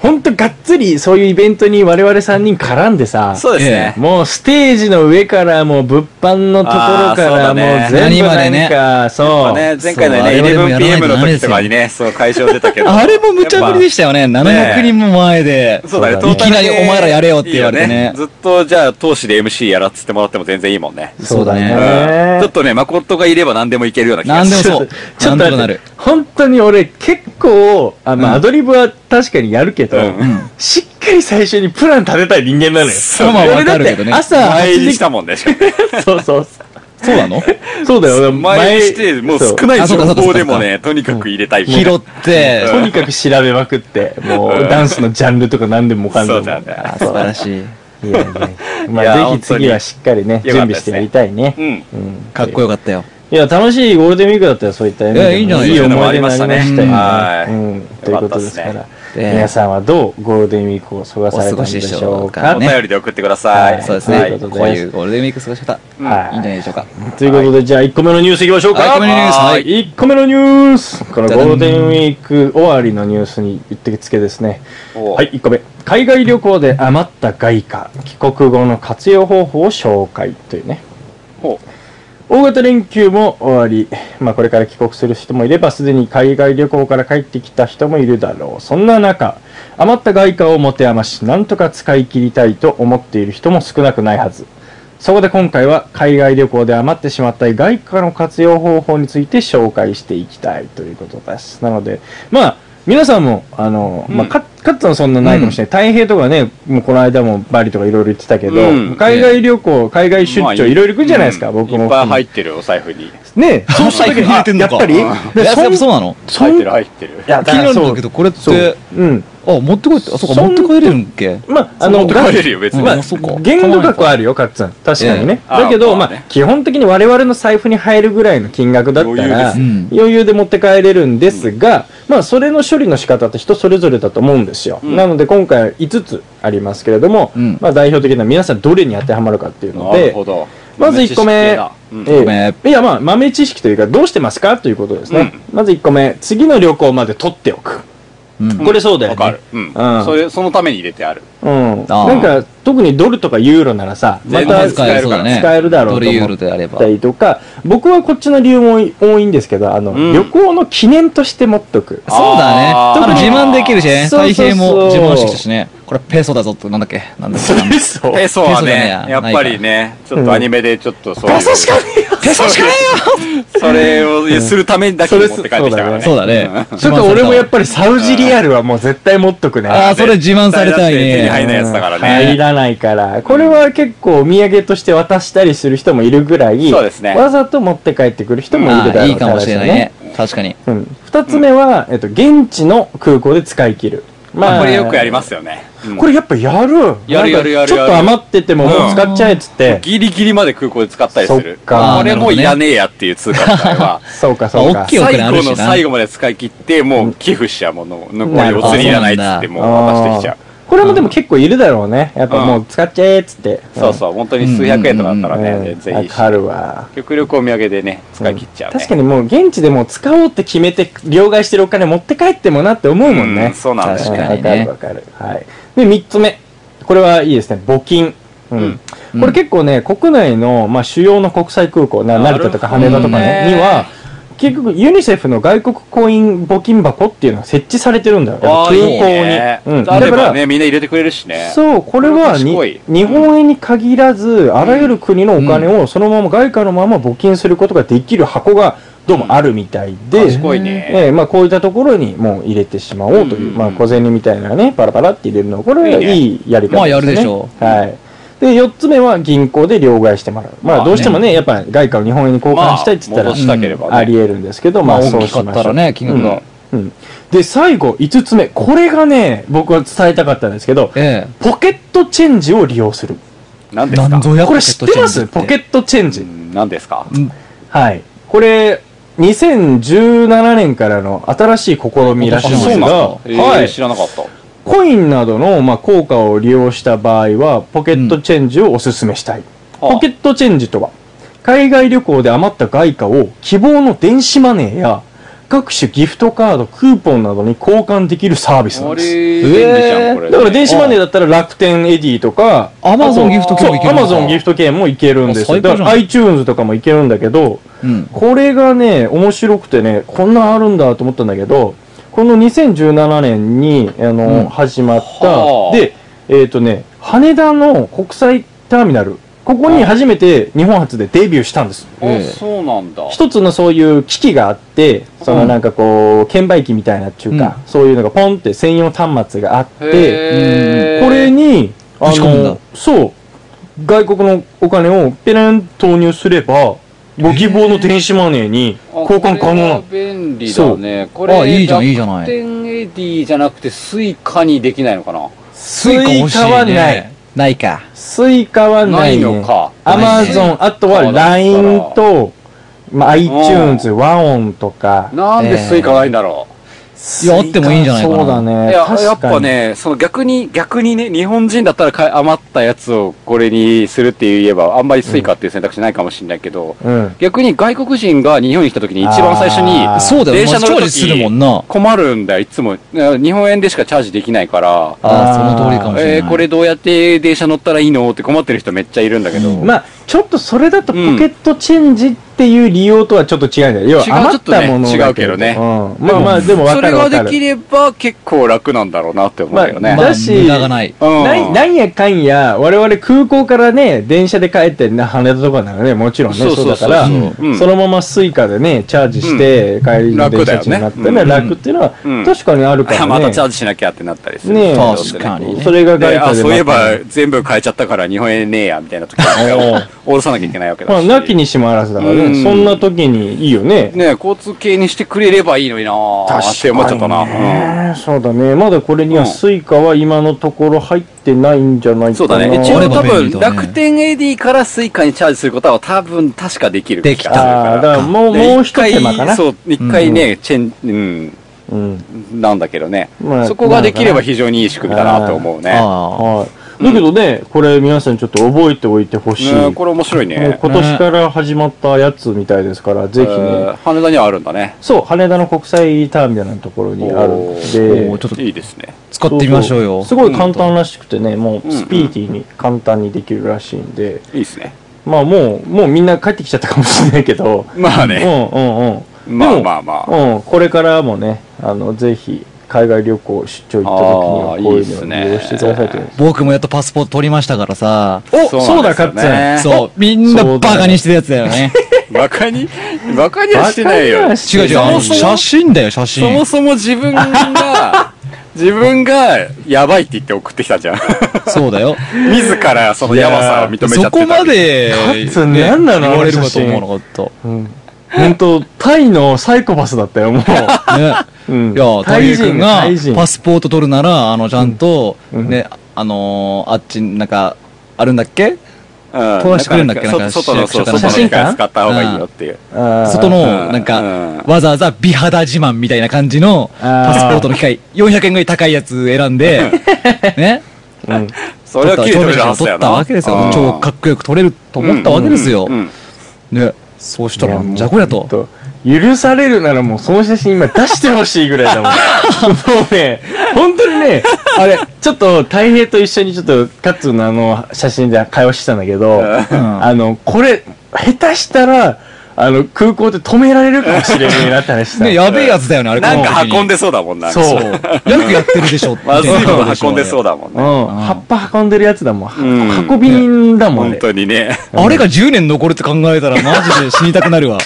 Speaker 2: 本当がっつりそういうイベントに我々3人絡んでさ、
Speaker 3: そうですね。
Speaker 2: もうステージの上からもう物販のところから
Speaker 3: あーそうだね
Speaker 2: もう全部
Speaker 1: 何まで
Speaker 2: なん
Speaker 1: ね
Speaker 2: か、
Speaker 3: ま
Speaker 2: そ
Speaker 3: あ
Speaker 2: う、
Speaker 3: ね、前回の
Speaker 1: そうあれ
Speaker 3: ね、
Speaker 1: はでもやらない
Speaker 3: 11pm
Speaker 1: と
Speaker 3: の
Speaker 1: ダメです
Speaker 3: 時と
Speaker 1: よ
Speaker 3: かにね、その会場出たけ
Speaker 1: [laughs]
Speaker 3: ど。
Speaker 1: あれも無茶ぶりでしたよね。700人も前で。
Speaker 3: そうだね、
Speaker 2: そうだね
Speaker 1: いきなりお前らやれよって言われてね
Speaker 3: いいよずっとじゃあ、投資で MC やらっつってもらっても全然いいもんね。
Speaker 2: そうだ
Speaker 1: そう
Speaker 2: ね。
Speaker 3: ちょっとね、誠がいれば何でもいけるような気が
Speaker 1: 何で
Speaker 3: する。
Speaker 1: も
Speaker 3: [laughs]
Speaker 1: そう。
Speaker 2: ちょっ
Speaker 1: 何とか
Speaker 2: と待
Speaker 1: な
Speaker 2: って
Speaker 1: る。、
Speaker 2: 本当に俺結構、あまあ
Speaker 1: うん
Speaker 2: アドリブは確かにやるけど、
Speaker 3: うん
Speaker 2: しっかり最初にプラン立てたい人間なのよ。
Speaker 1: まあまあ
Speaker 2: 俺
Speaker 1: わ
Speaker 2: だ
Speaker 1: か
Speaker 2: っ
Speaker 1: るけ
Speaker 2: て
Speaker 1: どね。
Speaker 2: 朝
Speaker 3: 前
Speaker 2: 8
Speaker 3: 入り
Speaker 2: 時
Speaker 3: し
Speaker 2: か
Speaker 3: たもんね、しかもね
Speaker 2: [laughs] そうそうそ
Speaker 1: そうなの
Speaker 2: う。そうだよ、
Speaker 3: 前して、もう少
Speaker 2: い。
Speaker 3: ない
Speaker 1: あそ
Speaker 3: 情
Speaker 1: うかそうか
Speaker 3: 報でもね、とにかく入れたいもんね。
Speaker 1: 拾って、
Speaker 2: とにかく調べまくって、もうダンスのジャンルとか何でもかんでも。
Speaker 3: そうだね
Speaker 2: あ
Speaker 1: [laughs] 素
Speaker 2: そ
Speaker 1: 晴
Speaker 2: うだ
Speaker 1: ら
Speaker 2: ね。
Speaker 1: しい。
Speaker 2: いやいや
Speaker 3: いや
Speaker 2: まあぜひ次はしっかりね、準
Speaker 3: 本当に
Speaker 2: 備してやりたいね。
Speaker 3: うん。
Speaker 2: うん
Speaker 1: かっこよかったよ。
Speaker 2: いや、楽しいゴールデンウィークだったよ、そういった意味でも
Speaker 1: いやいいんじゃない
Speaker 2: いい思い出に
Speaker 3: で
Speaker 2: なりまし
Speaker 3: す
Speaker 2: た
Speaker 3: か
Speaker 2: よね。
Speaker 1: うん
Speaker 3: はい
Speaker 2: うん、ということですか
Speaker 3: よからっ。
Speaker 1: ね
Speaker 2: 皆さんはどうゴールデンウィークを過ごされ
Speaker 1: お過
Speaker 2: たんでしょうか
Speaker 1: ごしでしょうか
Speaker 3: お
Speaker 1: ね
Speaker 3: 便りで送ってくださ。
Speaker 2: はい
Speaker 1: そうです
Speaker 2: は
Speaker 1: ね。
Speaker 2: い
Speaker 1: こういうゴールデンウィーク過ごし方、い
Speaker 2: はい
Speaker 1: いんじゃないでしょうか。
Speaker 2: ということで、じゃあ1個目のニュースいきましょうか。
Speaker 1: はい一個目のニュースはい
Speaker 2: 1個目のニュースこのゴールデンウィーク終わりのニュースにうってつけですね。
Speaker 3: お
Speaker 2: はい、1個目。海外旅行で余った外貨、帰国後の活用方法を紹介というね。
Speaker 3: ほ
Speaker 2: 大型連休も終わり、まあ、これから帰国する人もいれば、すでに海外旅行から帰ってきた人もいるだろう。そんな中、余った外貨を持て余し、なんとか使い切りたいと思っている人も少なくないはず。そこで今回は、海外旅行で余ってしまった外貨の活用方法について紹介していきたいということです。なので、まあ、皆さんも、あの、まあ、か、かつはそんなないかもしれない。太平とかね、もうこの間もバリとかいろいろ言ってたけど、
Speaker 3: うん
Speaker 2: 海外旅行、海外
Speaker 3: う
Speaker 2: 出
Speaker 3: まあ
Speaker 2: 張いろいろ行くじゃないですか、
Speaker 3: うん
Speaker 2: 僕も。
Speaker 3: いっぱい入ってる、お財布に。
Speaker 2: ねえ、
Speaker 1: [laughs]
Speaker 2: そうした
Speaker 1: 財布
Speaker 2: 時
Speaker 1: に入れてん
Speaker 2: に、や
Speaker 1: の
Speaker 2: っ
Speaker 1: か
Speaker 2: ぱり、
Speaker 1: え、やっぱそう
Speaker 2: う
Speaker 1: なの
Speaker 2: そん
Speaker 3: 入ってる、入ってる。
Speaker 2: いや、
Speaker 1: 気
Speaker 2: だ
Speaker 1: にな
Speaker 2: から
Speaker 1: るん
Speaker 2: そ
Speaker 1: だ
Speaker 2: う
Speaker 1: け。ど、これっ
Speaker 2: そ
Speaker 1: て
Speaker 2: う、。うん。
Speaker 1: あ、持ってこいって、あ、そうか、
Speaker 2: そん
Speaker 1: 持って帰れるんけ。
Speaker 2: まあ、あの、
Speaker 3: 持って帰れるよ別に
Speaker 2: ま
Speaker 1: あ
Speaker 2: あ
Speaker 1: そうか、
Speaker 2: 限度額はあるよ、カッツン。確かにね。
Speaker 3: ええ
Speaker 2: だけ
Speaker 3: あ
Speaker 2: ど、
Speaker 3: ま
Speaker 2: ま
Speaker 3: あ
Speaker 2: あ
Speaker 3: ね、
Speaker 2: 基本的に我々の財布に入るぐらいの金額だったら、
Speaker 1: 余裕です
Speaker 2: 余裕で持って帰れるんですが、まあ、それの処理の仕方って人それぞれだと思うんですよ。
Speaker 3: うん
Speaker 2: なので、今回は5つありますけれども
Speaker 1: うん、
Speaker 2: まあ、代表的な皆さんどれに当てはまるかっていうの
Speaker 3: なる
Speaker 2: で
Speaker 3: ほ、ど。
Speaker 2: まず1個目
Speaker 3: うん
Speaker 2: ええ
Speaker 1: ごめん
Speaker 2: いや、まあ、豆知識というか、どうしてますかということですね。まず1個目、次の旅行まで取っておく。
Speaker 1: うん。
Speaker 2: これそうだよ
Speaker 3: わ
Speaker 2: ね。
Speaker 3: かる。うん
Speaker 2: うん。
Speaker 3: それ、そのために入れてある。
Speaker 2: うん。
Speaker 1: あー
Speaker 2: なんか、特にドルとかユーロならさ、ま
Speaker 3: 全
Speaker 2: た
Speaker 3: 然
Speaker 1: 使えるそうだね。
Speaker 2: 使えるだろうと
Speaker 1: ド
Speaker 2: 思
Speaker 1: ル
Speaker 2: っ
Speaker 1: ユーロであれば
Speaker 2: た。りとか、僕はこっちの理由も多いんですけど、あの、
Speaker 3: うん
Speaker 2: 旅行の記念として持っとく。
Speaker 1: そうだね。
Speaker 3: あー
Speaker 1: 多分自慢できるしね。
Speaker 2: そうそう
Speaker 1: 太
Speaker 2: そう
Speaker 1: 平も自慢してきたしね。これペソだぞと、なんだっけなんだっけ
Speaker 2: [laughs]
Speaker 1: なんだっけ
Speaker 2: ペソ
Speaker 3: ペソは
Speaker 1: ペソじゃ
Speaker 3: ね
Speaker 1: ね、えや
Speaker 3: やっぱりね、ちょっとアニメでちょっとそういう。
Speaker 2: ペソしかねえよ
Speaker 3: ペソしかねえよ [laughs] それをするためにだけ持って帰ってきたからね。
Speaker 1: そうだね。
Speaker 2: ちょっと俺もやっぱりサウジリアルはもう絶対持っとくね。
Speaker 1: あー、それ自慢されたい
Speaker 3: 手に入
Speaker 1: ね。
Speaker 3: らないやつだからね。
Speaker 2: 入らないから。これは結構お土産として渡したりする人もいるぐらい、
Speaker 3: そうですね
Speaker 2: わざと持って帰ってくる人もいるだろ
Speaker 1: あ
Speaker 2: う
Speaker 1: ーいいかもしれないね。確かに。
Speaker 2: ただね。うん。二つ目は、えっと、現地の空港で使い切る。
Speaker 3: まあ、これよくやりますよね。うん
Speaker 2: これやっぱやる
Speaker 3: やるやるやるやる
Speaker 2: なんかちょっと余っててももう使っちゃえっつって。
Speaker 3: ギリギリまで空港で使ったりする
Speaker 2: そっ。か。
Speaker 3: これもういらねえやっていう通貨遣いは
Speaker 2: [laughs] そうかそう
Speaker 1: まあ
Speaker 2: か
Speaker 1: 大きい。よ
Speaker 3: 最
Speaker 1: 記憶にある
Speaker 3: 後
Speaker 1: しな
Speaker 3: の最後まで使い切って、もう寄付しちゃうもの、向こうにお釣りいらないっつって、もう渡してきちゃう。
Speaker 2: これもでも結構いるだろうね。やっぱもう使っちゃえっつって。
Speaker 3: そうそう、本当に数百円とかだったら
Speaker 2: うん。
Speaker 3: ね、全然い
Speaker 2: わ
Speaker 3: いし。
Speaker 2: かるわ。
Speaker 3: 極力お土産でね、使い切っちゃうね。
Speaker 2: 確かにもう現地でもう使おうって決めて両替してるお金持って帰ってもなって思うもんね、
Speaker 3: うんそうなんだよ
Speaker 1: 確
Speaker 3: ね。
Speaker 1: かにね
Speaker 2: わかるわかるはいで3つ目これはいいですね募金うんこれ結構ね、国内の、まあ、主要の国際空港な
Speaker 3: なる
Speaker 2: 成田とか
Speaker 3: ほ
Speaker 1: どね
Speaker 2: 羽田とか、ねには結局ユニセフの外国コイン募金箱っていうのが設置されてるんだよやっぱ
Speaker 3: あ
Speaker 2: 空
Speaker 3: あ、い
Speaker 2: 港
Speaker 3: い
Speaker 2: に
Speaker 3: ね。
Speaker 2: うん、
Speaker 3: あ
Speaker 2: だ
Speaker 3: れ
Speaker 2: か
Speaker 3: ば
Speaker 2: ら
Speaker 3: ね、みんな入れてくれるしね。
Speaker 2: そう、これはに
Speaker 3: これ賢い
Speaker 2: 日本円に限らず、あらゆる国のお金をそのまま外貨のまま募金することができる箱がどうもあるみたいで、
Speaker 3: 賢いね。
Speaker 2: ええまあ、こういったところにもう入れてしまおうという、
Speaker 3: うん
Speaker 2: まあ、小銭みたいなね、パラパラって入れるの、これはい
Speaker 3: い
Speaker 2: いやり方です、ね。
Speaker 1: まあやるでしょう
Speaker 2: はい。で、4つ目は銀行で両替してもらう。ま
Speaker 3: ま
Speaker 2: あ、
Speaker 3: あ
Speaker 2: どうしてもね、やっぱ外貨を日本円に交換したいって言ったら、
Speaker 3: 戻したければね。
Speaker 2: あり得るんですけど、
Speaker 1: ま
Speaker 2: ま
Speaker 1: あ
Speaker 2: あ、
Speaker 1: 大
Speaker 2: そう
Speaker 1: きか
Speaker 2: し
Speaker 1: っ
Speaker 2: ましたょ
Speaker 1: ら
Speaker 2: う。
Speaker 1: ね、金額が。
Speaker 2: うん。で、最後、5つ目。これがね、僕は伝えたかったんですけど、
Speaker 1: え
Speaker 2: ポケットチェンジを利用する。
Speaker 3: 何
Speaker 1: え。
Speaker 3: で
Speaker 1: な
Speaker 3: す
Speaker 1: ん
Speaker 3: か
Speaker 1: ぞや
Speaker 2: これ知ってますポケ
Speaker 1: ッ
Speaker 2: ットチェンジ。
Speaker 3: うん何ですか
Speaker 2: はい。これ、2017年からの新しい試みらしいんですが、
Speaker 3: あそうなんだ
Speaker 2: は
Speaker 3: え
Speaker 2: い
Speaker 3: ー。知らなかった。
Speaker 2: コインなどの、まあ、効果を利用した場合は、ポケットチェンジをお勧めしたい。ポケットチェンジとは、海外旅行で余った外貨を希望の電子マネーや各種ギフトカード、クーポンなどに交換できるサービスなん
Speaker 3: あ
Speaker 2: で
Speaker 3: れ、
Speaker 2: す。
Speaker 3: 便利じゃん、これ。
Speaker 2: だから電子マネーだったら楽天エディとか、
Speaker 1: ト。アマゾンギフト券もいけるのか
Speaker 2: アマゾンギフト券もいけるんですよ。
Speaker 1: あ最高
Speaker 2: だ
Speaker 1: じゃん
Speaker 2: から iTunes とかもいけるんだけど、
Speaker 1: うん。
Speaker 2: これがね、面白くてね、こんなんあるんだと思ったんだけど、この2017年に、あの、
Speaker 1: うん
Speaker 2: 始まった
Speaker 3: は、あ
Speaker 2: で、えっ、とね、羽田の国際ターミナル、ここに初めて日本初でデビューしたんです。
Speaker 1: え
Speaker 3: あ、
Speaker 1: え
Speaker 3: そうなんだ。
Speaker 2: 一つのそういう機器があって、そうの
Speaker 1: ん
Speaker 2: なんかこう、券売機みたいなっていうか、
Speaker 1: う
Speaker 2: そういうのがポンって専用端末があって、
Speaker 3: へー
Speaker 2: これに、
Speaker 1: 打ち込むんだ
Speaker 2: そう、外国のお金をペレン投入すれば、ご希望の電子マネーに
Speaker 3: あ
Speaker 2: 交換可能なの
Speaker 3: これは便利だね。こ
Speaker 1: あ
Speaker 3: れ、
Speaker 1: いいじゃんいいじゃない
Speaker 3: 楽天エディじゃなくて、スイカにできないのかな
Speaker 1: ス
Speaker 2: イカ欲しいね。
Speaker 1: ないか。
Speaker 2: スイカはない、ね、
Speaker 3: ないのか
Speaker 2: アマゾ
Speaker 1: な
Speaker 2: ン、あとは LINE と、まあ、iTunes、ワオンとか。
Speaker 3: なんでスイカないんだろ
Speaker 1: いやあってもいいんじゃないかな
Speaker 2: そうだ
Speaker 3: う、
Speaker 2: ね。
Speaker 3: いや、
Speaker 2: 確かに
Speaker 3: やっぱ。ね、その逆に、逆にね、日本人だったらか余ったやつをこれにするって言えば、あんまりスイカっていう選択肢ないかもしれないけど、
Speaker 2: うん。
Speaker 3: 逆に外国人が日本に来た時に一番最初に
Speaker 2: あー、
Speaker 1: そうだよ、
Speaker 3: 電
Speaker 1: ま
Speaker 3: 車
Speaker 1: あ、
Speaker 3: 乗
Speaker 1: 調
Speaker 3: る
Speaker 1: 理するもん
Speaker 3: 時
Speaker 1: な。
Speaker 3: 困るんだよ、いつも。日本円でしかチャージできないから、
Speaker 1: ああ、
Speaker 2: あー
Speaker 1: その通りかもしれない。
Speaker 3: えーこれどうやって電車乗ったらいいのって困ってる人めっちゃいるんだけど、
Speaker 1: うん
Speaker 2: まあ、ちょっとそれだとポケットチェンジっていう利用とはちょっと違うんだよ。要
Speaker 3: 違う
Speaker 2: は余ったもの
Speaker 3: ちょっとね
Speaker 2: だ
Speaker 3: 違うけ
Speaker 2: うん。まあまあ、でも分か
Speaker 3: それ
Speaker 2: る
Speaker 3: が
Speaker 2: 分か
Speaker 3: でき
Speaker 2: る。
Speaker 3: れば結構楽なんだろうなって思うよ [laughs] ね。
Speaker 1: まあ、
Speaker 2: だし
Speaker 1: 無駄がない。
Speaker 3: うん
Speaker 2: なんなんやかんや、我々空港からね、電車で帰ってな羽田とかならね、もちろんね、
Speaker 3: そ
Speaker 2: そ
Speaker 3: うそううそう
Speaker 2: だから、
Speaker 3: うん
Speaker 2: そのままスイカでね、チャージして、帰りの電車賃になってね、
Speaker 3: 楽だよねうん
Speaker 2: 楽っていうのは、
Speaker 3: うん
Speaker 2: 確かにあるか
Speaker 3: いや
Speaker 2: らね。
Speaker 3: またチャージしなきゃってなったりする。
Speaker 2: ねえ
Speaker 1: 確かにね
Speaker 2: それが外
Speaker 3: で
Speaker 2: 貨
Speaker 3: あ
Speaker 2: で
Speaker 3: そういえば
Speaker 2: ま
Speaker 3: 全部変えちゃったから日本円ねえやみたいな
Speaker 2: [laughs]
Speaker 3: 時は下ろさなきゃいけないわけ
Speaker 2: たま
Speaker 3: だ
Speaker 2: あ、
Speaker 3: し、
Speaker 2: なきにしもあらずだからね、
Speaker 3: うん
Speaker 2: そんな時にいいよね。
Speaker 3: ねえ交通系にしてくれればいいのになーって思っちゃったな、うん
Speaker 2: ねそうだね。まだこれにはスイカは今のところ入ってないんじゃないかな。
Speaker 3: そうだね一
Speaker 1: あれ
Speaker 3: 応
Speaker 1: ば
Speaker 3: 多
Speaker 1: 便利
Speaker 3: 分
Speaker 1: だね
Speaker 3: 楽天 AD からスイカにチャージすることは多分確かできる気がする
Speaker 2: ああ、だ
Speaker 3: か
Speaker 2: かららもう、
Speaker 3: で
Speaker 2: もう一手間かな。
Speaker 3: 回そう一回ね、チェンうん
Speaker 2: うん。
Speaker 3: なんだけどね、
Speaker 2: まあ
Speaker 3: そこができれば非常にいい仕組みだなと思うね。
Speaker 1: あ
Speaker 2: はい。だけどね、これ皆さんちょっと覚えておいてほしい。
Speaker 3: ねこれ面白い
Speaker 2: もう
Speaker 3: ね。
Speaker 2: 今年から始まったやつみたいですから、ぜひ
Speaker 3: え
Speaker 2: ね
Speaker 3: ー。羽田にはあるんだね。
Speaker 2: そう、羽田の国際ターミナルのところにあるん
Speaker 1: ー
Speaker 2: で
Speaker 1: おー。ちょっと
Speaker 3: いいですね。
Speaker 1: あ、使ってみましょうよ。
Speaker 2: そうそうすごい簡単らしくてね、もうスピーディーに簡単にできるらしいんで、
Speaker 3: いいですね。
Speaker 2: まあもう、もうみんな帰ってきちゃったかもしれないけど、
Speaker 3: まあね。
Speaker 2: うんうんうん。
Speaker 3: まあ
Speaker 2: でも
Speaker 3: まあまあ。
Speaker 2: うん、これからもね、あの、ぜひ、海外旅行出張行った時にはこういうのを利用してくださいと
Speaker 3: あーいいっすね
Speaker 1: 僕もやっとパスポート取りましたからさ、
Speaker 2: お
Speaker 3: そう
Speaker 2: そう
Speaker 3: な
Speaker 2: だ
Speaker 3: んですよ
Speaker 2: か
Speaker 3: ね
Speaker 2: っつん
Speaker 1: そう、みんなバカにしてるやつだよね。
Speaker 3: バカに、バカにはしてない [laughs] よ。
Speaker 1: 違う違うあの、
Speaker 3: そもそ
Speaker 1: 写
Speaker 3: も
Speaker 1: 真だよ、写
Speaker 3: そ
Speaker 1: 真
Speaker 3: も。そも自
Speaker 1: [laughs]
Speaker 3: 分が、自分がやばいって言って送ってきたじゃん。
Speaker 1: そうだよ。
Speaker 3: 自らそのやばさを認めちゃってた
Speaker 1: そこまで
Speaker 2: カ、ッツン何なの
Speaker 1: 言われる
Speaker 2: あの
Speaker 1: か
Speaker 2: 写
Speaker 1: と
Speaker 2: 真
Speaker 1: 思わなかっ
Speaker 2: うん本当タイのサイコパスだったよもう
Speaker 1: た。 [laughs] ね。
Speaker 2: うん
Speaker 1: いや、タイ君が
Speaker 2: タイ人
Speaker 1: パスポート取るなら、あの、ちゃんと、
Speaker 2: うん
Speaker 1: ね、あのーあっち、なんか、あるんだっけ
Speaker 3: うん
Speaker 1: 壊してくれんだっけ
Speaker 3: なか
Speaker 1: なんか
Speaker 3: そ外の、
Speaker 1: 市役所
Speaker 3: そう
Speaker 1: から
Speaker 3: 外の
Speaker 2: 写真
Speaker 3: 機械
Speaker 2: 館
Speaker 3: 使った方がいいよっていう。
Speaker 2: あー
Speaker 1: 外の、
Speaker 3: うん
Speaker 1: なん
Speaker 3: うん
Speaker 1: か、わざわざ美肌自慢みたいな感じの、
Speaker 2: あ
Speaker 1: パ
Speaker 2: ー
Speaker 1: スポートの機械、400円ぐらい高いやつ選んで、
Speaker 3: [laughs]
Speaker 1: ね、
Speaker 2: うん
Speaker 3: それは切れてるはずだ
Speaker 1: 取
Speaker 3: よ
Speaker 1: っ
Speaker 3: な。
Speaker 1: たわけですよ。超かっこよく取れると思ったわけですよ
Speaker 3: う。ん
Speaker 1: ね、そうした
Speaker 2: いや
Speaker 1: ら、
Speaker 2: もう
Speaker 1: じゃこりゃと
Speaker 2: ほん。と許されるならもうその写真今出してほしいぐらいだもん。もうね、本当にね、あれ、ちょっと太平と一緒にちょっとカッツーのあの写真で会話してたんだけど、
Speaker 1: ん
Speaker 2: あの、これ、下手したら、あの、空港で止められるかもしれないなって話したの。
Speaker 1: ね、やべえやつだよね、あれ。
Speaker 3: なんか運ん
Speaker 1: で。
Speaker 3: でそうだもんな。
Speaker 2: そう。
Speaker 1: そう。よ
Speaker 3: [laughs]
Speaker 1: くやってるでしょって。
Speaker 3: まずいもの運んでそう
Speaker 1: だ。
Speaker 3: だもん
Speaker 2: う
Speaker 3: ね。
Speaker 2: ん、葉っぱ運んでるやつだもん。
Speaker 3: うん
Speaker 2: 運び人だもん
Speaker 3: 本
Speaker 2: ね。
Speaker 3: 当にね。
Speaker 1: あれが10年残るって考えたら、マジで死にたくなる
Speaker 2: [laughs]
Speaker 1: わ。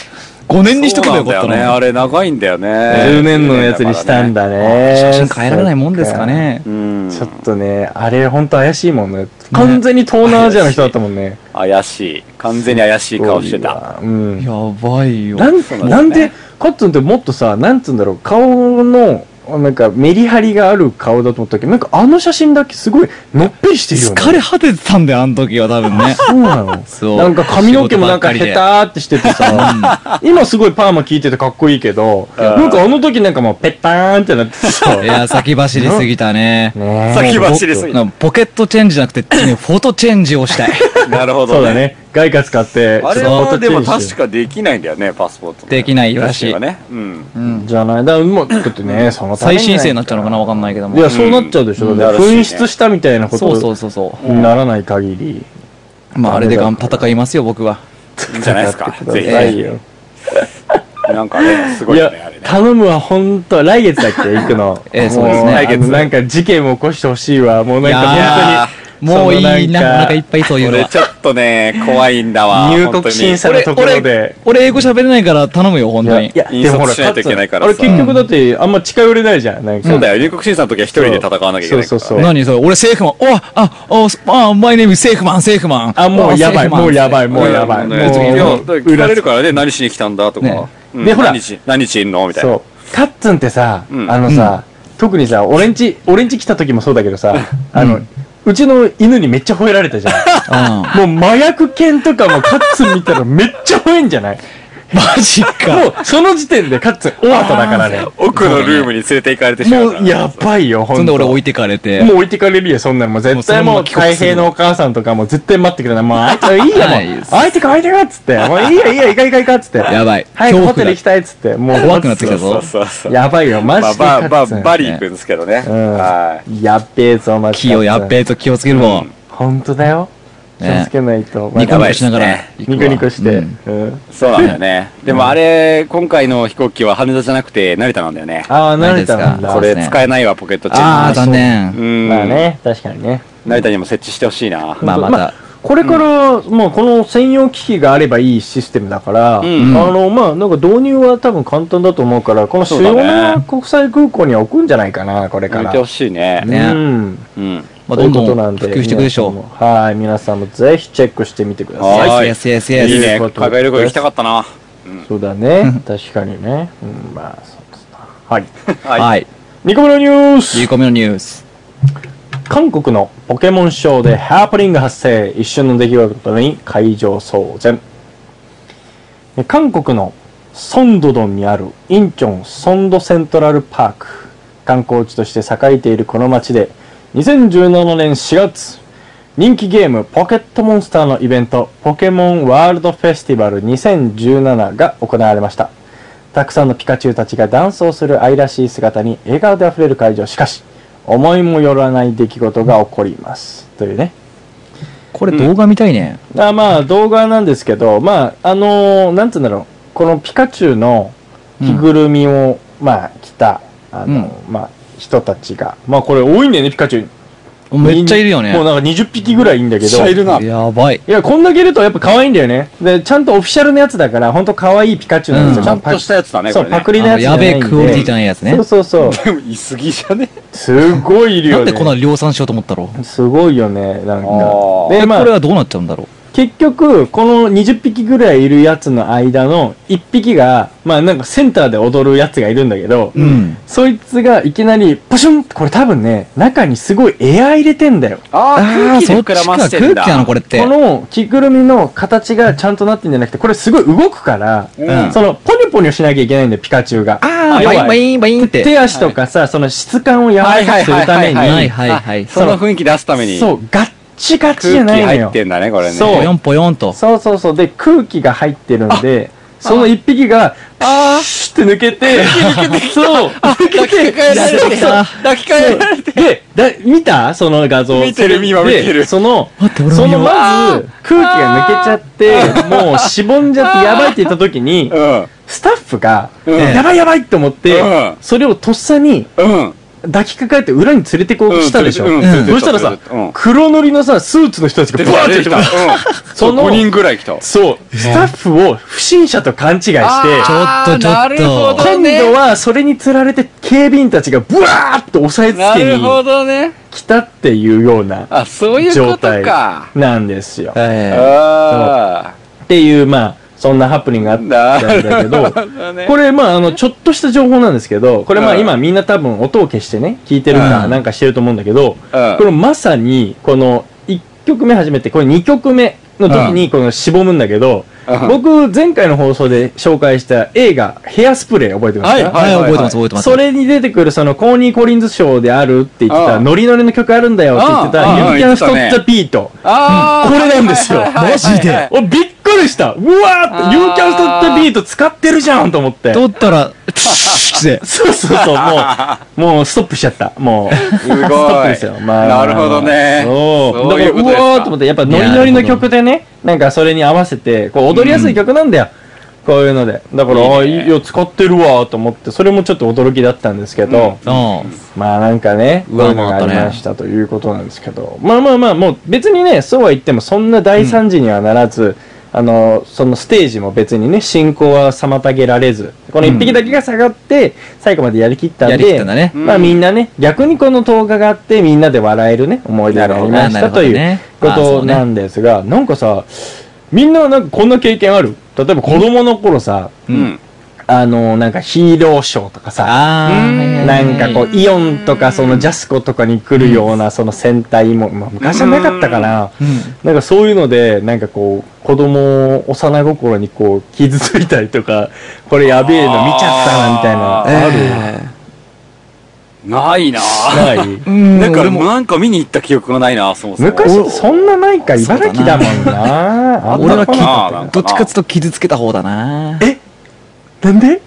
Speaker 1: 5年にしとけばよかった
Speaker 3: そうなんだよね。
Speaker 1: な。
Speaker 3: あれ長いんだよね。
Speaker 2: 10年のやつにしたんだね。
Speaker 1: 写真変えられないもんですかね
Speaker 3: う。ん。
Speaker 2: ちょっとね、あれほんと怪しいもんね。完全に東南アジアの人だったもんね。
Speaker 3: 怪しい。完全に怪しい顔してた。
Speaker 1: や
Speaker 2: うん。
Speaker 1: ばいよ。
Speaker 2: なん
Speaker 3: そうなんですね
Speaker 2: なんで、カッツンってもっとさ、なんつうんだろう、顔の、なんかメリハリがある顔だと思ったけど、なんかあの写真だけすごいのっぺりしてるよね。
Speaker 1: 疲れ果ててたんだよ、あの時は多分ね。
Speaker 2: そうなの。
Speaker 1: そう
Speaker 2: なんか髪の毛もなんか
Speaker 1: 仕
Speaker 2: ヘ
Speaker 1: 事ばっかりで
Speaker 2: ターってしててさ、今すごいパーマ効いててかっこいいけど、なんかあの時なんかもうペッターンってなっててさ。 [laughs]
Speaker 1: いや、先走りすぎたね。
Speaker 2: ねえ
Speaker 3: 先走りすぎた
Speaker 1: なんかポケットチェンジじゃなくて、ねフォトチェンジを
Speaker 2: [laughs]
Speaker 1: したい。
Speaker 3: なるほど。
Speaker 2: そうだ。ね。外貨使って、
Speaker 3: あれ
Speaker 2: ちょっと
Speaker 3: は
Speaker 2: フォトチ
Speaker 3: で
Speaker 2: ェ
Speaker 3: も
Speaker 2: ンジして
Speaker 3: 確かできないんだよね、パスポート。
Speaker 1: できないらしい
Speaker 3: 確かね。うん。
Speaker 1: うん。
Speaker 2: じゃない。だからもう、だってね、そのため
Speaker 1: 再申
Speaker 2: に
Speaker 1: 請になっちゃうのかなわかんないけど
Speaker 2: い
Speaker 1: も。
Speaker 2: や、そうなっちゃうでしょ。
Speaker 3: うん
Speaker 2: だって
Speaker 3: なるしね
Speaker 2: 紛失したみたいなこ
Speaker 1: そうそう
Speaker 2: と
Speaker 1: そうそ
Speaker 2: にならない限り。
Speaker 1: う。まあ、あれでがん戦いますよ、僕は。。
Speaker 3: いいんじゃないです
Speaker 2: やっ
Speaker 3: か。
Speaker 2: て [laughs] ください
Speaker 3: ぜ
Speaker 2: よ
Speaker 3: ひ。なんかね、すご
Speaker 2: い
Speaker 3: い
Speaker 2: や
Speaker 3: よね、あれ、ね。
Speaker 2: 頼むわ、ほんと。来月だっけ行くの
Speaker 1: ええそうですね
Speaker 2: も
Speaker 1: 来
Speaker 2: あのなんか事件を起こしてほしいわ。もうなんか
Speaker 1: いやーもう
Speaker 2: そのなんか
Speaker 1: いいな、お腹いっぱいそういう
Speaker 3: こ
Speaker 1: の
Speaker 3: れ
Speaker 1: は。
Speaker 3: ちょっとね、怖いんだわ。
Speaker 2: 入国審査のところで。
Speaker 1: 俺、英語喋れないから頼むよ、本
Speaker 2: い
Speaker 1: 当
Speaker 2: や
Speaker 1: に
Speaker 2: い。や、
Speaker 3: 印
Speaker 2: でもほら、
Speaker 3: 刷しないといけないから
Speaker 2: あ
Speaker 3: さ
Speaker 2: れ結局だって、あんま近寄れないじゃん。なんか
Speaker 3: 本当にそうだよ、入国審査の時は一人で戦わなきゃいけないからね。
Speaker 2: そうそうそう
Speaker 1: 何それ俺、セーフマン。おあ、あ、あ、マイネームセーフマン、セーフマン。
Speaker 2: あ、もうやばい、もうやばい、
Speaker 3: も
Speaker 2: も
Speaker 3: う
Speaker 2: う
Speaker 3: や
Speaker 2: や
Speaker 3: ば
Speaker 2: ば
Speaker 3: い。
Speaker 2: い。
Speaker 3: も
Speaker 2: も
Speaker 3: う
Speaker 2: う、
Speaker 3: 聞かれるからね、何しに来たんだとか
Speaker 1: ね。
Speaker 3: うん
Speaker 2: でほら
Speaker 3: 何日、何日いんのみたいな
Speaker 2: そ。う。カッツンってさ、
Speaker 3: うん
Speaker 2: あのさ、特にさ、俺んち、俺んち来た時もそうだけどさ、あの、うちの犬にめっちゃ吠えられたじゃん。
Speaker 1: うん。
Speaker 2: もう麻薬犬とかもカッツン見たらめっちゃ吠えんじゃない
Speaker 1: マジ
Speaker 2: も
Speaker 1: か。
Speaker 2: う、その時点でカッツン、オアトだからね。
Speaker 3: 奥のルームに連れて行かれてしまうから。
Speaker 2: もう、やばいよ、ほ
Speaker 1: そん
Speaker 2: ん
Speaker 1: で
Speaker 2: と。
Speaker 1: 俺置いてかれて。
Speaker 2: もう置いてかれるよ、そんなの。もう絶対も
Speaker 1: もう
Speaker 2: う、
Speaker 1: そのまま帰国
Speaker 2: 海
Speaker 1: する
Speaker 2: 兵のお母さんとかも絶対待っ
Speaker 1: [laughs]
Speaker 2: てくれない。もう、あいつ、いいよ、も。
Speaker 1: はいう
Speaker 2: あいてか、あいてか、っつって。もういいよ、いいよ、いかいかいか、っつって。
Speaker 1: やばい
Speaker 2: 早くホテル行き
Speaker 1: 恐
Speaker 2: たい、っつって。もう、
Speaker 1: 怖くなってきたぞ
Speaker 3: そうそうそう。
Speaker 2: やばいよ、マジ
Speaker 3: まあ、
Speaker 2: で
Speaker 3: ば、ば、
Speaker 2: カッツン。
Speaker 3: バリーくんですけどね。は
Speaker 2: うん。やっべえぞ、マジ
Speaker 1: 気をやっべ
Speaker 2: え。
Speaker 1: えと気をつけるもん。
Speaker 2: ほんとだよ。気
Speaker 1: ね
Speaker 2: をつけないと。
Speaker 1: ニコ
Speaker 2: ま
Speaker 1: ニ
Speaker 2: あ
Speaker 1: コしながら。
Speaker 2: ニコニコして。
Speaker 1: うん
Speaker 2: うん
Speaker 3: い。そうなんだよね。でもあれ、今回の飛行機は羽田じゃなくて成田なんだよね。
Speaker 2: ああ、慣れたんだ。
Speaker 1: あ
Speaker 3: こ
Speaker 1: そうで
Speaker 3: れ
Speaker 1: すね
Speaker 3: 使えないわ、ポケットチェ
Speaker 1: あ
Speaker 3: ー
Speaker 1: あ、
Speaker 3: ンジ。
Speaker 1: 残
Speaker 3: う
Speaker 1: 念。
Speaker 3: ん。
Speaker 2: まあね、確かにね。
Speaker 3: 成田にも設置してほしいな。
Speaker 1: まあまた。
Speaker 2: これから、もうこの専用機器があればいいシステムだから、あ
Speaker 3: ん
Speaker 2: の、まあ、なんか導入は多分簡単だと思うから、この主要
Speaker 3: そうだ
Speaker 2: な
Speaker 3: ね
Speaker 2: 国際空港には置くんじゃないかな、これか
Speaker 3: 見
Speaker 2: ら。
Speaker 3: てほしいね。
Speaker 1: ね
Speaker 2: うん。
Speaker 3: うん。
Speaker 1: まあ、どんど
Speaker 2: ということなんで
Speaker 1: 普及していくでしょ
Speaker 2: 皆
Speaker 1: う。
Speaker 2: さんもはい、皆さんもぜひチェックしてみてください。
Speaker 3: は
Speaker 1: はいい。Yes, yes,
Speaker 3: いい
Speaker 1: yes.
Speaker 3: ね。海外旅行行きたかったな。
Speaker 2: そうだね。確かにね。うん、まあ、そうですな。はい。
Speaker 3: い。
Speaker 1: はい。
Speaker 2: ニコムのニュー
Speaker 1: 10
Speaker 2: ス
Speaker 1: 個目のニュース。
Speaker 2: 韓国のポケモンショーでハプニング発生一瞬の出来事に会場騒然え韓国のソンドドンにあるインチョンソンドセントラルパーク観光地として栄えているこの街で2017年4月人気ゲームポケットモンスターのイベントポケモンワールドフェスティバル2017が行われましたたくさんのピカチュウたちがダンスをする愛らしい姿に笑顔で溢れる会場しかし思いもよらない出来事が起こりますというね
Speaker 1: これ動画見たいね。
Speaker 2: あまあ動画なんですけどまああのーなんつうんだろうこのピカチュウの着ぐるみを、まあ着たあの、まあ人たちが。
Speaker 6: まあこれ多いんだよね、ピカチュウ。
Speaker 1: めっちゃいるよね
Speaker 6: もうなんか20匹ぐらいいんだけど。
Speaker 3: いるな。
Speaker 1: やばい。
Speaker 6: いや、こんだけいるとやっぱ可愛いんだよね。
Speaker 2: で、ちゃんとオフィシャルのやつだから、ほんと可愛いピカチュウなんですよ。
Speaker 1: うん
Speaker 3: ちゃんとしたやつだね、
Speaker 2: そ
Speaker 3: こ
Speaker 2: う、
Speaker 3: れ
Speaker 2: パ
Speaker 3: ね
Speaker 2: ク。リのや
Speaker 1: あの
Speaker 2: つ
Speaker 1: やべえクオリティじゃ
Speaker 2: ん
Speaker 1: ないやつ
Speaker 2: で。
Speaker 1: ね
Speaker 2: そう。そうそう。
Speaker 3: でも、言い過ぎじゃね
Speaker 6: すごいいるよ
Speaker 1: な
Speaker 6: ね。
Speaker 1: んでこんな量産しようと思ったろう
Speaker 2: すごいよね、なん
Speaker 3: あ
Speaker 2: か。
Speaker 3: ー
Speaker 2: で、ま
Speaker 1: これ
Speaker 2: あ、
Speaker 1: はどうなっちゃうんだろ
Speaker 2: 結局、この20匹ぐらいいるやつの間の1匹が、まあなんかセンターで踊るやつがいるんだけど、
Speaker 1: う。うん。
Speaker 2: そいつがいきなり、パシュンこれ多分ね、中にすごいエア入れてんだよ。
Speaker 3: あ
Speaker 1: あ
Speaker 3: ー、空
Speaker 1: ー
Speaker 3: 気で
Speaker 1: そっち
Speaker 3: 膨らま
Speaker 1: か、
Speaker 3: してん
Speaker 1: 空気
Speaker 3: だ。
Speaker 1: なの、これって。
Speaker 2: この着ぐるみの形がちゃんとなってんじゃなくて、これすごい動くから、
Speaker 1: うん
Speaker 2: その、ポニョポニョしなきゃいけないんだよ、ピカチュウが。
Speaker 1: あー、
Speaker 2: 要
Speaker 1: バ
Speaker 2: は
Speaker 1: インバインバインって。
Speaker 2: 手足とかさ、その質感を柔らかくするために、
Speaker 3: は
Speaker 1: はいはいはい。
Speaker 3: その雰囲気出すために、
Speaker 2: そう、ガッチガチじゃ
Speaker 3: 空
Speaker 2: な
Speaker 3: 気
Speaker 2: いの
Speaker 3: 入
Speaker 2: よ
Speaker 3: っ。てんだね、これね。
Speaker 2: そう
Speaker 1: ぽよんぽよんと。
Speaker 2: そうそうそう。で、空気が入ってるんで、その一匹が、あーシュって抜けて、そう、抜けて、そうそう
Speaker 3: 抱きかえられて。
Speaker 2: で、だ、見たその画像。
Speaker 3: 見てる今見てる
Speaker 2: でその、
Speaker 1: 待って、俺も
Speaker 2: その
Speaker 1: 今
Speaker 2: まず、空気が抜けちゃって、もうしぼんじゃってやばいって言った時に
Speaker 3: う、ん。
Speaker 2: スタッフが、
Speaker 3: うん
Speaker 2: やばいやばいって思って
Speaker 3: うん、
Speaker 2: それをとっさに
Speaker 3: うん。
Speaker 2: 抱きかかえて裏に連れてこうとしたでしょ。
Speaker 3: うん
Speaker 1: うん
Speaker 2: そしたら
Speaker 3: う
Speaker 2: さ
Speaker 3: ん連れてった、
Speaker 2: 黒塗りのさ、スーツの人たちがブワーって来た。
Speaker 3: そ
Speaker 2: そ
Speaker 3: の
Speaker 2: の
Speaker 3: 5人ぐらい来た。
Speaker 2: そう、スタッフを不審者と勘違いして、
Speaker 1: ちょっとちょっと
Speaker 3: あーなるほど
Speaker 2: 今
Speaker 3: ね。
Speaker 2: 度はそれにつられて警備員たちがブワーッと押さえつ
Speaker 3: な
Speaker 2: け
Speaker 3: るほ
Speaker 2: に
Speaker 3: どね。
Speaker 2: 来たっていうような
Speaker 3: あ、そういう
Speaker 2: 状
Speaker 3: こと
Speaker 2: 態
Speaker 3: か。
Speaker 2: なんですよ。っ
Speaker 1: え
Speaker 3: あ
Speaker 2: ていう、まあ、そんなハプニングがあっ
Speaker 3: あ。
Speaker 2: たんだ
Speaker 3: な
Speaker 2: け
Speaker 3: る
Speaker 2: ど
Speaker 3: ほ、どね。
Speaker 2: これ、まあ、あの、ちょっとした情報なんですけど、これまあ
Speaker 3: うん
Speaker 2: 今みんな多分音を消してね、聞いてる
Speaker 1: う
Speaker 2: か
Speaker 1: ん
Speaker 2: なんかしてると思うんだけど、
Speaker 3: うん
Speaker 2: これまさに、この1曲目始めて、これ2曲目の時にこのしぼむんだけど、
Speaker 3: うん
Speaker 2: 僕前回の放送で紹介した映画、ヘアスプレー覚えてますか
Speaker 1: え。はい、
Speaker 3: はいはい
Speaker 1: 覚えてます、覚えてます。
Speaker 2: それに出てくるそのコーニー・コリンズ賞であるって言って
Speaker 3: ああ
Speaker 2: た、ノリノリの曲あるんだよって言って
Speaker 3: ああ
Speaker 2: た、
Speaker 3: ああ
Speaker 2: ユーキャン・スト
Speaker 3: 言っ
Speaker 2: ッ
Speaker 3: て
Speaker 2: プ・
Speaker 3: たね
Speaker 2: ザ・ビート。
Speaker 3: ああ。
Speaker 2: これなんですよ
Speaker 3: [laughs] はいはいはいはい
Speaker 1: マジで
Speaker 2: お、びっくりしたうわ
Speaker 3: あ
Speaker 2: ー
Speaker 3: あ
Speaker 2: ユーキャン・ストップ・ザ・ビート使ってるじゃんと思って。
Speaker 1: 取ったら、プシ
Speaker 2: [laughs]
Speaker 1: ュッて。
Speaker 2: そうそうそう、も
Speaker 3: [laughs]
Speaker 2: う、もうストップしちゃった。もう、
Speaker 3: すごい。
Speaker 2: ストップですよ。まあ。
Speaker 3: なるほどね。
Speaker 2: そう。
Speaker 3: そう
Speaker 2: だ
Speaker 3: い
Speaker 2: から、
Speaker 3: うこ
Speaker 2: う
Speaker 3: とですか
Speaker 2: わーと思って、やっぱノリノリの曲でね、なんかそれに合わせて、こう踊りやすい曲なんだよ。こういうので。だから、ああ、
Speaker 3: いい
Speaker 2: い
Speaker 3: ね
Speaker 2: いよ、使ってるわーと思って、それもちょっと驚きだったんですけど、
Speaker 1: う
Speaker 2: まあなんかね、こうい
Speaker 1: 上
Speaker 2: うのが
Speaker 1: 回
Speaker 2: あ
Speaker 1: ったね
Speaker 2: りましたということなんですけど、まあまあまあ、もう別にね、そうは言ってもそんな大惨事にはならず、あの、そのステージも別にね、進行は妨げられず、この一匹だけが下がって、最後までやりきったん
Speaker 1: やりきっ
Speaker 2: で、
Speaker 1: たんだね
Speaker 2: まあみんなね、逆にこの動画があって、みんなで笑えるね、思い出があり
Speaker 1: ん。
Speaker 2: ましたという
Speaker 1: ね
Speaker 2: こ
Speaker 1: あそ
Speaker 2: と
Speaker 1: うね
Speaker 2: なんですが、なんかさ、みんなはなんかこんな経験ある例えば子供の頃さ、
Speaker 3: うん。
Speaker 2: あの、なんかヒーローショーとかさ、
Speaker 1: あーはいはいはい
Speaker 2: なんかこう、イオンとか、そのジャスコとかに来るような、その戦隊も、まあ、昔はなかったかな。
Speaker 1: うん
Speaker 2: なんかそういうので、なんかこう、子供を幼心にこう、傷ついたりとか、 [laughs] これやべえの見ちゃったな、みたいな。
Speaker 3: あ
Speaker 2: あ
Speaker 3: ないな
Speaker 2: る
Speaker 3: ぁ。
Speaker 2: ない
Speaker 1: うん。
Speaker 3: なんか、
Speaker 1: 俺も
Speaker 3: なんか見に行った記憶がないな、そもそも。
Speaker 2: [laughs] 昔ってそんなないか、
Speaker 1: そう
Speaker 2: 茨
Speaker 1: だな
Speaker 2: 城だもんな。あん
Speaker 1: 俺
Speaker 2: な
Speaker 1: は
Speaker 2: こ
Speaker 1: き
Speaker 2: とな
Speaker 3: なん
Speaker 1: どっちかっつうと傷つけた方だなえ
Speaker 2: なんで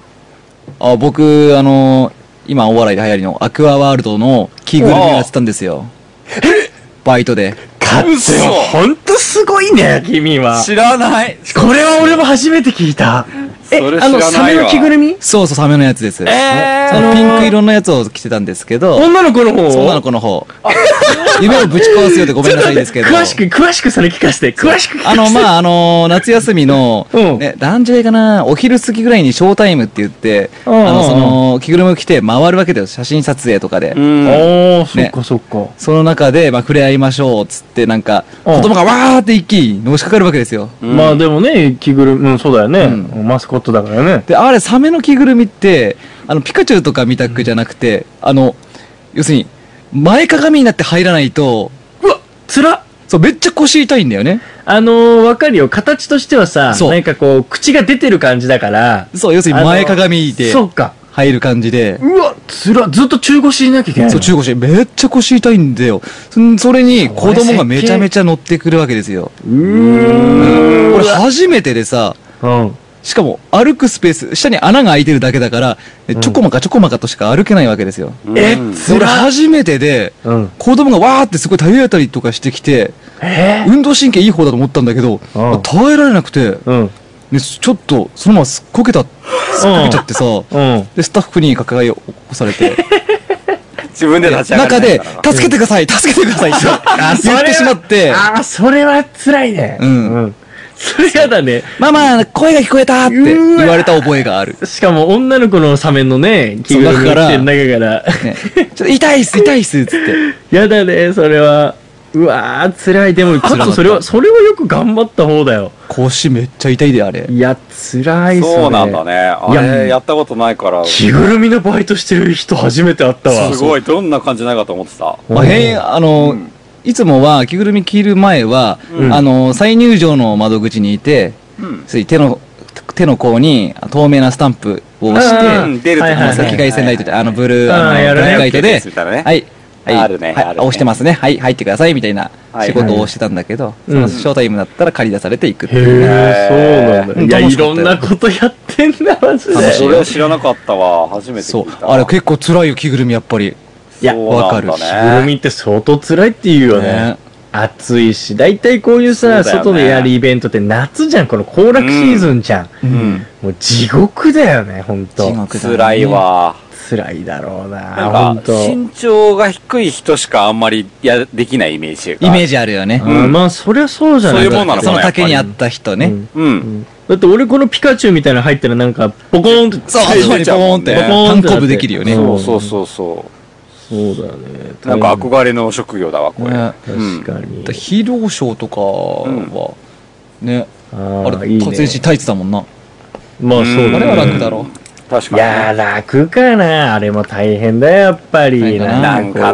Speaker 1: あ、僕、あの、今お笑いで流行りのアクアワールドの着ぐるみをやってたんですよ。バイトで。
Speaker 2: 勝
Speaker 3: 嘘
Speaker 2: 手よ。ほんとすごいね、君は。
Speaker 3: 知らない。
Speaker 2: これは俺も初めて聞いた。え、
Speaker 3: それ
Speaker 2: あの、
Speaker 3: 知ら
Speaker 2: サ
Speaker 3: な
Speaker 2: メ
Speaker 3: いわ
Speaker 2: の着ぐるみ
Speaker 1: そうそう、サメのやつです。
Speaker 3: え
Speaker 1: そのピンク色のやつを着てたんですけど、
Speaker 2: 女の子の方
Speaker 1: 女の子の方。夢をぶち壊すよってごめんなさいですけど。
Speaker 2: 詳しく、詳しくそれ聞かせて。詳しく聞か
Speaker 1: あ
Speaker 2: せて。
Speaker 1: の、まあ、あの夏休みの、
Speaker 2: うん
Speaker 1: ね、ランジェかな、お昼過ぎぐらいにショータイムって言って、
Speaker 2: うんうんうん
Speaker 1: あの、その、着ぐるみを着て回るわけだよ、写真撮影とかで。
Speaker 3: うん。
Speaker 2: おー、そ
Speaker 1: ね
Speaker 2: っかそっか。
Speaker 1: その中で、まあ、触れ合いましょう、つって、なんか、
Speaker 2: うん
Speaker 1: 子供がわーって一気にのしかかるわけですよ。
Speaker 2: まあでもね、着ぐるみ、うん、そうだよね。
Speaker 1: う
Speaker 2: マスコットだからね。
Speaker 1: で、あれ、サメの着ぐるみって、あの、ピカチュウとかみたくじゃなくて、あの、要するに、前かがみになって入らないと、
Speaker 2: うわ、つら
Speaker 1: そう、めっちゃ腰痛いんだよね。
Speaker 2: あのー、わかるよ。形としてはさ、
Speaker 1: そう
Speaker 2: なんかこう、口が出てる感じだから。
Speaker 1: そう、要するに前かがみで
Speaker 2: そうか。
Speaker 1: 入る感じで、
Speaker 2: うわ、つら、ずっと中腰いなきゃいけない
Speaker 1: そう、
Speaker 2: の。
Speaker 1: 中腰、めっちゃ腰痛いんだよ。そそれに、子供がめちゃめちゃ乗ってくるわけですよ。
Speaker 2: うーん。
Speaker 1: これ初めてでさ、
Speaker 2: うん。
Speaker 1: しかも歩くスペース、下に穴が開いてるだけだから、で
Speaker 2: うん
Speaker 1: ちょこまかちょこまかとしか歩けないわけですよ。
Speaker 2: え
Speaker 3: うん
Speaker 1: で俺初めてで、
Speaker 2: うん。
Speaker 1: 子供がわーってすごい体当たりとかしてきて、
Speaker 2: え
Speaker 1: 運動神経いい方だと思ったんだけど、
Speaker 2: うん
Speaker 1: 耐えられなくて、
Speaker 2: うん。
Speaker 1: ねちょっとそのまますっこけた、すっこけちゃってさ、
Speaker 2: うん。
Speaker 1: で、スタッフに抱え起こされて、
Speaker 3: 自分で立ち上が
Speaker 1: 中
Speaker 3: れない
Speaker 1: で
Speaker 3: からな、
Speaker 1: 助けてください、助けてくださいって言ってしまって、
Speaker 2: ああ、それは辛いね。
Speaker 1: うん
Speaker 2: うん。それやだね。
Speaker 1: ママ、声が聞こえたって言われた覚えがある。
Speaker 2: しかも女の子のサメのね、着ぐるみ着てる中から。 [laughs]
Speaker 1: ね、ちょっと痛いっす、痛いっす、つって。
Speaker 2: やだね、それは。うわー、辛い。でも、ちょっとそれは、それはよく頑張った方だよ。
Speaker 1: 腰めっちゃ痛いで、あれ。
Speaker 2: いや、辛い
Speaker 3: そうなんだ
Speaker 2: ね。
Speaker 3: ね。あれ、やったことないから、す
Speaker 2: 着ぐるみのバイトしてる人初めて会ったわ。
Speaker 3: ごい、どんな感じないかと思ってた。
Speaker 1: まあ、へんあの、いつもは着ぐるみ着る前は、あの再入場の窓口にいて、
Speaker 3: うん
Speaker 1: つい手の手の甲に透明なスタンプを押して、
Speaker 3: うん出るとき
Speaker 1: あの
Speaker 2: はい
Speaker 1: 赤
Speaker 2: はい
Speaker 1: 外線ライトで、あのブルー、
Speaker 2: あー
Speaker 1: あの
Speaker 2: や
Speaker 1: ブ
Speaker 2: るね
Speaker 1: ラックライトで、
Speaker 3: みたいなね
Speaker 1: はい、はい、
Speaker 3: あるね
Speaker 1: はい
Speaker 3: あるね
Speaker 1: 押してますね、はい、入ってくださいみたいな
Speaker 3: はい
Speaker 1: 仕事をしてたんだけど、
Speaker 2: うん
Speaker 1: そのショータイムだったら借り出されていくって
Speaker 2: へ
Speaker 1: いう。
Speaker 2: え、そうなんだ。いや、
Speaker 1: 楽
Speaker 2: い
Speaker 1: しか
Speaker 2: ろ
Speaker 1: っ
Speaker 2: ん
Speaker 1: たよ
Speaker 2: なことやってんだ、マジ
Speaker 1: 楽しい
Speaker 3: そ
Speaker 1: よ
Speaker 2: で。
Speaker 3: れ知らなかったわ。初めて
Speaker 1: そ
Speaker 3: 聞
Speaker 1: う
Speaker 3: いた。
Speaker 1: あれ結構辛いよ着ぐるみやっぱり
Speaker 2: いや
Speaker 3: そうなんだ
Speaker 1: わかる
Speaker 2: 着ぐるみ
Speaker 3: ね。
Speaker 2: って相当辛いって言うよね。暑いし、だいたいこういう
Speaker 3: そうだ
Speaker 2: さ、
Speaker 3: よね
Speaker 2: 外でやるイベントって夏じゃん、この行楽シーズンじゃん。
Speaker 3: うん。
Speaker 2: もう地獄だよね、ほん
Speaker 1: 地
Speaker 2: と。
Speaker 1: 獄だね
Speaker 3: 辛いわ。
Speaker 2: 辛いだろう
Speaker 3: な
Speaker 2: な、ほ
Speaker 3: ん
Speaker 2: ん
Speaker 3: か、
Speaker 2: と。
Speaker 3: 身長が低い人しかあんまりやできないイメージが。
Speaker 1: イメージあるよね、
Speaker 2: うんまあ、そりゃそうじゃない
Speaker 3: そういうもんなの
Speaker 1: そ
Speaker 3: か
Speaker 1: の
Speaker 3: な
Speaker 1: 竹にあった人ね、
Speaker 2: うん
Speaker 3: うん。
Speaker 2: だって俺このピカチュウみたいなの入ったらなんか、ポコーンって。
Speaker 1: そう、あそこに
Speaker 3: [laughs]
Speaker 1: ポーンって、
Speaker 3: ポ
Speaker 2: コーン
Speaker 1: 単
Speaker 2: ってなって
Speaker 1: 行部できるよね。
Speaker 2: うん
Speaker 3: そうそうそうそ
Speaker 2: そうだよね。
Speaker 3: う。なんか憧れの職業だわ、これ。
Speaker 1: ね
Speaker 3: うん
Speaker 2: 確かに。
Speaker 1: ヒーローショーとかは、ね、
Speaker 2: あ
Speaker 1: あ
Speaker 2: ーい
Speaker 1: れ、
Speaker 2: い
Speaker 1: 突然
Speaker 2: ね
Speaker 1: し。タイツだもんな。
Speaker 2: まあそうだ
Speaker 1: あ
Speaker 2: ね
Speaker 1: れは楽だろ。
Speaker 3: 確か
Speaker 2: い
Speaker 3: にね。
Speaker 2: やー、楽かな。あれも大変だよ、やっぱり。
Speaker 1: 大変だな
Speaker 3: なんか
Speaker 2: こ
Speaker 3: な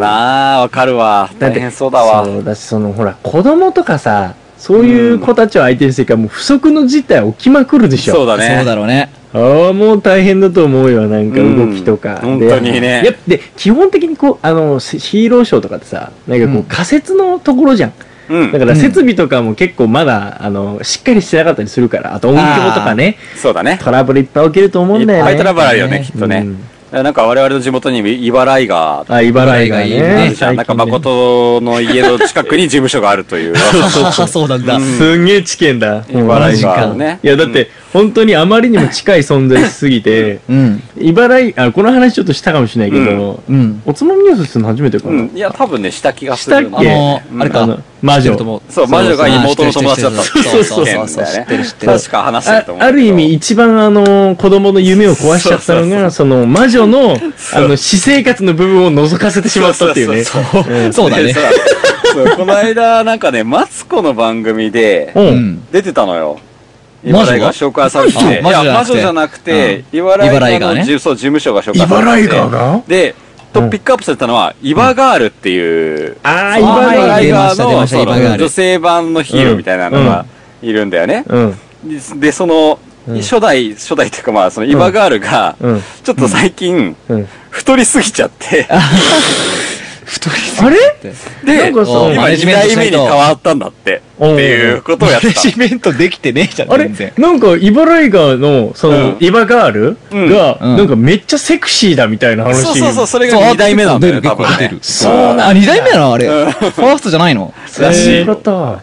Speaker 3: わかるわ。
Speaker 2: だっ
Speaker 3: 大
Speaker 2: て
Speaker 3: 変そう
Speaker 2: う。
Speaker 3: だわ。
Speaker 2: そうだし、その、ほら、子供とかさ、そういう子たちを相手にしてるから、もう不測の事態起きまくるでしょ。
Speaker 3: そうだ
Speaker 1: そう
Speaker 3: ね。
Speaker 1: だろうね。
Speaker 2: ああ、もう大変だと思うよ、なんか
Speaker 3: うん
Speaker 2: 動きとか。
Speaker 3: 本
Speaker 2: で
Speaker 3: 当にね
Speaker 2: やっぱで、基本的にこう、あの、ヒヒーローショーとかってさ、なんかこう、
Speaker 1: うん
Speaker 2: 仮説のところじゃん。
Speaker 3: うん
Speaker 2: だ。から設備とかも結構まだ、あの、しっかりしてなかったりするから、あと音響とかね、
Speaker 3: そうだね。
Speaker 2: トラブルいっぱい起きると思う
Speaker 3: い
Speaker 2: ん
Speaker 3: っ
Speaker 2: だよね。
Speaker 3: ぱいトラブルあるよね、
Speaker 1: ね
Speaker 3: きっとね。
Speaker 2: う
Speaker 3: だ
Speaker 2: ん
Speaker 3: からなんか我々の地元に茨城が、
Speaker 2: あ、茨城
Speaker 1: 茨
Speaker 2: が
Speaker 1: 城がいい
Speaker 2: ね
Speaker 1: ね。
Speaker 3: じゃあなんか誠の家の近くに事務所があるという。
Speaker 1: あ [laughs] そうなんだ。
Speaker 2: すんげえ知見だ。
Speaker 3: 茨城がね。
Speaker 2: いや、だって、本当にあまりにも近い存在しすぎて、
Speaker 1: うん、
Speaker 2: 茨城、あ、この話ちょっとしたかもしれないけど、
Speaker 1: うん。
Speaker 2: おつまみニュースするの初めてか
Speaker 3: う
Speaker 2: な。
Speaker 3: ん。いや、多分ね、した気がする
Speaker 2: した
Speaker 1: あ
Speaker 2: っけ
Speaker 1: の、あれ
Speaker 2: あ
Speaker 1: か
Speaker 2: の、魔
Speaker 1: 知って
Speaker 2: 女
Speaker 1: ると思う。
Speaker 3: そう、魔女が妹の友達だった
Speaker 1: そうそうそうそうそう知
Speaker 3: 知
Speaker 1: っ
Speaker 3: ってて
Speaker 1: る
Speaker 3: る
Speaker 1: 知
Speaker 3: 知
Speaker 1: っ
Speaker 3: ってて
Speaker 1: る
Speaker 3: る。確か話して
Speaker 2: あ
Speaker 3: ると思う。
Speaker 2: ある意味、、一番あの子供の夢を壊しちゃったのが、その魔女のあ
Speaker 3: う
Speaker 2: の私生活の部分を覗かせてしまったっていうね。
Speaker 3: そう
Speaker 1: そうそうだね
Speaker 3: で。さそうこの間、なんかね、マツコの番組で
Speaker 2: う。
Speaker 1: うんん。
Speaker 3: 出てたのよ。
Speaker 1: 魔
Speaker 3: 茨
Speaker 1: 女が
Speaker 3: 城が紹介されてて、いや、
Speaker 1: あ魔女
Speaker 3: 魔女
Speaker 1: じ
Speaker 3: じ
Speaker 1: ゃ
Speaker 3: ゃ
Speaker 1: な
Speaker 3: な
Speaker 1: く
Speaker 3: く
Speaker 1: て
Speaker 3: て、茨
Speaker 1: 茨
Speaker 3: 城
Speaker 1: 城が
Speaker 3: の
Speaker 1: ね
Speaker 3: じゅそう事務所が紹介されてて。
Speaker 2: 茨城が
Speaker 3: で、
Speaker 2: う
Speaker 3: と
Speaker 2: ん
Speaker 3: ピックアップされたのは、イバガールっていう、
Speaker 2: あ
Speaker 1: そ
Speaker 2: あ、
Speaker 1: う
Speaker 2: 茨
Speaker 1: はい
Speaker 2: 城
Speaker 1: 出ました出ま
Speaker 3: の
Speaker 1: した
Speaker 3: そ
Speaker 1: イバガー
Speaker 3: の
Speaker 1: ル
Speaker 3: 女性版のヒーローみたいなのがいるんだよね。
Speaker 2: うん。
Speaker 3: で、その、
Speaker 2: うん
Speaker 3: 初代、初代っていうかまあ、そのイバガールが、
Speaker 2: うん。
Speaker 3: ちょっと最近、
Speaker 2: うん。
Speaker 3: 太りすぎちゃって、
Speaker 1: 太りす
Speaker 2: あれ
Speaker 1: ぎて。
Speaker 2: な
Speaker 3: で、
Speaker 2: ん
Speaker 3: 今
Speaker 2: かさ、
Speaker 1: マネジ
Speaker 3: 2
Speaker 1: メントし
Speaker 3: 代
Speaker 1: な
Speaker 3: 目
Speaker 1: い
Speaker 3: に
Speaker 1: と
Speaker 3: 変わったんだって、っていうことをやってた。
Speaker 1: メントできてねえじゃ
Speaker 2: あれなんか、イバライガーの、その
Speaker 3: う、ん
Speaker 2: イバガール
Speaker 3: うん
Speaker 2: が、
Speaker 1: うん
Speaker 2: なんかめっちゃセクシーだみたいな話。
Speaker 3: そうそうそう、それ
Speaker 1: そう、
Speaker 3: が2代目なんだよね、
Speaker 1: 結
Speaker 3: 多分
Speaker 1: 構出
Speaker 3: ね
Speaker 1: る。。そうな、あ、二代目なのあれ。ファーストじゃないの
Speaker 2: らし
Speaker 3: え
Speaker 2: い
Speaker 3: ー
Speaker 2: こと。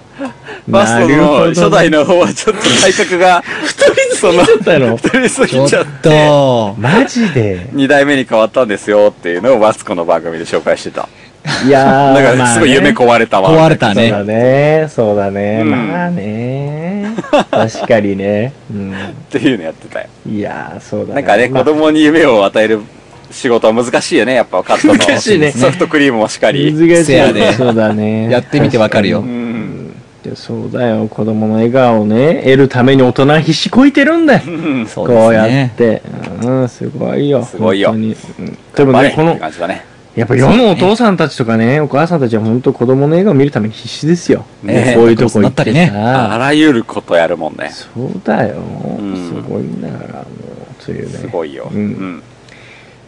Speaker 3: バ
Speaker 2: な
Speaker 3: スト
Speaker 2: るほど
Speaker 3: の初代の方はちょっと体格が
Speaker 2: 太りすぎ [laughs] ちゃった
Speaker 3: [laughs]
Speaker 2: の
Speaker 3: 太りす
Speaker 1: ちょ
Speaker 3: ぎ
Speaker 1: っ
Speaker 3: ちゃって、
Speaker 1: と。
Speaker 2: マジで。
Speaker 3: 2代目に変わったんですよっていうのをマツコの番組で紹介してた。
Speaker 2: いや
Speaker 3: だ [laughs]
Speaker 2: ー。
Speaker 3: からすごい
Speaker 2: まあ
Speaker 3: 夢
Speaker 2: ね
Speaker 3: 壊れたわ。
Speaker 1: 壊れた
Speaker 2: そう
Speaker 1: ね。
Speaker 2: だね、そうだね、
Speaker 3: うん
Speaker 2: まあね、確かにね、うん、
Speaker 3: っていうのやってたよ。
Speaker 2: いやー、そうだ
Speaker 3: な
Speaker 2: ね。
Speaker 3: んかね、
Speaker 2: まあ
Speaker 3: 子供に夢を与える仕事は難しいよね、やっぱカットの。
Speaker 2: 難しいね
Speaker 3: ソフトクリームもしかり。
Speaker 2: 難し
Speaker 1: せや
Speaker 2: い
Speaker 1: で
Speaker 2: ね、そうだね。
Speaker 1: やってみてわかるよ
Speaker 3: う。ん。
Speaker 2: 確かに。そうだよ、子供の笑顔をね、得るために大人は必死こいてるんだよ。
Speaker 3: うん
Speaker 1: そうで
Speaker 2: こ
Speaker 1: す
Speaker 2: うやっ
Speaker 1: ね。
Speaker 2: て。うん、すごいよ。
Speaker 3: すごいよ
Speaker 2: 本当にうんでも
Speaker 3: バレ
Speaker 2: ね、
Speaker 3: ー
Speaker 2: こ
Speaker 3: っ
Speaker 2: の
Speaker 3: て、感じだね。
Speaker 2: やっぱ世のお父さんたちとかね、お母さんたちは本当子供の笑顔を見るために必死ですよ。
Speaker 3: ね
Speaker 2: こういうとこ行
Speaker 1: な
Speaker 2: っ
Speaker 1: った
Speaker 2: て
Speaker 1: り
Speaker 2: さ。
Speaker 1: ね
Speaker 3: あらゆることやるもんね。
Speaker 2: そうだよ。
Speaker 3: ん
Speaker 2: すごいんだから、もう、というね。
Speaker 3: すごいよ。
Speaker 2: うん
Speaker 3: うん。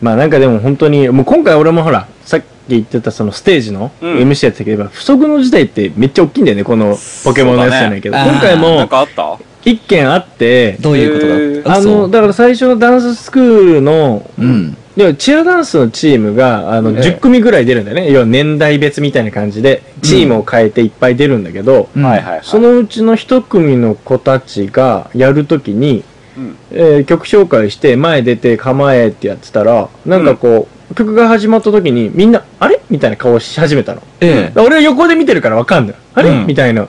Speaker 2: まあなんかでも本当に、もう今回俺もほら、さっき言ってたそのステージの
Speaker 3: うん
Speaker 2: MC やってたけど、不測の事態ってめっちゃ大きいんだよね、このポケモンのやつじゃないけど。
Speaker 1: そうだね
Speaker 2: 今回
Speaker 3: なん
Speaker 2: も
Speaker 3: かあった
Speaker 2: 一件あって、
Speaker 1: どういうことだ
Speaker 2: あの、だから最初のダンススクールの、
Speaker 1: うん。
Speaker 2: でもチアダンスのチームが、あの、
Speaker 1: ええ
Speaker 2: 10組ぐらい出るんだよね。要は年代別みたいな感じで、チームを変えていっぱい出るんだけど、
Speaker 3: はいはいはい。
Speaker 2: そのうちの一組の子たちがやるときに、
Speaker 3: うん
Speaker 2: えー曲紹介して前出て構えってやってたらなんかこう、曲が始まった時にみんな、あれみたいな顔し始めたの。
Speaker 1: ええ。
Speaker 2: 俺は横で見てるからわかんない。あれ、
Speaker 1: うん
Speaker 2: みたいな。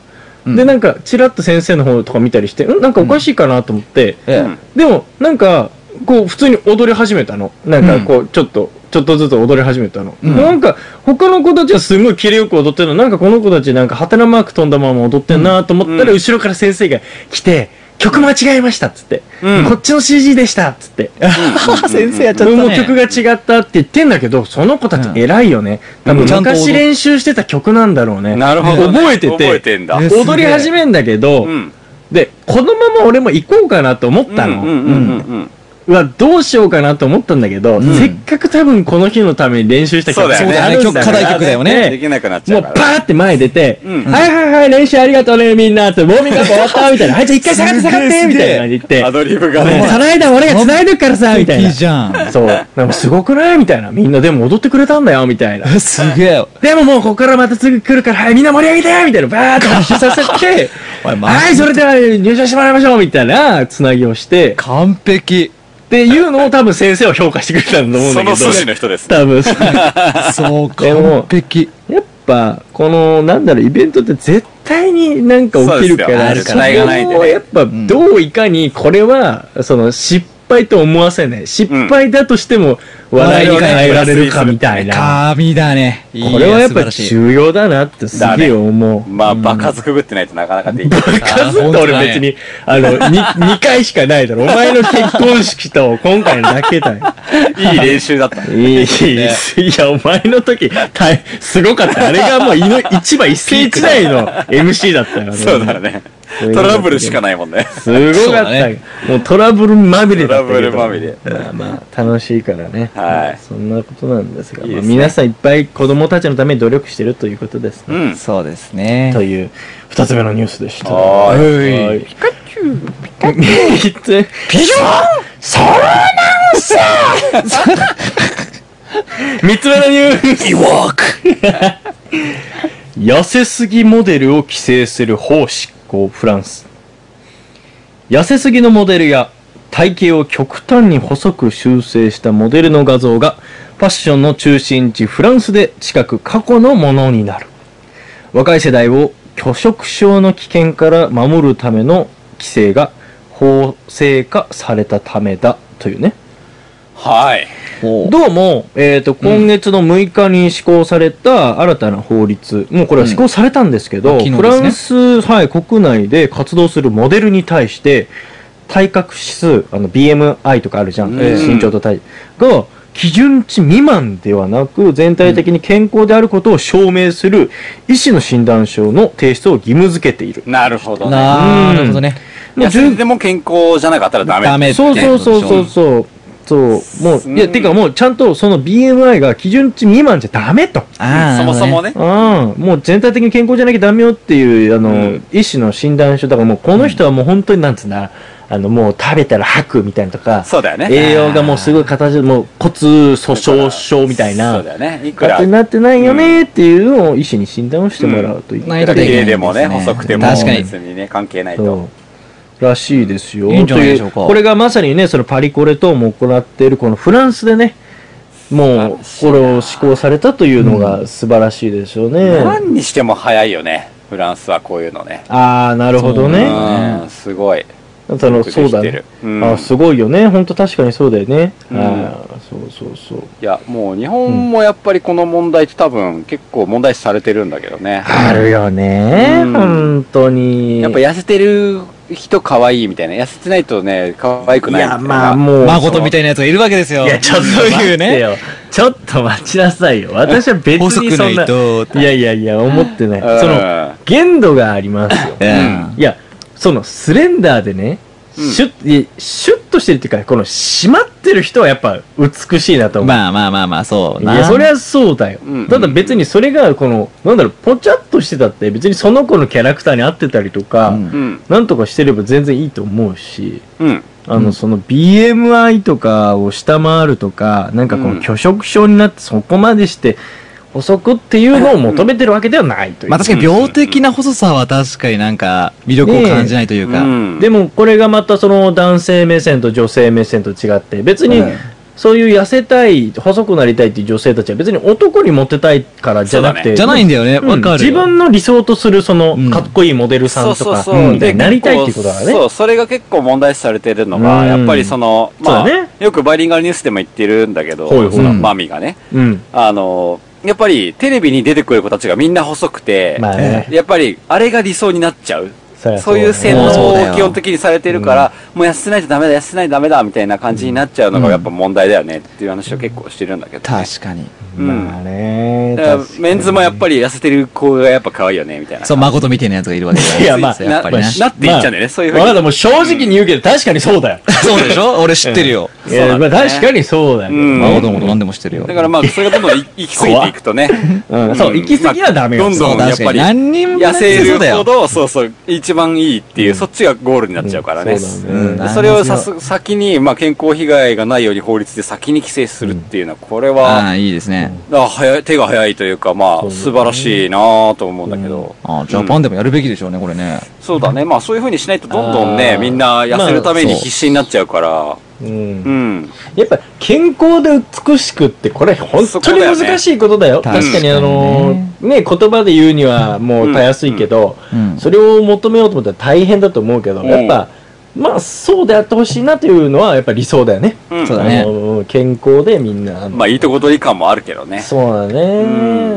Speaker 1: うん
Speaker 2: で、なんか、ちらっと先生の方とか見たりして、うんなんかおかしいかなと思って、
Speaker 1: ええ。
Speaker 2: でも、なんか、こう、普通に踊り始めたの。なんか、こう、ちょっと、ちょっとずつ踊り始めたの。
Speaker 1: うん
Speaker 2: なんか、他の子たちはすごいキレよく踊ってるの。なんか、この子たち、なんか、ハテナマーク飛んだまま踊ってんなと思ったら、
Speaker 3: うん
Speaker 2: 後ろから先生が来て、曲間違えましたっつって、
Speaker 3: うん
Speaker 2: こっちの CG でしたっつって。
Speaker 1: [laughs] 先生やっちゃった
Speaker 2: もう
Speaker 1: ね。
Speaker 2: 曲が違ったって言ってんだけど、その子たち偉いよね。多
Speaker 1: う
Speaker 2: 分
Speaker 1: んちゃんと踊
Speaker 2: 昔練習してた曲なんだろうね。
Speaker 3: なるほどね、
Speaker 2: 覚えてて
Speaker 3: 覚えてんだ。
Speaker 1: ね
Speaker 2: 踊り始めんだけど、
Speaker 3: うん。
Speaker 2: で、このまま俺も行こうかなと思ったの。
Speaker 3: うんうんうんうん。
Speaker 2: うわ、どうしようかなと思ったんだけど、
Speaker 1: ん
Speaker 2: せっかく多分この日のために練習した曲
Speaker 3: そうだよね
Speaker 2: あるんだか
Speaker 1: そうだよね課
Speaker 2: ら
Speaker 1: 題曲だよね
Speaker 3: できなくなっちゃ
Speaker 2: も
Speaker 3: う
Speaker 2: う
Speaker 3: か
Speaker 2: パ
Speaker 3: ら。
Speaker 2: ーって前出て、
Speaker 3: うん
Speaker 2: はいはいはい、練習ありがとうね、みんなって、ウォーミングアップ終わったみたいな、はい、じゃあ一回下がって下がっ
Speaker 1: す
Speaker 2: て
Speaker 1: げえ
Speaker 2: みたいな感じで言
Speaker 3: ア
Speaker 2: って、
Speaker 3: ドリブがね。
Speaker 2: その間俺が繋いでるからさ、みたい
Speaker 1: いい
Speaker 2: な。
Speaker 1: じゃん。
Speaker 2: そう。なんかすごくないみたいな。みんなでも踊ってくれたんだよ、みたいな。
Speaker 1: えすげえ。
Speaker 2: でももうここからまたすぐ来るから、はい、みんな盛り上げてみたいな、バーッと発射させて、
Speaker 1: [laughs] おいマジ
Speaker 2: はい、それでは入場してもらいましょうみたいな、つなぎをして、
Speaker 1: 完璧。
Speaker 2: っていうのを多分先生は評価してくれたんだと思うんだけど
Speaker 3: その。筋の人です。
Speaker 2: 多
Speaker 3: [laughs]
Speaker 2: 分。 [laughs]
Speaker 1: そう、
Speaker 2: でも
Speaker 1: 完璧。
Speaker 2: やっぱ、この、なんだろう、イベントって絶対になんか起きるから、
Speaker 1: そうですよある課
Speaker 2: こ
Speaker 1: 題
Speaker 3: がないんでね
Speaker 2: をやっぱ、
Speaker 1: ん
Speaker 2: どういかに、これは、その、失敗と思わせない。失敗だとしても、笑いに変えられるかみたいな。
Speaker 1: 神だね。いい
Speaker 2: これはやっ
Speaker 1: 素晴
Speaker 2: ぱ
Speaker 1: らしい
Speaker 2: 重要だなってすげえ思う。
Speaker 3: まあ、場数くぐってないとなかなかでき
Speaker 2: [laughs]
Speaker 3: ない。
Speaker 2: 数って俺別に、あの、2, 二回しかないだろ。お前の結婚式と今回だけだよ。
Speaker 3: いい練習だった。
Speaker 2: いい、いいいや、お前の時、大すごかった。あれがもう、い
Speaker 3: [laughs]
Speaker 2: の、一番一世一代の MC だったよね。
Speaker 3: そうだね。
Speaker 2: そういう
Speaker 3: トラブルしかないもんね。
Speaker 2: すごか
Speaker 1: そう
Speaker 2: った、
Speaker 1: だね
Speaker 2: もうトラブルまみれだったけど。
Speaker 3: トラブルまみれ
Speaker 2: まあまあ、楽しいからね。
Speaker 3: はい
Speaker 2: そんなことなんですが、
Speaker 3: いいですね
Speaker 2: まあ皆さんいっぱい子供たちのために努力してるということです
Speaker 3: う
Speaker 2: ね。
Speaker 3: ん。
Speaker 1: そうですね。
Speaker 2: という、二つ目のニュースでした。
Speaker 3: は
Speaker 1: ーい
Speaker 2: はい。ピカチュウ、 [laughs] ピカチュウ。
Speaker 1: ピジョン
Speaker 2: 三つ目のニュース痩せすぎモデルを規制する法執行フランス痩せすぎのモデルや体型を極端に細く修正したモデルの画像がファッションの中心地フランスで近く過去のものになる若い世代を拒食症の危険から守るための規制が法制化されたためだというね
Speaker 3: はい。
Speaker 1: お
Speaker 2: どうも、えー、と今月の6日に施行された新たな法律、もうこれは施行されたんですけど、
Speaker 1: うん昨日です
Speaker 2: フ
Speaker 1: ね
Speaker 2: ランス、はい、国内で活動するモデルに対して、体格指数、あの BMI とかあるじゃん、
Speaker 3: うん
Speaker 2: 身長と体が基準値未満ではなく、全体的に健康であることを証明する医師の診断書の提出を義務付けている。
Speaker 3: なるほどね。
Speaker 1: なるほどね。
Speaker 2: もう
Speaker 3: 痩せても健康じゃなかったらダメ。
Speaker 1: ダメって
Speaker 2: そうそうそう
Speaker 1: ことで
Speaker 2: そう
Speaker 1: しょ
Speaker 2: そう。そうもういや
Speaker 3: うん
Speaker 2: てかもうちゃんとその BMI が基準値未満じゃダメと
Speaker 1: あー
Speaker 3: そもそも。
Speaker 1: なる
Speaker 3: ね。
Speaker 2: うん、もう全体的に健康じゃなきゃダメよっていうあの、
Speaker 3: うん
Speaker 2: 医師の診断書だからもうこの人はもう本当になんつうんだあのもう食べたら吐くみたいなとか、
Speaker 3: そうだよね。
Speaker 2: 栄養がもうすごい形でもう骨粗鬆症みたい
Speaker 3: そう
Speaker 2: な
Speaker 3: だよね。いくら
Speaker 2: 形になってないよねっていうのを医師に診断をしてもらうとい
Speaker 1: ない
Speaker 2: った
Speaker 1: と
Speaker 3: 綺
Speaker 1: できない
Speaker 3: 麗でもね、細くても
Speaker 1: 確かに
Speaker 3: 別にね、関係ない
Speaker 2: そ
Speaker 3: と。
Speaker 2: うらしいですよ。
Speaker 1: いいんじゃないでしょうか
Speaker 2: とこれがまさにね、そのパリコレ等も行っている、このフランスでね、もう、これを施行されたというのが素晴らしいでしょうね。
Speaker 3: 何にしても早いよね。フランスはこういうのね。
Speaker 2: ああ、なるほど
Speaker 1: そう
Speaker 2: ね。
Speaker 3: うん、すごい。
Speaker 2: その
Speaker 3: よくできて
Speaker 2: そ
Speaker 3: る
Speaker 2: うだね、
Speaker 3: うん
Speaker 2: あすごいよね本当確かにそうだよね、
Speaker 3: うん
Speaker 2: あーそうそうそう
Speaker 3: いや、もう日本もやっぱりこの問題って多分結構問題視されてるんだけどね。
Speaker 2: あるよね、
Speaker 3: うん
Speaker 2: 本当に
Speaker 3: やっぱ痩せてる人可愛いみたいな。痩せてないとね、可愛くないみた
Speaker 2: いや
Speaker 3: いな。
Speaker 2: まあもう
Speaker 1: 孫とみたいなやつがいるわけですよ。
Speaker 2: いやちょっと
Speaker 1: そう
Speaker 2: 待
Speaker 1: いう
Speaker 2: って
Speaker 1: ね。
Speaker 2: よちょっと待ちなさいよ私は別
Speaker 1: 細
Speaker 2: に
Speaker 1: く
Speaker 2: そ
Speaker 1: なんい
Speaker 2: な
Speaker 1: と。
Speaker 2: いやいやいや思ってない
Speaker 3: うん
Speaker 2: その限度がありますよ
Speaker 1: うん
Speaker 2: いやそのスレンダーでね
Speaker 3: うん
Speaker 2: シュッ、いやシュッとしてるっていうかこの締まってる人はやっぱ美しいなと思う
Speaker 1: まあまあまあまあ、そう
Speaker 2: い
Speaker 1: な。
Speaker 2: や、そりゃそうだよ
Speaker 3: うん。
Speaker 2: ただ別にそれが、この、なんだろう、ぽちゃっとしてたって、別にその子のキャラクターに合ってたりと
Speaker 1: う
Speaker 2: か、
Speaker 1: ん
Speaker 3: うん。
Speaker 2: なんとかしてれば全然いいと思うし、
Speaker 3: うん。
Speaker 2: あの、その BMI とかを下回るとか、なんかこ
Speaker 3: うん
Speaker 2: の拒食症になってそこまでして、細くっていうのを求めてるわけではないという。
Speaker 1: まあ確かに病的な細さは確かになんか魅力を感じないというか。
Speaker 3: うん
Speaker 2: でもこれがまたその男性目線と女性目線と違って別に
Speaker 1: うん
Speaker 2: そういう痩せたい、細くなりたいっていう女性たちは別に男にモテたいからじゃなくて、
Speaker 1: じゃないんだよね。
Speaker 2: うん
Speaker 1: わかる
Speaker 2: 自
Speaker 1: よ。
Speaker 2: 分の理想とするその
Speaker 1: うん
Speaker 2: かっこいいモデルさんとか、みたいになりたいっていうことだからね。
Speaker 3: 結構そう、それが結構問題視されてるのが、
Speaker 2: うん
Speaker 3: やっぱりその、まあ、
Speaker 2: そうだね
Speaker 3: よくバイリンガルニュースでも言ってるんだけど、
Speaker 2: ほいほい
Speaker 3: その
Speaker 1: うん
Speaker 3: マミがね、
Speaker 2: うん。
Speaker 3: あの、やっぱりテレビに出てくる子たちがみんな細くて、
Speaker 2: まあね。
Speaker 3: やっぱりあれが理想になっちゃう。
Speaker 2: そりゃ
Speaker 3: そうい
Speaker 2: だ
Speaker 3: う
Speaker 2: ね
Speaker 3: 洗
Speaker 1: そうだ
Speaker 3: 脳
Speaker 1: よ
Speaker 3: を基本的にされてるから、もう痩せないとダメだ、痩せないとダメだ、みたいな感じになっちゃうのがやっぱ問題だよねっていう話を結構してるんだけど、ね。
Speaker 1: 確かに。
Speaker 3: うん
Speaker 2: まあね。
Speaker 3: だから
Speaker 2: 確かに
Speaker 3: メンズもやっぱり痩せてる子がやっぱ可愛いよね、みたいな。
Speaker 1: そう、誠みたいなやつがいるわけだよ
Speaker 2: いやまあ
Speaker 1: つやっぱりね。
Speaker 3: なって言っちゃうんだよねそういうふうに
Speaker 2: まあ、もう正直に言うけど、確かにそうだよ。
Speaker 1: そうでしょ俺知ってるよ。
Speaker 2: いや、
Speaker 3: そう
Speaker 2: ま
Speaker 3: だ
Speaker 2: あ
Speaker 3: ね
Speaker 2: 確かにそうだよ。
Speaker 3: うん
Speaker 1: 誠のこと何でも知ってるよ。
Speaker 3: だからまあ、それがどんどん
Speaker 2: [laughs]
Speaker 3: い行き過ぎていくとね。
Speaker 2: うんそう、行き過ぎはダメよ。
Speaker 3: まあどんどん
Speaker 1: そう
Speaker 3: やっ
Speaker 1: 確か
Speaker 3: ぱ
Speaker 1: に
Speaker 3: り
Speaker 1: 何人も
Speaker 3: 痩せ
Speaker 1: そう
Speaker 3: る
Speaker 1: だ
Speaker 3: ほ
Speaker 1: よ。
Speaker 3: ど、そうそう、一番いいっていう、そっちがゴールになっちゃうからね。
Speaker 2: うんそうだ
Speaker 1: うん
Speaker 2: ね
Speaker 3: でそれをさす先に、まあ、健康被害がないように法律で先に規制するっていうのは、これ
Speaker 1: あ
Speaker 3: は、
Speaker 1: あ、いいですね。
Speaker 3: あ早い手が早いというか、ま
Speaker 2: そうだ
Speaker 3: あ、
Speaker 2: ね
Speaker 3: 素晴らしいなぁと思うんだけど、
Speaker 1: ああ、ジャパンでもやるべきでしょうね、これね。
Speaker 3: そうだね、まあ、そういうふうにしないと、どんどんね
Speaker 2: あ、ー
Speaker 3: みんな痩せるために
Speaker 1: まあ
Speaker 3: 必死になっちゃうから、
Speaker 2: うん
Speaker 3: うん、
Speaker 2: やっぱ健康で美しくってこれ本当に難しいことだよ。
Speaker 1: そこだよね
Speaker 2: 確かにあのーね言葉で言うにはもうたやすいけど、
Speaker 1: うん。
Speaker 2: それを求めようと思ったら大変だと思うけど、
Speaker 3: うん
Speaker 2: やっぱまあそうであってほしいなというのはやっぱ理想だよね。
Speaker 3: うん
Speaker 1: そうだね
Speaker 2: あのー健康でみんな。
Speaker 3: まあ、いいとこ取り感もあるけどね。
Speaker 2: そうだ
Speaker 3: う
Speaker 2: ね。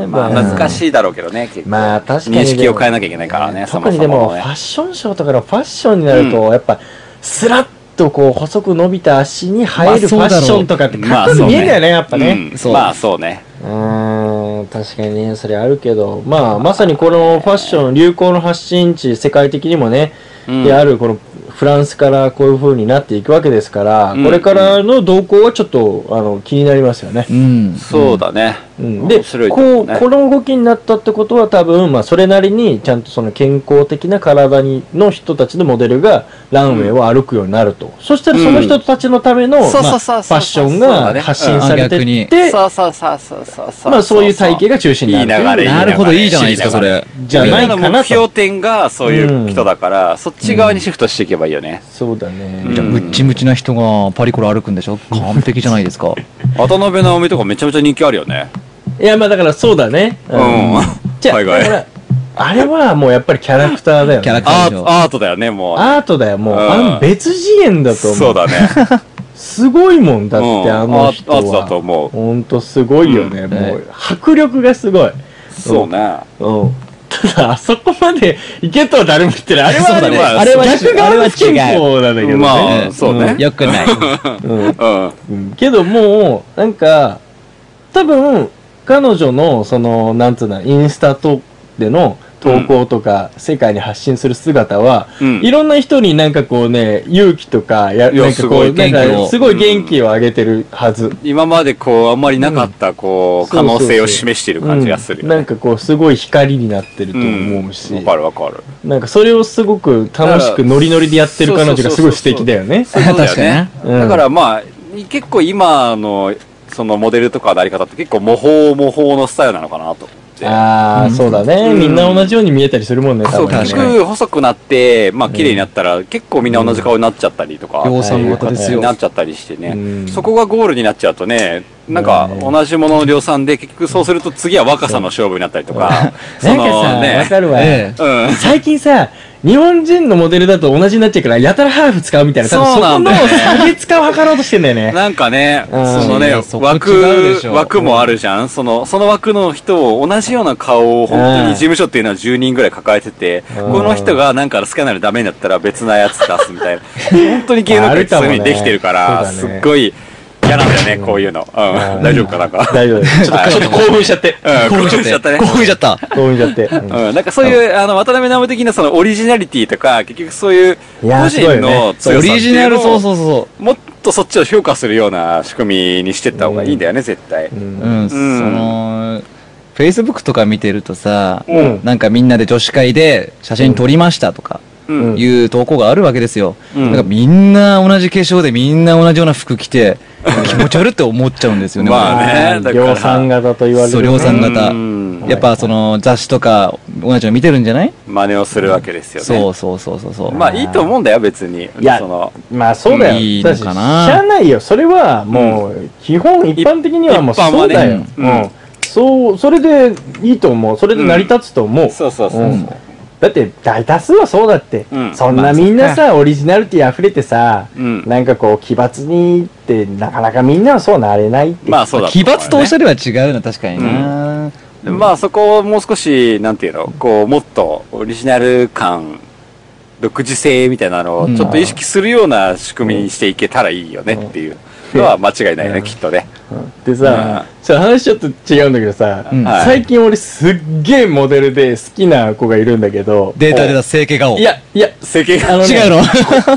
Speaker 3: ん、まあ、難しいだろうけどね、結構。
Speaker 2: まあ確かにでも
Speaker 3: 認識を変えなきゃいけないからね、そ
Speaker 2: 特
Speaker 3: も
Speaker 2: に
Speaker 3: そ
Speaker 2: でも
Speaker 3: も
Speaker 2: フ
Speaker 3: ね
Speaker 2: ァッションショーとかのファッションになると、やっぱスラッとこう細く伸びた足に生えるフ
Speaker 1: ま
Speaker 2: ァ
Speaker 1: あそう
Speaker 2: ッ
Speaker 1: だろう
Speaker 2: ションとかって
Speaker 3: ま
Speaker 2: か
Speaker 3: あ
Speaker 2: っこよ
Speaker 3: そ
Speaker 2: く
Speaker 3: う
Speaker 2: 見
Speaker 3: ね
Speaker 2: えるよねやっぱね、
Speaker 3: うん
Speaker 1: そう
Speaker 3: まあ、そうね。
Speaker 2: うーん確かにねそれあるけどまあまさにこのファッション流行の発信地世界的にもね、
Speaker 3: うん
Speaker 2: であるこのフランスからこういう風になっていくわけですから、
Speaker 3: うん
Speaker 2: これからの動向はちょっとあの気になりますよね
Speaker 1: うん。
Speaker 3: そうだね。
Speaker 2: うんで、
Speaker 3: 面白いと
Speaker 2: こ
Speaker 3: 思
Speaker 2: う、
Speaker 3: ね
Speaker 2: この動きになったってことは多分、まあ、それなりに、ちゃんとその健康的な体に、の人たちのモデルが、ランウェイを歩くようになると。そしたら、その人たちのための、まあ
Speaker 3: そう
Speaker 2: フ
Speaker 3: そうそうそう
Speaker 2: ァッション
Speaker 3: そうだね
Speaker 2: が発信されて
Speaker 1: うん
Speaker 2: っ
Speaker 1: 逆
Speaker 2: て、
Speaker 3: そうそうそうそうそうそう。
Speaker 2: まあ、そういう体型が中心に
Speaker 3: い
Speaker 2: ないる
Speaker 3: 流れ、いい流れ。
Speaker 1: なるほど、いいじゃないですか、それ。
Speaker 2: じゃ
Speaker 3: みん
Speaker 2: な
Speaker 3: ないの
Speaker 2: かなと
Speaker 3: 目標点がそういう人だから、そっち側にシフトしていけばいいよね。
Speaker 2: そうだね。
Speaker 3: うん
Speaker 1: じゃあムッチムチな人がパリコラ歩くんでしょ完璧じゃないですか。
Speaker 3: 渡辺直美とかめちゃめちゃ人気あるよね。
Speaker 2: いや、まあ、だからそうだね。
Speaker 3: うん。
Speaker 2: じゃあ、
Speaker 3: 海
Speaker 2: だか。
Speaker 3: 外
Speaker 2: ら、あれはもうやっぱりキャラクターだよ
Speaker 1: キャラ
Speaker 2: ね
Speaker 1: ク。タ
Speaker 3: アートアートだよね、もう。
Speaker 2: アートだよ、もう。
Speaker 3: うん
Speaker 2: あの、別次元だと思う。
Speaker 3: そうだね。
Speaker 2: すごいもんだっ
Speaker 3: う
Speaker 2: て、
Speaker 3: ん
Speaker 2: あ
Speaker 3: ア
Speaker 2: の
Speaker 3: ー
Speaker 2: 人
Speaker 3: ト
Speaker 2: は。
Speaker 3: アートだと思う。
Speaker 2: ほんとすごいよね、
Speaker 1: ん
Speaker 2: も
Speaker 1: ね
Speaker 2: う迫力がすごい、
Speaker 3: そうね。
Speaker 2: うん、ただあそこまで行けとは誰も言ってないあれは
Speaker 3: そうだね
Speaker 2: あれは逆側の不健康なんだけどね、
Speaker 3: まあ
Speaker 1: うん
Speaker 3: [laughs] そうね
Speaker 1: よくない。
Speaker 3: [laughs]
Speaker 2: うん
Speaker 3: うん。
Speaker 2: うんけどもうなんか多分彼女のそのなんつうのインスタとでの投稿とか、世界に発信する姿は、
Speaker 3: うん
Speaker 2: いろんな人になんかこうね勇気とかや
Speaker 3: いや
Speaker 2: なんか
Speaker 3: す
Speaker 2: こ
Speaker 3: ご
Speaker 2: うな
Speaker 3: い
Speaker 2: ん
Speaker 1: 元気
Speaker 2: か
Speaker 1: を
Speaker 2: すごい元気をあげてるはず、
Speaker 3: 今までこう、あんまりなかった、こう、
Speaker 2: そう
Speaker 3: 可
Speaker 2: そうそう
Speaker 3: 能性を示している感じがする
Speaker 2: うん
Speaker 3: よ
Speaker 2: なん
Speaker 3: ね。
Speaker 2: かこうすごい光になってると
Speaker 3: うん
Speaker 2: 思うし、
Speaker 3: わかるわかる。
Speaker 2: なんかそれをすごく楽しくノリノリでやってる彼女がすごい素敵だよね
Speaker 3: そういうことだよね。
Speaker 2: 確かにね
Speaker 3: だからまあ、結構今の、そのモデルとかのあり方って結構模倣模倣のスタイルなのかなと思って。
Speaker 2: ああ、
Speaker 1: うん
Speaker 2: そうだね、
Speaker 3: うん
Speaker 2: みんな同じように見えたりするもんね
Speaker 3: そ
Speaker 2: 多
Speaker 3: う、
Speaker 2: 分ね
Speaker 3: 結局細くなって、まあ綺麗になったら、結構みんな同じ顔になっちゃったりとか、
Speaker 1: 量産型ですよ。
Speaker 3: なっちゃったりしてね、
Speaker 2: うん
Speaker 3: そこがゴールになっちゃうとね、なんか
Speaker 2: うん
Speaker 3: 同じものの量産で、結局そうすると次は若さの勝負になったりとか、
Speaker 2: な
Speaker 3: そ
Speaker 2: んかさ
Speaker 3: の
Speaker 2: わ、
Speaker 3: ね、
Speaker 2: かるわ、
Speaker 1: ええ
Speaker 3: うん。
Speaker 2: 最近さ日本人のモデルだと同じになっちゃうからやたらハーフ使うみたいな多分
Speaker 3: そうなんだよね
Speaker 2: そこの差別化を図ろうとしてんだよね
Speaker 3: なんかね、そ
Speaker 2: うん
Speaker 3: の
Speaker 1: い
Speaker 3: ね
Speaker 1: やそ、こ違うでし
Speaker 3: 枠、
Speaker 1: ょ
Speaker 3: 枠もあるじゃん。その、その枠の人を、同じような顔を本当に事務所っていうのは10人ぐらい抱えてて、
Speaker 2: うん
Speaker 3: この人がなんか好きなのダメになったら別なやつ出すみたいな。本当に芸能界ってそういう風にできてるか
Speaker 2: あ
Speaker 3: ら、
Speaker 2: るかもね
Speaker 3: す
Speaker 2: そうだね
Speaker 3: っごい嫌なんだよね、こういうの。うん。大丈夫かなんか。
Speaker 2: 大丈夫ですちょっ
Speaker 3: はい
Speaker 2: とちょっと興奮しちゃって
Speaker 3: うん、
Speaker 1: 興
Speaker 3: 興奮
Speaker 1: 奮
Speaker 3: しちゃったね
Speaker 1: 興。奮しちゃった。
Speaker 2: 興奮しちゃって、うん
Speaker 3: うん、なんかそういう、あの、渡辺直美的なそのオリジナリティとか、結局そういう、
Speaker 2: いやー
Speaker 3: 個人の
Speaker 1: そう
Speaker 3: 強
Speaker 1: オ
Speaker 3: さって
Speaker 1: リジ
Speaker 3: い
Speaker 1: ナ
Speaker 3: う
Speaker 1: ル、
Speaker 3: の
Speaker 1: そう
Speaker 3: を、
Speaker 1: そうそ
Speaker 3: もっとそっちを評価するような仕組みにしてった方がいいんだよね、絶対。
Speaker 1: う。うん、その、Facebook とか見てるとさ、
Speaker 2: うん
Speaker 1: なんかみんなで女子会で写真撮りましたとか、
Speaker 3: うん
Speaker 1: いう投稿があるわけですよ。
Speaker 3: うん
Speaker 1: なんかみんな同じ化粧でみんな同じような服着て、
Speaker 3: [laughs]
Speaker 1: 気持ち悪いって思っちゃうんですよね。
Speaker 3: まあ
Speaker 1: 俺
Speaker 3: ねだから
Speaker 2: 量産型と言われる
Speaker 1: そう量産型
Speaker 3: うん
Speaker 1: やっぱその雑誌とか同じの見てるんじゃない
Speaker 3: 真似をするわけですよね。
Speaker 1: そうそうそうそうそう。
Speaker 3: まあいいと思うんだよ、別に。
Speaker 2: いや
Speaker 3: その
Speaker 2: まあそうだよ。
Speaker 1: いいのかな
Speaker 2: だし知らないよ。それはもう、基本一般的にはもう
Speaker 3: 一般
Speaker 2: そ
Speaker 3: は
Speaker 2: う
Speaker 3: ね
Speaker 2: だよ。
Speaker 3: う
Speaker 2: うんん。そう、それでいいと思う。それで成り立つと思う。
Speaker 3: そうそうそうう。
Speaker 2: んだって大多数はそうだって、
Speaker 3: うん
Speaker 2: そんなみんなさ、オリジナリティ溢れてさ、
Speaker 3: うん
Speaker 2: なんかこう奇抜にってなかなかみんなはそうなれないって、
Speaker 3: まあそうだ
Speaker 1: 奇
Speaker 3: 思うよね
Speaker 1: 抜とおしゃれは違うな、確かにな。
Speaker 3: まあそこをもう少し、なんていうの、こう、もっとオリジナル感、独自性みたいなのをちょっと意識するような仕組みにしていけたらいいよねっていうのは間違いないよね、きっとね。
Speaker 2: でさ、ちょっと話ちょっと違うんだけどさ、
Speaker 1: うん
Speaker 3: はい
Speaker 2: 最近俺すっげえモデルで好きな子がいるんだけど、
Speaker 1: データで出す整形顔。
Speaker 2: いや、いや、
Speaker 3: 世間が
Speaker 2: あのね
Speaker 1: 違うの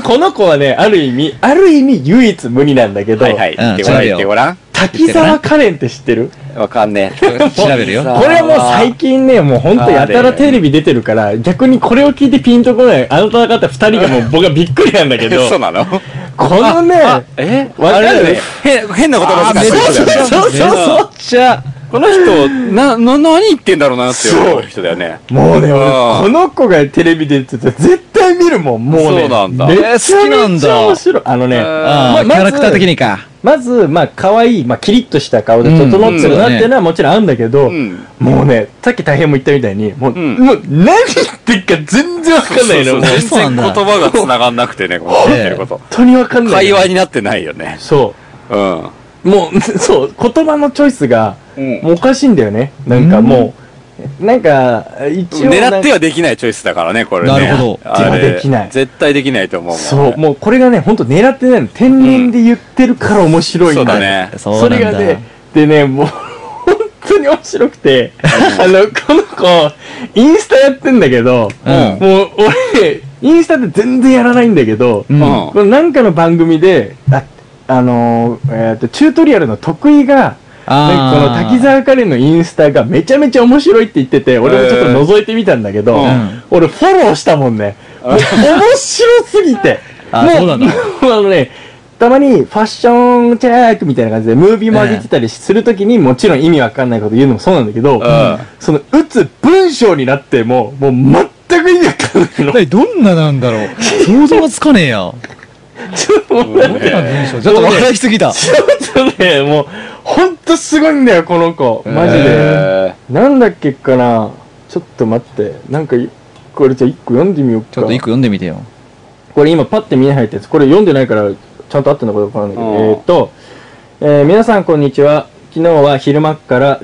Speaker 2: [laughs] この子はね、ある意味、ある意味唯一無二なんだけど、
Speaker 3: はいはい。言ってごらん、
Speaker 1: うん
Speaker 3: 言ってごらん。
Speaker 2: 滝沢カレンって知ってる
Speaker 3: わかんねえ。
Speaker 1: 調べるよ。
Speaker 2: これもう最近ね、もうほんとやたらテレビ出てるから、逆にこれを聞いてピンとこない、あなた方二人がもう僕はびっくりなんだけ
Speaker 3: [laughs]
Speaker 2: ど、
Speaker 3: そうなの
Speaker 2: このね、
Speaker 3: え
Speaker 2: わかる
Speaker 3: あれだね変変な言葉難しい人だよね。
Speaker 2: そうそうそう。
Speaker 1: じゃあ、
Speaker 3: この人、な、な、何言ってんだろうなって思う人だよね。
Speaker 2: もうね、
Speaker 3: あー
Speaker 2: 俺この子がテレビ出てて絶対見るもん、もうね。
Speaker 3: そうなんだ
Speaker 2: めちゃめちゃ
Speaker 1: えー好きなんだ
Speaker 2: 面白い。あのね、
Speaker 1: あーキ
Speaker 2: ま
Speaker 1: ャラクター的
Speaker 2: まず
Speaker 1: にか。
Speaker 2: まず、まあ、可愛い、まあ、キリッとした顔で整ってるなっていうのはもちろんあるんだけど、
Speaker 3: うん。
Speaker 2: もうね、さっき大変も言ったみたいに、もう、
Speaker 3: ん
Speaker 2: もう何言ってっか全然わかんないの。
Speaker 3: そ
Speaker 1: そう
Speaker 2: もう本
Speaker 3: うそう
Speaker 1: な
Speaker 3: 全然
Speaker 1: ん
Speaker 3: 言
Speaker 1: だ
Speaker 3: 葉が繋がんなくてね、この言ってること。
Speaker 2: 当にわかんない。
Speaker 3: 会話になってないよね。
Speaker 2: そ
Speaker 3: うん。
Speaker 2: う。もう、 [laughs] そう、言葉のチョイスが、
Speaker 3: うん
Speaker 2: もうおかしいんだよね。なんかもう、なんか、一応なんか
Speaker 3: 狙ってはできないチョイスだからね、これね。
Speaker 1: なるほど
Speaker 3: あれ
Speaker 2: ではできない
Speaker 3: 絶対できないと思うもん。
Speaker 2: そう、もうこれがね、ほんと狙ってないの。天然で言ってるから面白いんだ
Speaker 3: そうだね。
Speaker 1: そう
Speaker 2: そ
Speaker 1: な
Speaker 2: れ
Speaker 1: ん
Speaker 2: が
Speaker 1: だ。
Speaker 2: ね、でね、もう、本当に面白くて、あの、この子、インスタやってんだけど、
Speaker 1: うん
Speaker 2: もう、俺、インスタで全然やらないんだけど、
Speaker 1: うん
Speaker 3: うん
Speaker 2: このなんかの番組で、あ、あのー、えっ、と、チュートリアルの得意が、なんかこの
Speaker 1: あー
Speaker 2: 滝沢カレンのインスタがめちゃめちゃ面白いって言ってて、俺もちょっと覗いてみたんだけど、
Speaker 1: ん
Speaker 2: 俺フォローしたもんね。もう面白すぎて。
Speaker 1: あそうなんだ
Speaker 2: もうあのね、たまにファッションチェックみたいな感じでムービーも上げてたりするときにもちろん意味わかんないこと言うのもそうなんだけど、
Speaker 3: ん
Speaker 2: その打つ文章になっても、もう全く意味わかんないの。
Speaker 1: ねどんななんだろう。想像がつかねえ
Speaker 3: [laughs]
Speaker 1: や。
Speaker 2: ちょっともうなんか
Speaker 1: どんな文章ちょっと笑いすぎた。
Speaker 3: [laughs]
Speaker 2: ちょっとね、もう、ほんとすごいんだよ、この子。マジで。
Speaker 3: え
Speaker 2: なんだっけかなちょっと待って。なんかい、これじゃあ一個読んでみようか。
Speaker 1: ちょっと一個読んでみてよ。
Speaker 2: これ今パッて見えないやつ。これ読んでないから、ちゃんと合ってんのかどうかわからないけど。
Speaker 3: うん
Speaker 2: えーっと、えー皆さんこんにちは。昨日は昼間から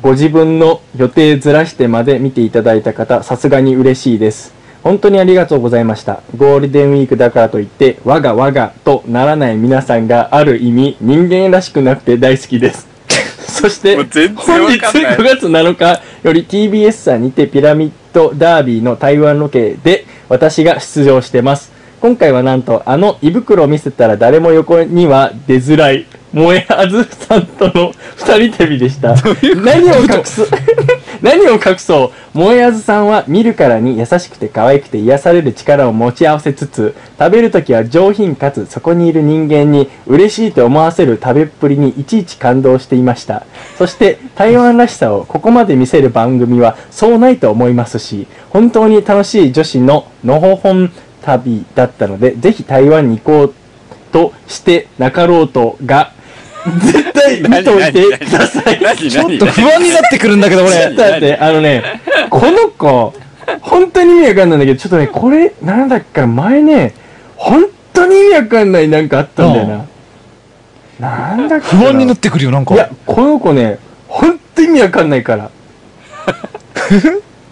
Speaker 2: ご自分の予定ずらしてまで見ていただいた方、さすがに嬉しいです。本当にありがとうございました。ゴールデンウィークだからといって、我が我がとならない皆さんがある意味人間らしくなくて大好きです。 [laughs] そして、
Speaker 3: もう全然
Speaker 2: 本
Speaker 3: わ
Speaker 2: 日
Speaker 3: かんない
Speaker 2: 9月7日より TBS さんにてピラミッドダービーの台湾ロケで私が出場してます。今回はなんとあの胃袋を見せたら誰も横には出づらい、萌えあずさんとの二人旅でした。何を隠す、 [laughs] 何を隠そう、萌えあずさんは見るからに優しくて可愛くて癒される力を持ち合わせつつ、食べるときは上品かつそこにいる人間に嬉しいと思わせる食べっぷりにいちいち感動していました。そして台湾らしさをここまで見せる番組はそうないと思いますし、本当に楽しい女子ののほほん旅だったので、ぜひ台湾に行こうとしてなかろうとが、絶対見といてください。
Speaker 3: 何
Speaker 1: ちょっ
Speaker 3: 何
Speaker 1: と不安になってくるんだけど、
Speaker 2: ちょ
Speaker 1: 俺
Speaker 2: っ。と待って、あのね、この子、本当に意味わかんないんだけど、ちょっとね、これ、なんだっけかな、前ね、本当に意味わかんないなんかあったんだよな。なんだっけか
Speaker 1: 不安になってくるよ、なんか。
Speaker 2: いや、この子ね、本当に意味わかんな
Speaker 1: [laughs]
Speaker 2: いから。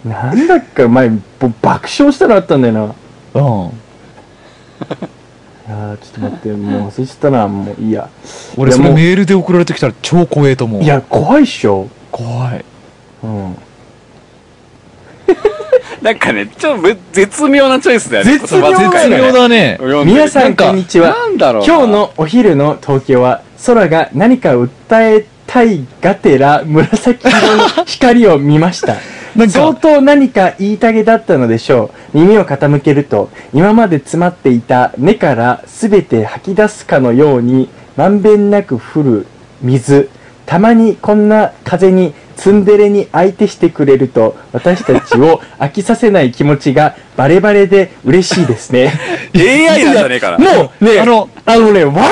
Speaker 2: なんだっけか、前、ぼ爆笑したのあったんだよな。
Speaker 1: うん。
Speaker 2: いやーちょっと待って、もう忘れちゃったな、もういいや。
Speaker 1: 俺、
Speaker 2: いや
Speaker 1: それ
Speaker 2: もう
Speaker 1: メールで送られてきたら超怖えと思う。
Speaker 2: い、や、怖いっしょ。
Speaker 1: 怖い。
Speaker 2: うん。
Speaker 3: なんかね、ちょっとぶ絶妙なチョイスだよね。
Speaker 2: 絶妙
Speaker 3: 言葉遣
Speaker 1: 絶
Speaker 3: いがね
Speaker 1: 妙だね。
Speaker 3: 読でる
Speaker 2: 皆さんこんにちは
Speaker 3: なんだろうな
Speaker 2: 今日のお昼の東京は空が何か訴えたいがてら紫色の光を見ま
Speaker 3: [laughs]
Speaker 2: した
Speaker 1: なんか
Speaker 2: 相当何か言いたげだったのでしょう耳を傾けると今まで詰まっていた根から全て吐き出すかのようにまんべんなく降る水たまにこんな風にツンデレに相手してくれると私たちを飽きさせない気持ちがバレバレで嬉しいです
Speaker 3: [laughs]
Speaker 2: ね
Speaker 3: AI なんじゃねえから。
Speaker 2: もうね
Speaker 1: あ
Speaker 2: あの
Speaker 1: の、
Speaker 2: ねわかんな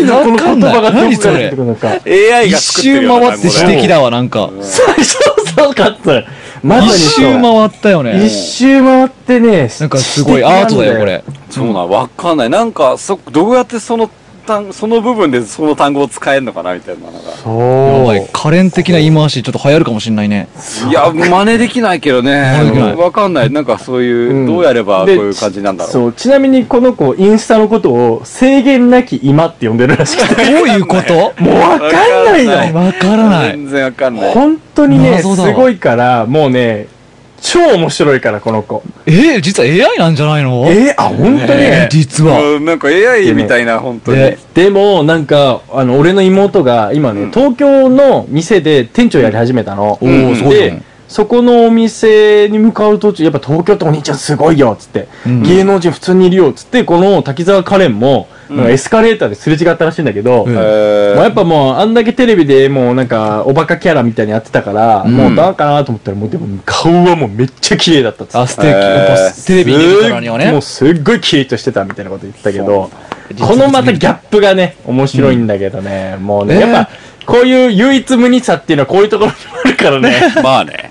Speaker 2: いの
Speaker 1: わ
Speaker 2: こ
Speaker 1: か
Speaker 2: の
Speaker 1: ん
Speaker 2: 言
Speaker 1: ない
Speaker 2: 葉がど
Speaker 1: 何
Speaker 2: こか
Speaker 1: そ
Speaker 2: ら
Speaker 1: れ
Speaker 2: 出てくるのか
Speaker 3: AI
Speaker 1: 一
Speaker 3: が作ってる
Speaker 1: 周
Speaker 3: ような
Speaker 1: 回って指摘だわ、なんか。
Speaker 2: 最初そうかったまさに
Speaker 1: 一
Speaker 2: そう
Speaker 1: 周回ったよ
Speaker 2: 一
Speaker 1: ね。
Speaker 2: 周回ってね
Speaker 1: なんかすごいアートだよ、これ。
Speaker 3: そうなん、わかんない。なんか、そ、どうやってその単、その部分でその単語を使えるのかなみたいな。なんか
Speaker 1: や
Speaker 2: そ
Speaker 1: ば
Speaker 2: う
Speaker 1: い。可憐的な言い回し、ちょっと流行るかもしんないね。
Speaker 3: いや、真似できないけどね
Speaker 1: 真似できない。
Speaker 3: わかんない。なんかそういう、
Speaker 2: うん
Speaker 3: どうやればこう
Speaker 2: で
Speaker 3: いう感じなんだろう。
Speaker 2: そうちなみにこの子インスタのことを制限なき今って呼んでるらしくて
Speaker 1: どういうこと
Speaker 2: もうわかんない
Speaker 3: わかん
Speaker 2: の
Speaker 1: わからない。
Speaker 3: 全然わかんない。
Speaker 2: 本当にねす
Speaker 1: 謎だわ
Speaker 2: ごいからもうね超面白いからこの子
Speaker 1: え、実は AI なんじゃないの
Speaker 2: えー、あ本当ね
Speaker 1: 実は。
Speaker 3: うんなんか AI みたいな、本当に。
Speaker 2: ででもなんかあの俺の妹が今ね、
Speaker 3: うん
Speaker 2: 東京の店で店長やり始めたの、
Speaker 1: お
Speaker 3: うん
Speaker 1: ー、すごい
Speaker 2: で
Speaker 1: ね。
Speaker 2: そこのお店に向かう途中やっぱ東京ってお兄ちゃんすごいよっつって、
Speaker 1: うん
Speaker 2: 芸能人普通にいるよっつってこの滝沢カレンも、
Speaker 3: うん
Speaker 2: なんかエスカレーターですれ違ったらしいんだけど、
Speaker 1: うん
Speaker 3: え
Speaker 2: まあ、や
Speaker 3: ー
Speaker 2: っぱもうあんだけテレビでもうなんかおバカキャラみたいにやってたから、
Speaker 1: うん
Speaker 2: もうダメかなと思ったらもうでも顔はもうめっちゃ綺麗だったっつって
Speaker 1: あ、ステーキ。やっぱテレビに出るからには
Speaker 2: もう
Speaker 1: ね。
Speaker 2: すっごいキリッとしてたみたいなこと言ってたけど
Speaker 1: そう
Speaker 2: このまたギャップがね面白いんだけどね、もうね、
Speaker 1: ね
Speaker 2: やっぱこういう唯一無二さっていうのはこういうところにあるからね
Speaker 3: [laughs] まあね。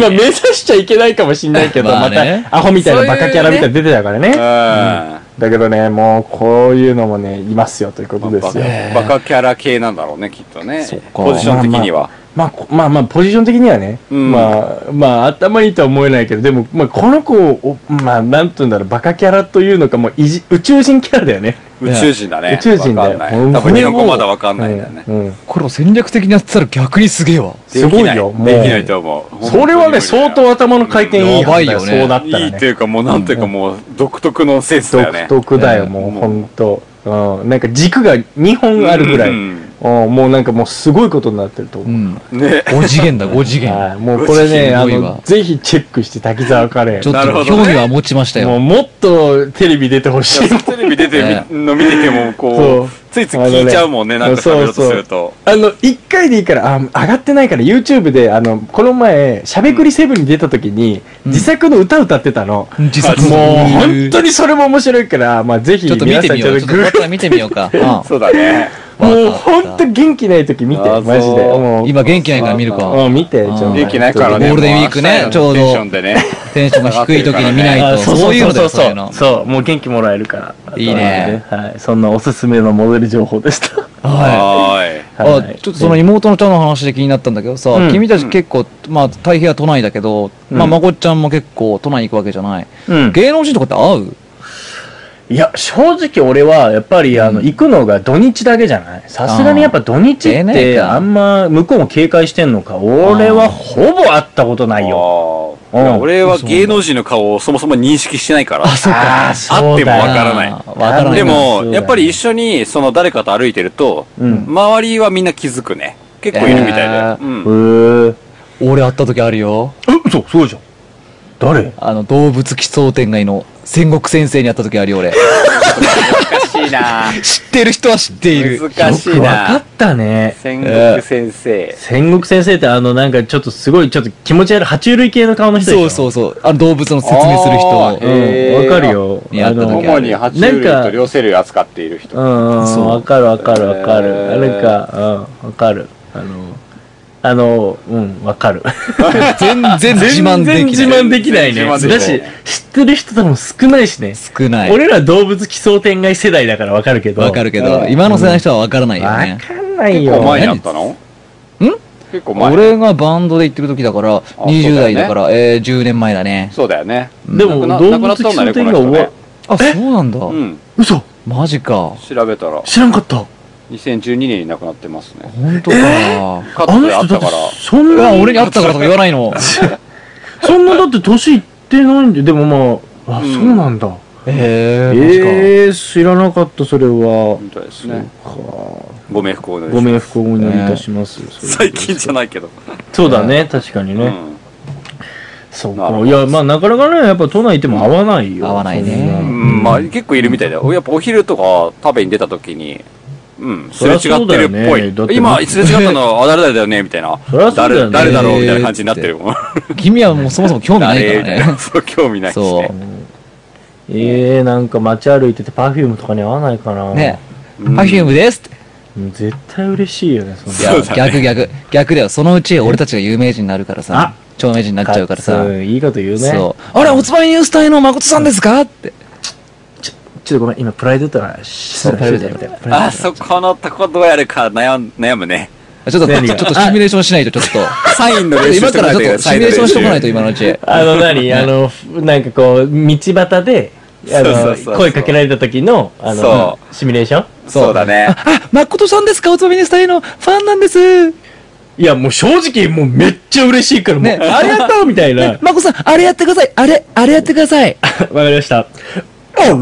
Speaker 2: まあ目指しちゃいけないかもしんないけど、
Speaker 1: ま
Speaker 2: ま
Speaker 1: あね
Speaker 2: たアホみたいなバカキャラみたいなの出てたからね
Speaker 3: うん。ま
Speaker 2: だけどねもうこういうのもねいますよというこ
Speaker 3: あ
Speaker 2: と
Speaker 3: バ
Speaker 2: です
Speaker 3: カ
Speaker 2: よ、
Speaker 3: バカキャラ系なんだろうね、きっとね
Speaker 1: そっか。
Speaker 3: ポジション的には。
Speaker 2: まあ、こまあまあポジション的にはね、
Speaker 3: うん
Speaker 2: まあまあ頭いいとは思えないけどでも、まあ、この子をおまあなんて言うんだろうバカキャラというのかもういじ宇宙人キャラだよね
Speaker 1: ん
Speaker 3: 宇宙人だね。
Speaker 2: 宇宙人だよ
Speaker 3: わか
Speaker 2: ほ
Speaker 3: ん
Speaker 2: ん
Speaker 3: ない。
Speaker 2: と
Speaker 3: 多分日本語まだわかんないんだよね。
Speaker 2: うんうん
Speaker 1: これを戦略的にやってたら逆にすげえわ。
Speaker 2: すごいよ
Speaker 3: でき
Speaker 2: もう
Speaker 3: ないできないと思う。
Speaker 2: それはね相当
Speaker 3: は
Speaker 2: 頭の回転いいはずだ
Speaker 1: やばいよね
Speaker 2: そうなったら
Speaker 3: い
Speaker 2: ね
Speaker 3: いっていうか、もうなんていうか、もう独特のセンスだよね。
Speaker 2: 独特だよ、
Speaker 1: うん
Speaker 2: もう本当、うん、なんか軸が2本あるぐらい、
Speaker 3: う
Speaker 2: うんんもうなんかもうすごいことになってると
Speaker 1: う
Speaker 2: 思う、
Speaker 1: ん。
Speaker 3: ね。
Speaker 1: 5次元だ、5次
Speaker 2: は
Speaker 1: 元。
Speaker 2: い、もうこれねあ
Speaker 1: すごいわ
Speaker 2: のぜひチェックして滝沢カレン
Speaker 1: ちょっ
Speaker 3: なるほど
Speaker 1: と
Speaker 3: ね
Speaker 1: 興味は持ちました
Speaker 2: も
Speaker 1: よ。
Speaker 2: うもっとテレビ出てほしい
Speaker 3: テレビ出
Speaker 2: [laughs]
Speaker 3: てるの見てても、こう、ついつい聞いちゃうもんね、なんか喋ろうとすると。
Speaker 2: あの1回でいいからあ上がってないから YouTube であのこの前「しゃべくりセブンに出た時に、
Speaker 1: うん
Speaker 2: 自作の歌歌ってたの、
Speaker 1: 自作
Speaker 2: もう本当
Speaker 1: に。
Speaker 2: にそれも面白いから、まあ、ぜひ
Speaker 1: ちょっと見
Speaker 2: 皆
Speaker 1: て
Speaker 2: さん
Speaker 1: み
Speaker 2: ち
Speaker 1: よ
Speaker 2: ょ
Speaker 1: う。
Speaker 2: っ
Speaker 1: ち
Speaker 2: と
Speaker 1: ょっ
Speaker 2: グ
Speaker 1: と
Speaker 2: ー
Speaker 1: また見てみよう
Speaker 2: [laughs]
Speaker 1: か。うん
Speaker 3: そうだね。
Speaker 2: もう本当元気ない時見て
Speaker 3: あー
Speaker 2: マジで
Speaker 3: そう
Speaker 2: もう
Speaker 1: 今元気ないから見るか。
Speaker 2: うん見て
Speaker 1: あー
Speaker 2: ちょっと
Speaker 3: 元気ないからね。
Speaker 1: ゴールデンウィークね
Speaker 3: も
Speaker 1: ちょうど
Speaker 3: テンションでね。
Speaker 1: テンションが低い時に見ない
Speaker 2: あ
Speaker 1: と。
Speaker 2: そう
Speaker 1: そういうのだよ、そう
Speaker 2: そ
Speaker 1: いう
Speaker 2: うそ
Speaker 1: の
Speaker 2: う。そうもう元気もらえるから
Speaker 1: いいね
Speaker 2: はいそんなおすすめのモデル情報でした
Speaker 1: はい。
Speaker 3: は。
Speaker 1: あちょっとその妹のちゃんの話で気になったんだけどさ、
Speaker 2: うん
Speaker 1: 君たち結構、まあ、大平は都内だけど、
Speaker 2: うん
Speaker 1: まあ、まこっちゃんも結構都内行くわけじゃない。
Speaker 2: うん
Speaker 1: 芸能人とかって会う
Speaker 2: いや正直俺はやっぱりあの行くのが土日だけじゃないさすがにやっぱ土日
Speaker 1: あーええ
Speaker 2: っ
Speaker 1: ね
Speaker 2: てあんま向こうも警戒してんのか俺はほぼ会ったことないいよ
Speaker 3: よ
Speaker 2: うん
Speaker 3: 俺は芸能人の顔をそもそも認識してないから。
Speaker 1: そう
Speaker 2: あーそうだよ
Speaker 3: 会ってもわからない
Speaker 1: あーわからないな。
Speaker 3: でも
Speaker 2: そうだ、ね
Speaker 3: やっぱり一緒に、その誰かと歩いてると、
Speaker 2: うん
Speaker 3: 周りはみんな気づくね。結構いるみたい
Speaker 1: え
Speaker 3: だよ
Speaker 1: ー
Speaker 3: うん。
Speaker 2: へえ
Speaker 1: 俺会った時あるよ。
Speaker 2: えそうそうじゃん誰
Speaker 1: あの、動物奇想天外の戦国先生に会った時あるよ、
Speaker 2: [laughs]
Speaker 1: 俺。
Speaker 3: 難しいな
Speaker 1: 知ってる人は知っている。
Speaker 3: 難しい
Speaker 2: よくわか
Speaker 3: な
Speaker 2: ったね
Speaker 3: 戦国先生。
Speaker 2: 戦国先生ってあのなんかちょっとすごいちょっと気持ち悪い爬虫類系の顔の人でし
Speaker 1: そ
Speaker 2: ょ
Speaker 1: うそううそう。あの動物の説明する
Speaker 3: あー
Speaker 1: 人。
Speaker 3: へー
Speaker 2: んわかるよ
Speaker 1: やった時
Speaker 3: 主に爬虫類
Speaker 2: なん
Speaker 3: と
Speaker 2: か
Speaker 3: 両生類扱っている人。
Speaker 2: うんうん
Speaker 1: そう
Speaker 2: わかるわかるわかる、
Speaker 3: えー
Speaker 2: なんかうんわかるあのあのうんわかる
Speaker 1: 全然自慢でき
Speaker 2: 全
Speaker 1: ない。
Speaker 2: 然自慢できないね
Speaker 3: 全然
Speaker 2: だ
Speaker 3: 自慢できない
Speaker 2: し知ってる人多分少ないしね、
Speaker 1: 少ない。
Speaker 2: 俺ら動物奇想天外世代だからわかるけど
Speaker 1: わかるけど、今の世代の人はわからないよね
Speaker 2: わ。かんない
Speaker 3: 結構
Speaker 2: よ
Speaker 3: 前にあったのん結構前。
Speaker 1: 俺がバンドで行ってる時だから、20代だから、えー、10年前だね。
Speaker 3: そうだよね。
Speaker 2: でも
Speaker 3: なく
Speaker 2: 動
Speaker 3: ななくな
Speaker 2: 物
Speaker 3: っ
Speaker 2: 奇
Speaker 3: たんだ
Speaker 2: 想
Speaker 3: ね
Speaker 2: 天
Speaker 3: この
Speaker 2: 外
Speaker 3: 人
Speaker 2: は
Speaker 3: ね
Speaker 1: あ、そうなんだ。
Speaker 3: うん。
Speaker 2: 嘘
Speaker 1: マジか。
Speaker 3: 調べたら、
Speaker 2: 知らんかった
Speaker 3: 2012年に亡くなってますね。
Speaker 1: 本当か。
Speaker 3: カッ
Speaker 2: あ
Speaker 3: ト
Speaker 2: の
Speaker 3: であ
Speaker 2: 人だ
Speaker 3: った
Speaker 2: って
Speaker 3: から。
Speaker 2: そん
Speaker 1: う
Speaker 2: な
Speaker 1: わ、
Speaker 2: に
Speaker 1: 俺に会ったからとか言わないの。
Speaker 2: そんなだって年いってないんで、でもまあ、あ、
Speaker 3: うん
Speaker 2: そうなんだ。
Speaker 1: えー、マジか。
Speaker 2: ええー、知らなかった、それは。
Speaker 3: みたいですね。
Speaker 2: はあ
Speaker 3: ご冥福をお願いし
Speaker 2: ご
Speaker 3: ます。
Speaker 2: 冥福をお祈りいたします。
Speaker 3: 最近じゃ
Speaker 2: ない。
Speaker 3: ないけど。
Speaker 2: そうだね、確かにね。
Speaker 3: うん
Speaker 2: そう
Speaker 3: なる
Speaker 2: か。
Speaker 3: ほど
Speaker 2: いや、まあ、なかなかね、やっぱ都内いても合わないよ。
Speaker 1: 合わないね
Speaker 2: そん
Speaker 3: う、
Speaker 1: うん
Speaker 3: まあ結構いるみたいだよ。やっぱお昼とか食べに出た時に、うん、す
Speaker 2: そ
Speaker 3: れ
Speaker 2: り
Speaker 3: 違
Speaker 2: ゃそう
Speaker 3: っ
Speaker 2: だ
Speaker 3: て
Speaker 2: よ
Speaker 3: るっぽ
Speaker 2: ねだっ
Speaker 3: い。
Speaker 2: て
Speaker 3: 今、すれ違ったの、あ、誰々だよねみたいな。
Speaker 2: そりゃそうだよ
Speaker 3: 誰
Speaker 2: ね
Speaker 3: 誰だろうみたいな感じになってるもん。
Speaker 1: 君はもうそもそも興味ない
Speaker 3: 誰
Speaker 1: か
Speaker 3: みたい
Speaker 1: らね
Speaker 3: な。。そう、興味ないし
Speaker 1: そ
Speaker 3: ね。
Speaker 1: う。
Speaker 2: えー、なんか街歩いてて Perfume とかに合わないかな。
Speaker 1: ね。
Speaker 3: うん
Speaker 1: Perfume ですって。
Speaker 2: もう絶対嬉しいよね、そん
Speaker 1: い
Speaker 2: な。
Speaker 1: や、
Speaker 3: そうだね
Speaker 1: 逆逆。逆だよ。そのうち俺たちが有名人になるからさ
Speaker 2: あ。
Speaker 1: 著名人になっちゃうからさ。
Speaker 2: うんいいこと言うね。
Speaker 1: そう。あれ、おつまみニュース隊の誠さんですかって。
Speaker 2: ちょっとごめん、今プライドってのは、し
Speaker 1: そうプライドだよ
Speaker 2: みたいな
Speaker 3: あそこのとこどうやるか悩ん悩むね。
Speaker 1: ちょっと、ちょ
Speaker 2: 何
Speaker 1: っ
Speaker 2: が
Speaker 1: とシミュレーションしないと、ちょっと。
Speaker 3: [laughs] サインの練習
Speaker 1: 今
Speaker 3: して
Speaker 1: か
Speaker 3: も
Speaker 1: ら
Speaker 3: ら
Speaker 1: ちょ
Speaker 3: い
Speaker 1: っとシミュレーションしてこないと、今のうち。
Speaker 2: あの [laughs] 何、あの、なんかこう、道端で、あの
Speaker 3: そうそうそうそう
Speaker 2: 声かけられた時の、あの
Speaker 3: そ、
Speaker 2: シミュレーション
Speaker 3: そうだね。
Speaker 1: あ、誠さんですかおつまみニュース隊のファンなんです。
Speaker 2: いや、もう正直、もうめっちゃ嬉しいから、もう、
Speaker 1: ね
Speaker 2: あれやったみたいな。わ
Speaker 1: ね
Speaker 2: か
Speaker 1: 誠さん、あれやってください。あれ、あれやってください。
Speaker 2: りました。あれあ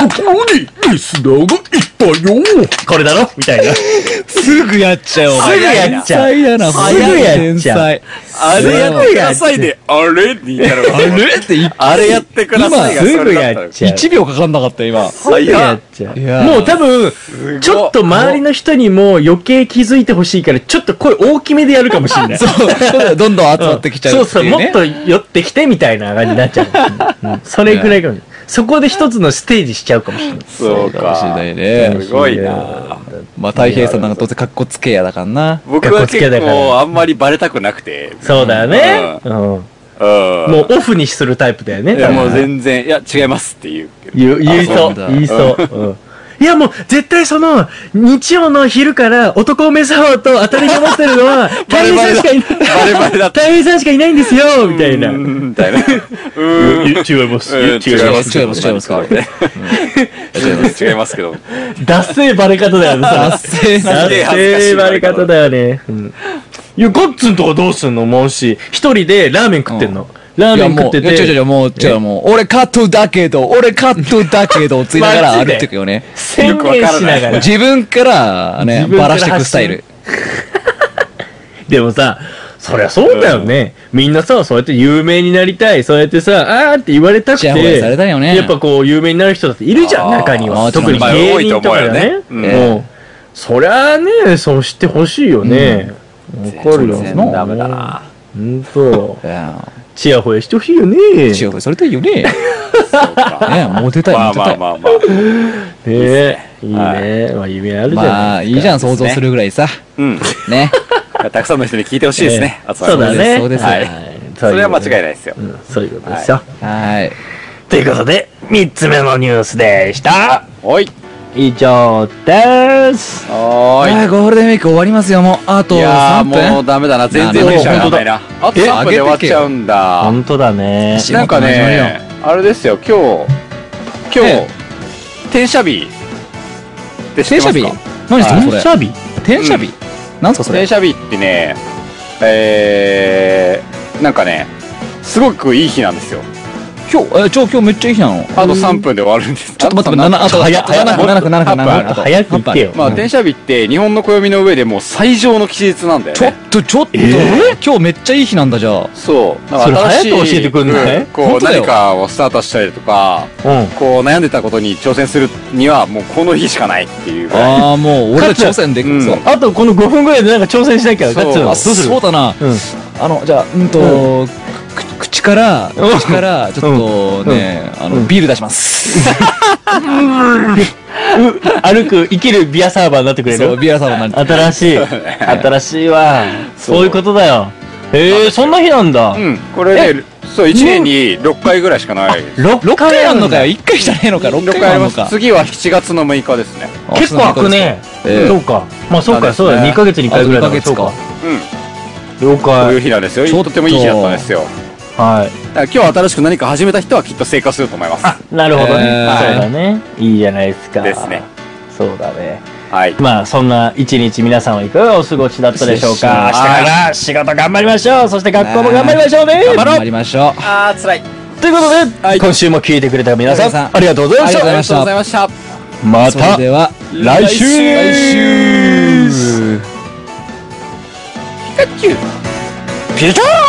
Speaker 2: のところにリスナーがいたよこれだろみたいな。 [laughs] す
Speaker 1: すぐやっちゃう、お
Speaker 2: ぐやっちゃう。
Speaker 1: 天才だな、
Speaker 2: すぐやっち
Speaker 1: 天
Speaker 2: ゃう。
Speaker 1: 才。
Speaker 3: あれやってくださいで、あれになる
Speaker 2: [laughs]
Speaker 3: わ。
Speaker 1: って言っ
Speaker 3: あれやってくださいが
Speaker 2: す
Speaker 3: そ
Speaker 2: ぐ
Speaker 3: れだ
Speaker 2: や
Speaker 3: った
Speaker 2: っ
Speaker 3: の
Speaker 2: ちゃう。
Speaker 1: 1秒かかんなかった、今。
Speaker 2: すぐやっちゃ
Speaker 1: いや
Speaker 2: う。もう多分、ちょっと周りの人にも余計気づいてほしいから、ちょっと声大きめでやるかもしれな
Speaker 1: [laughs]
Speaker 2: い。
Speaker 1: そう、どんどん集まってきちゃうっていう、ね。
Speaker 2: そうそう、もっと寄ってきてみたいな感じになっちゃうかもしれない。うんそれぐらいかもしれない。そこで一つのステージしちゃうかもしれない。
Speaker 3: そう
Speaker 1: かもしれな
Speaker 3: か。
Speaker 1: いね。
Speaker 3: すごいな。
Speaker 1: まあ、太平さんなんかどうせ格好つけやだからな。
Speaker 3: 僕は結構あんまりバレたくなくて。
Speaker 2: そうだよね。うん。
Speaker 3: うん。
Speaker 2: もうオフにするタイプだよね。
Speaker 3: い
Speaker 2: 多
Speaker 3: や、
Speaker 2: 分
Speaker 3: もう全然、いや、違いますって言うけ
Speaker 2: 言
Speaker 3: ど。
Speaker 2: う言い
Speaker 1: そ
Speaker 2: そうう。
Speaker 1: だ
Speaker 2: 言いそう。うんいやもう絶対その日曜の昼から男を目指そうと当たりが持ってるのは
Speaker 3: バ
Speaker 2: 大
Speaker 3: レ
Speaker 2: 平
Speaker 3: バ
Speaker 2: さ
Speaker 3: レ
Speaker 2: ん
Speaker 3: だ
Speaker 2: しかい
Speaker 3: バレバレだ
Speaker 2: な
Speaker 3: っ
Speaker 2: い。大平さんしかいないんですよみたいな。
Speaker 3: うーんみたいな。うーん。
Speaker 2: 違いま
Speaker 3: うん違います。
Speaker 1: 違います違います
Speaker 3: 違います。違いますけど。
Speaker 2: 脱線バレ方だよね、さ。
Speaker 1: 達成 [laughs]
Speaker 3: す
Speaker 2: 脱
Speaker 3: げえ恥ずかしい
Speaker 2: 線バレ方だよね。うん。いや、ゴッツンとかどうすんのもうし、一人でラーメン食ってんの。ラー
Speaker 1: い
Speaker 2: メ
Speaker 1: や
Speaker 2: ン食
Speaker 1: も
Speaker 2: っ
Speaker 1: う、
Speaker 2: て
Speaker 1: いや違う違う違
Speaker 2: て、
Speaker 1: う、もう、違う、もう、俺カットだけど、俺カットだけど、ついながら
Speaker 2: マジ
Speaker 1: 歩
Speaker 2: で
Speaker 1: いてくよね。
Speaker 2: 宣言しながら。
Speaker 1: 自分からね、
Speaker 2: 自分か
Speaker 1: バ
Speaker 2: ら
Speaker 1: ラし
Speaker 2: 発信
Speaker 1: ていくスタイル。
Speaker 2: でもさ、そりゃそうだよね。みんなさ、そうやって有名になりたい。そうやってさ、あーって言われたく
Speaker 1: ちやほや
Speaker 2: て。
Speaker 1: されたいよね
Speaker 2: やっぱこう、有名になる人だっているじゃん、
Speaker 3: あー
Speaker 2: 中に
Speaker 1: ま
Speaker 2: は。
Speaker 1: あ
Speaker 2: 特に
Speaker 1: まあ
Speaker 3: 多
Speaker 2: 芸
Speaker 3: いと
Speaker 2: 人
Speaker 3: 思
Speaker 2: と
Speaker 3: う
Speaker 2: か
Speaker 3: よね
Speaker 2: ね。
Speaker 3: う
Speaker 2: う
Speaker 3: ん
Speaker 2: ん。そりゃあね、そうしてほしいよね。わかるよ
Speaker 1: 全
Speaker 2: な。
Speaker 1: 然ダメ
Speaker 2: だな。ほんと。
Speaker 1: いや
Speaker 2: ちやほやしてほしいよね。
Speaker 1: 違う、それといいよね。
Speaker 3: そうか。
Speaker 1: ね、モテたい、モ
Speaker 3: まあ
Speaker 1: テ
Speaker 3: ま
Speaker 1: た
Speaker 3: あ
Speaker 1: い。
Speaker 3: まあまあ。
Speaker 2: ねえ、いいね。まあ、夢あるじゃ
Speaker 1: ま
Speaker 2: な
Speaker 1: あ、
Speaker 2: い
Speaker 1: いいじゃん、
Speaker 2: そう
Speaker 1: 想像するぐらいさ。
Speaker 3: うん。
Speaker 1: ね。
Speaker 3: たくさんの人に聞いてほしいですね。あ
Speaker 2: そうだね。
Speaker 1: そうです
Speaker 2: はい
Speaker 3: それは間違いない
Speaker 2: い。
Speaker 3: ですよ。
Speaker 2: うんそういうことですよ。
Speaker 1: はい。
Speaker 2: ということで、3つ目のニュースでした。
Speaker 3: おい。
Speaker 2: 以上です。
Speaker 3: お
Speaker 1: あ
Speaker 3: ー
Speaker 1: ーゴールデンウィーク終わりますよ、もう。あと
Speaker 3: い。い
Speaker 1: 3
Speaker 3: やーもう
Speaker 1: 分。
Speaker 3: ダメだな。全然
Speaker 1: い
Speaker 3: テ
Speaker 1: や
Speaker 3: ンション上がんないな。あと
Speaker 1: え
Speaker 3: 3分で終わっちゃうんだ。
Speaker 2: 本当だね。
Speaker 1: 仕事
Speaker 3: なんか
Speaker 1: 始まるよ
Speaker 3: ね、あれですよ、今日、今
Speaker 1: え
Speaker 3: 日、転写日って知
Speaker 1: 転写日
Speaker 3: ってますか
Speaker 1: 何それ
Speaker 3: はい
Speaker 1: それ
Speaker 2: 日
Speaker 1: 転写日なんすかそ
Speaker 3: 転
Speaker 1: れ
Speaker 3: 写日ってね、えー、なんかね、すごくいい日なんですよ。
Speaker 1: 今日、え、ちょ、今日めっちゃいい日なの
Speaker 3: あと3分で終わるんです。
Speaker 1: ちょっと待って、
Speaker 3: あ
Speaker 1: 7、あと、
Speaker 2: 早
Speaker 1: 早
Speaker 2: っ
Speaker 1: く、7分、7分、7分、
Speaker 3: 早
Speaker 1: 7
Speaker 3: っ
Speaker 1: 分。
Speaker 2: 早く行ってよ。
Speaker 3: まあ、転写日って日本の暦の上でもう最上の吉日なんだよ
Speaker 1: ちょっ
Speaker 3: ね。
Speaker 1: と、ちょっと、今日めっちゃいい日なんだ、じゃあ。
Speaker 3: そう。だ
Speaker 2: それ
Speaker 3: から新しい
Speaker 2: 早く教えてくんない
Speaker 3: うんこ
Speaker 1: 本
Speaker 3: う、
Speaker 1: 当だよ
Speaker 3: 何かをスタートしたりとか、
Speaker 2: うん。
Speaker 3: こう、悩んでたことに挑戦するには、もうこの日しかないっていうぐらい。
Speaker 1: ああ、もう、俺ら挑戦でき
Speaker 3: う
Speaker 1: る
Speaker 3: ん
Speaker 1: ぞ。
Speaker 2: あとこの5分ぐらいでなんか挑戦しなきゃ。
Speaker 3: そう
Speaker 2: ガッツンど
Speaker 1: あ、
Speaker 2: うする
Speaker 1: そうだな。
Speaker 2: うん。
Speaker 1: あの、じゃあ、うんと、く口から、
Speaker 2: うん
Speaker 1: 口から、ちょっとね、あの、ビール出します。
Speaker 2: 歩く、生きるビアサーバーになってくれ
Speaker 1: そう、
Speaker 2: る
Speaker 1: ビールサーバーになる。
Speaker 2: 新
Speaker 1: [laughs]
Speaker 2: しい。新しいわ。そういうことだよ。ええ、そんな日なんだ。
Speaker 3: うん、これね、そう、1年に6回ぐらいしかない。
Speaker 1: 6
Speaker 2: 6
Speaker 1: 回やんのか
Speaker 2: よ。
Speaker 1: よ。1回じゃねえのか、6
Speaker 3: 六
Speaker 1: 回
Speaker 3: 回
Speaker 1: や
Speaker 3: あ
Speaker 1: ん
Speaker 3: り
Speaker 1: の
Speaker 3: ます
Speaker 1: か。
Speaker 3: 次は7月の6日ですね。
Speaker 1: あ
Speaker 2: 結構開く。ね。
Speaker 1: ええ
Speaker 2: そうか。まあそうか、
Speaker 3: そ
Speaker 2: そうう
Speaker 3: です
Speaker 2: だね。
Speaker 3: ね
Speaker 2: 2ヶ月に1回ぐらいだ
Speaker 1: あと二ヶ月か
Speaker 3: うん。
Speaker 2: そう了
Speaker 3: こういう
Speaker 2: 解。
Speaker 3: 日なんですよ。
Speaker 1: ちょっ
Speaker 3: と
Speaker 1: と
Speaker 3: てもいい日だったんですよ。
Speaker 2: はい。
Speaker 3: だから今日新しく何か始めた人はきっと成果すると思います。
Speaker 2: なるほどね。
Speaker 1: えー
Speaker 2: そうだね。いいじゃないですか。
Speaker 3: ですね。
Speaker 2: そうだね。
Speaker 3: はい。
Speaker 2: まあそんな一日皆さんはいかがお過ごしだったでしょうか。明日から仕事頑張りましょう。そして学校も頑張りましょうね。
Speaker 1: 頑張りましょう。
Speaker 3: あー、辛い。あり
Speaker 2: ということで、
Speaker 3: はい
Speaker 2: 今週も聞いてくれた皆さ
Speaker 1: 皆さん
Speaker 2: ん、ありがとうございまし
Speaker 1: ありが
Speaker 2: た。
Speaker 1: とうござい
Speaker 3: ました。
Speaker 2: ま
Speaker 1: それ
Speaker 2: た
Speaker 1: では、
Speaker 2: 来
Speaker 1: 来
Speaker 2: 週
Speaker 1: 週
Speaker 2: ピチャー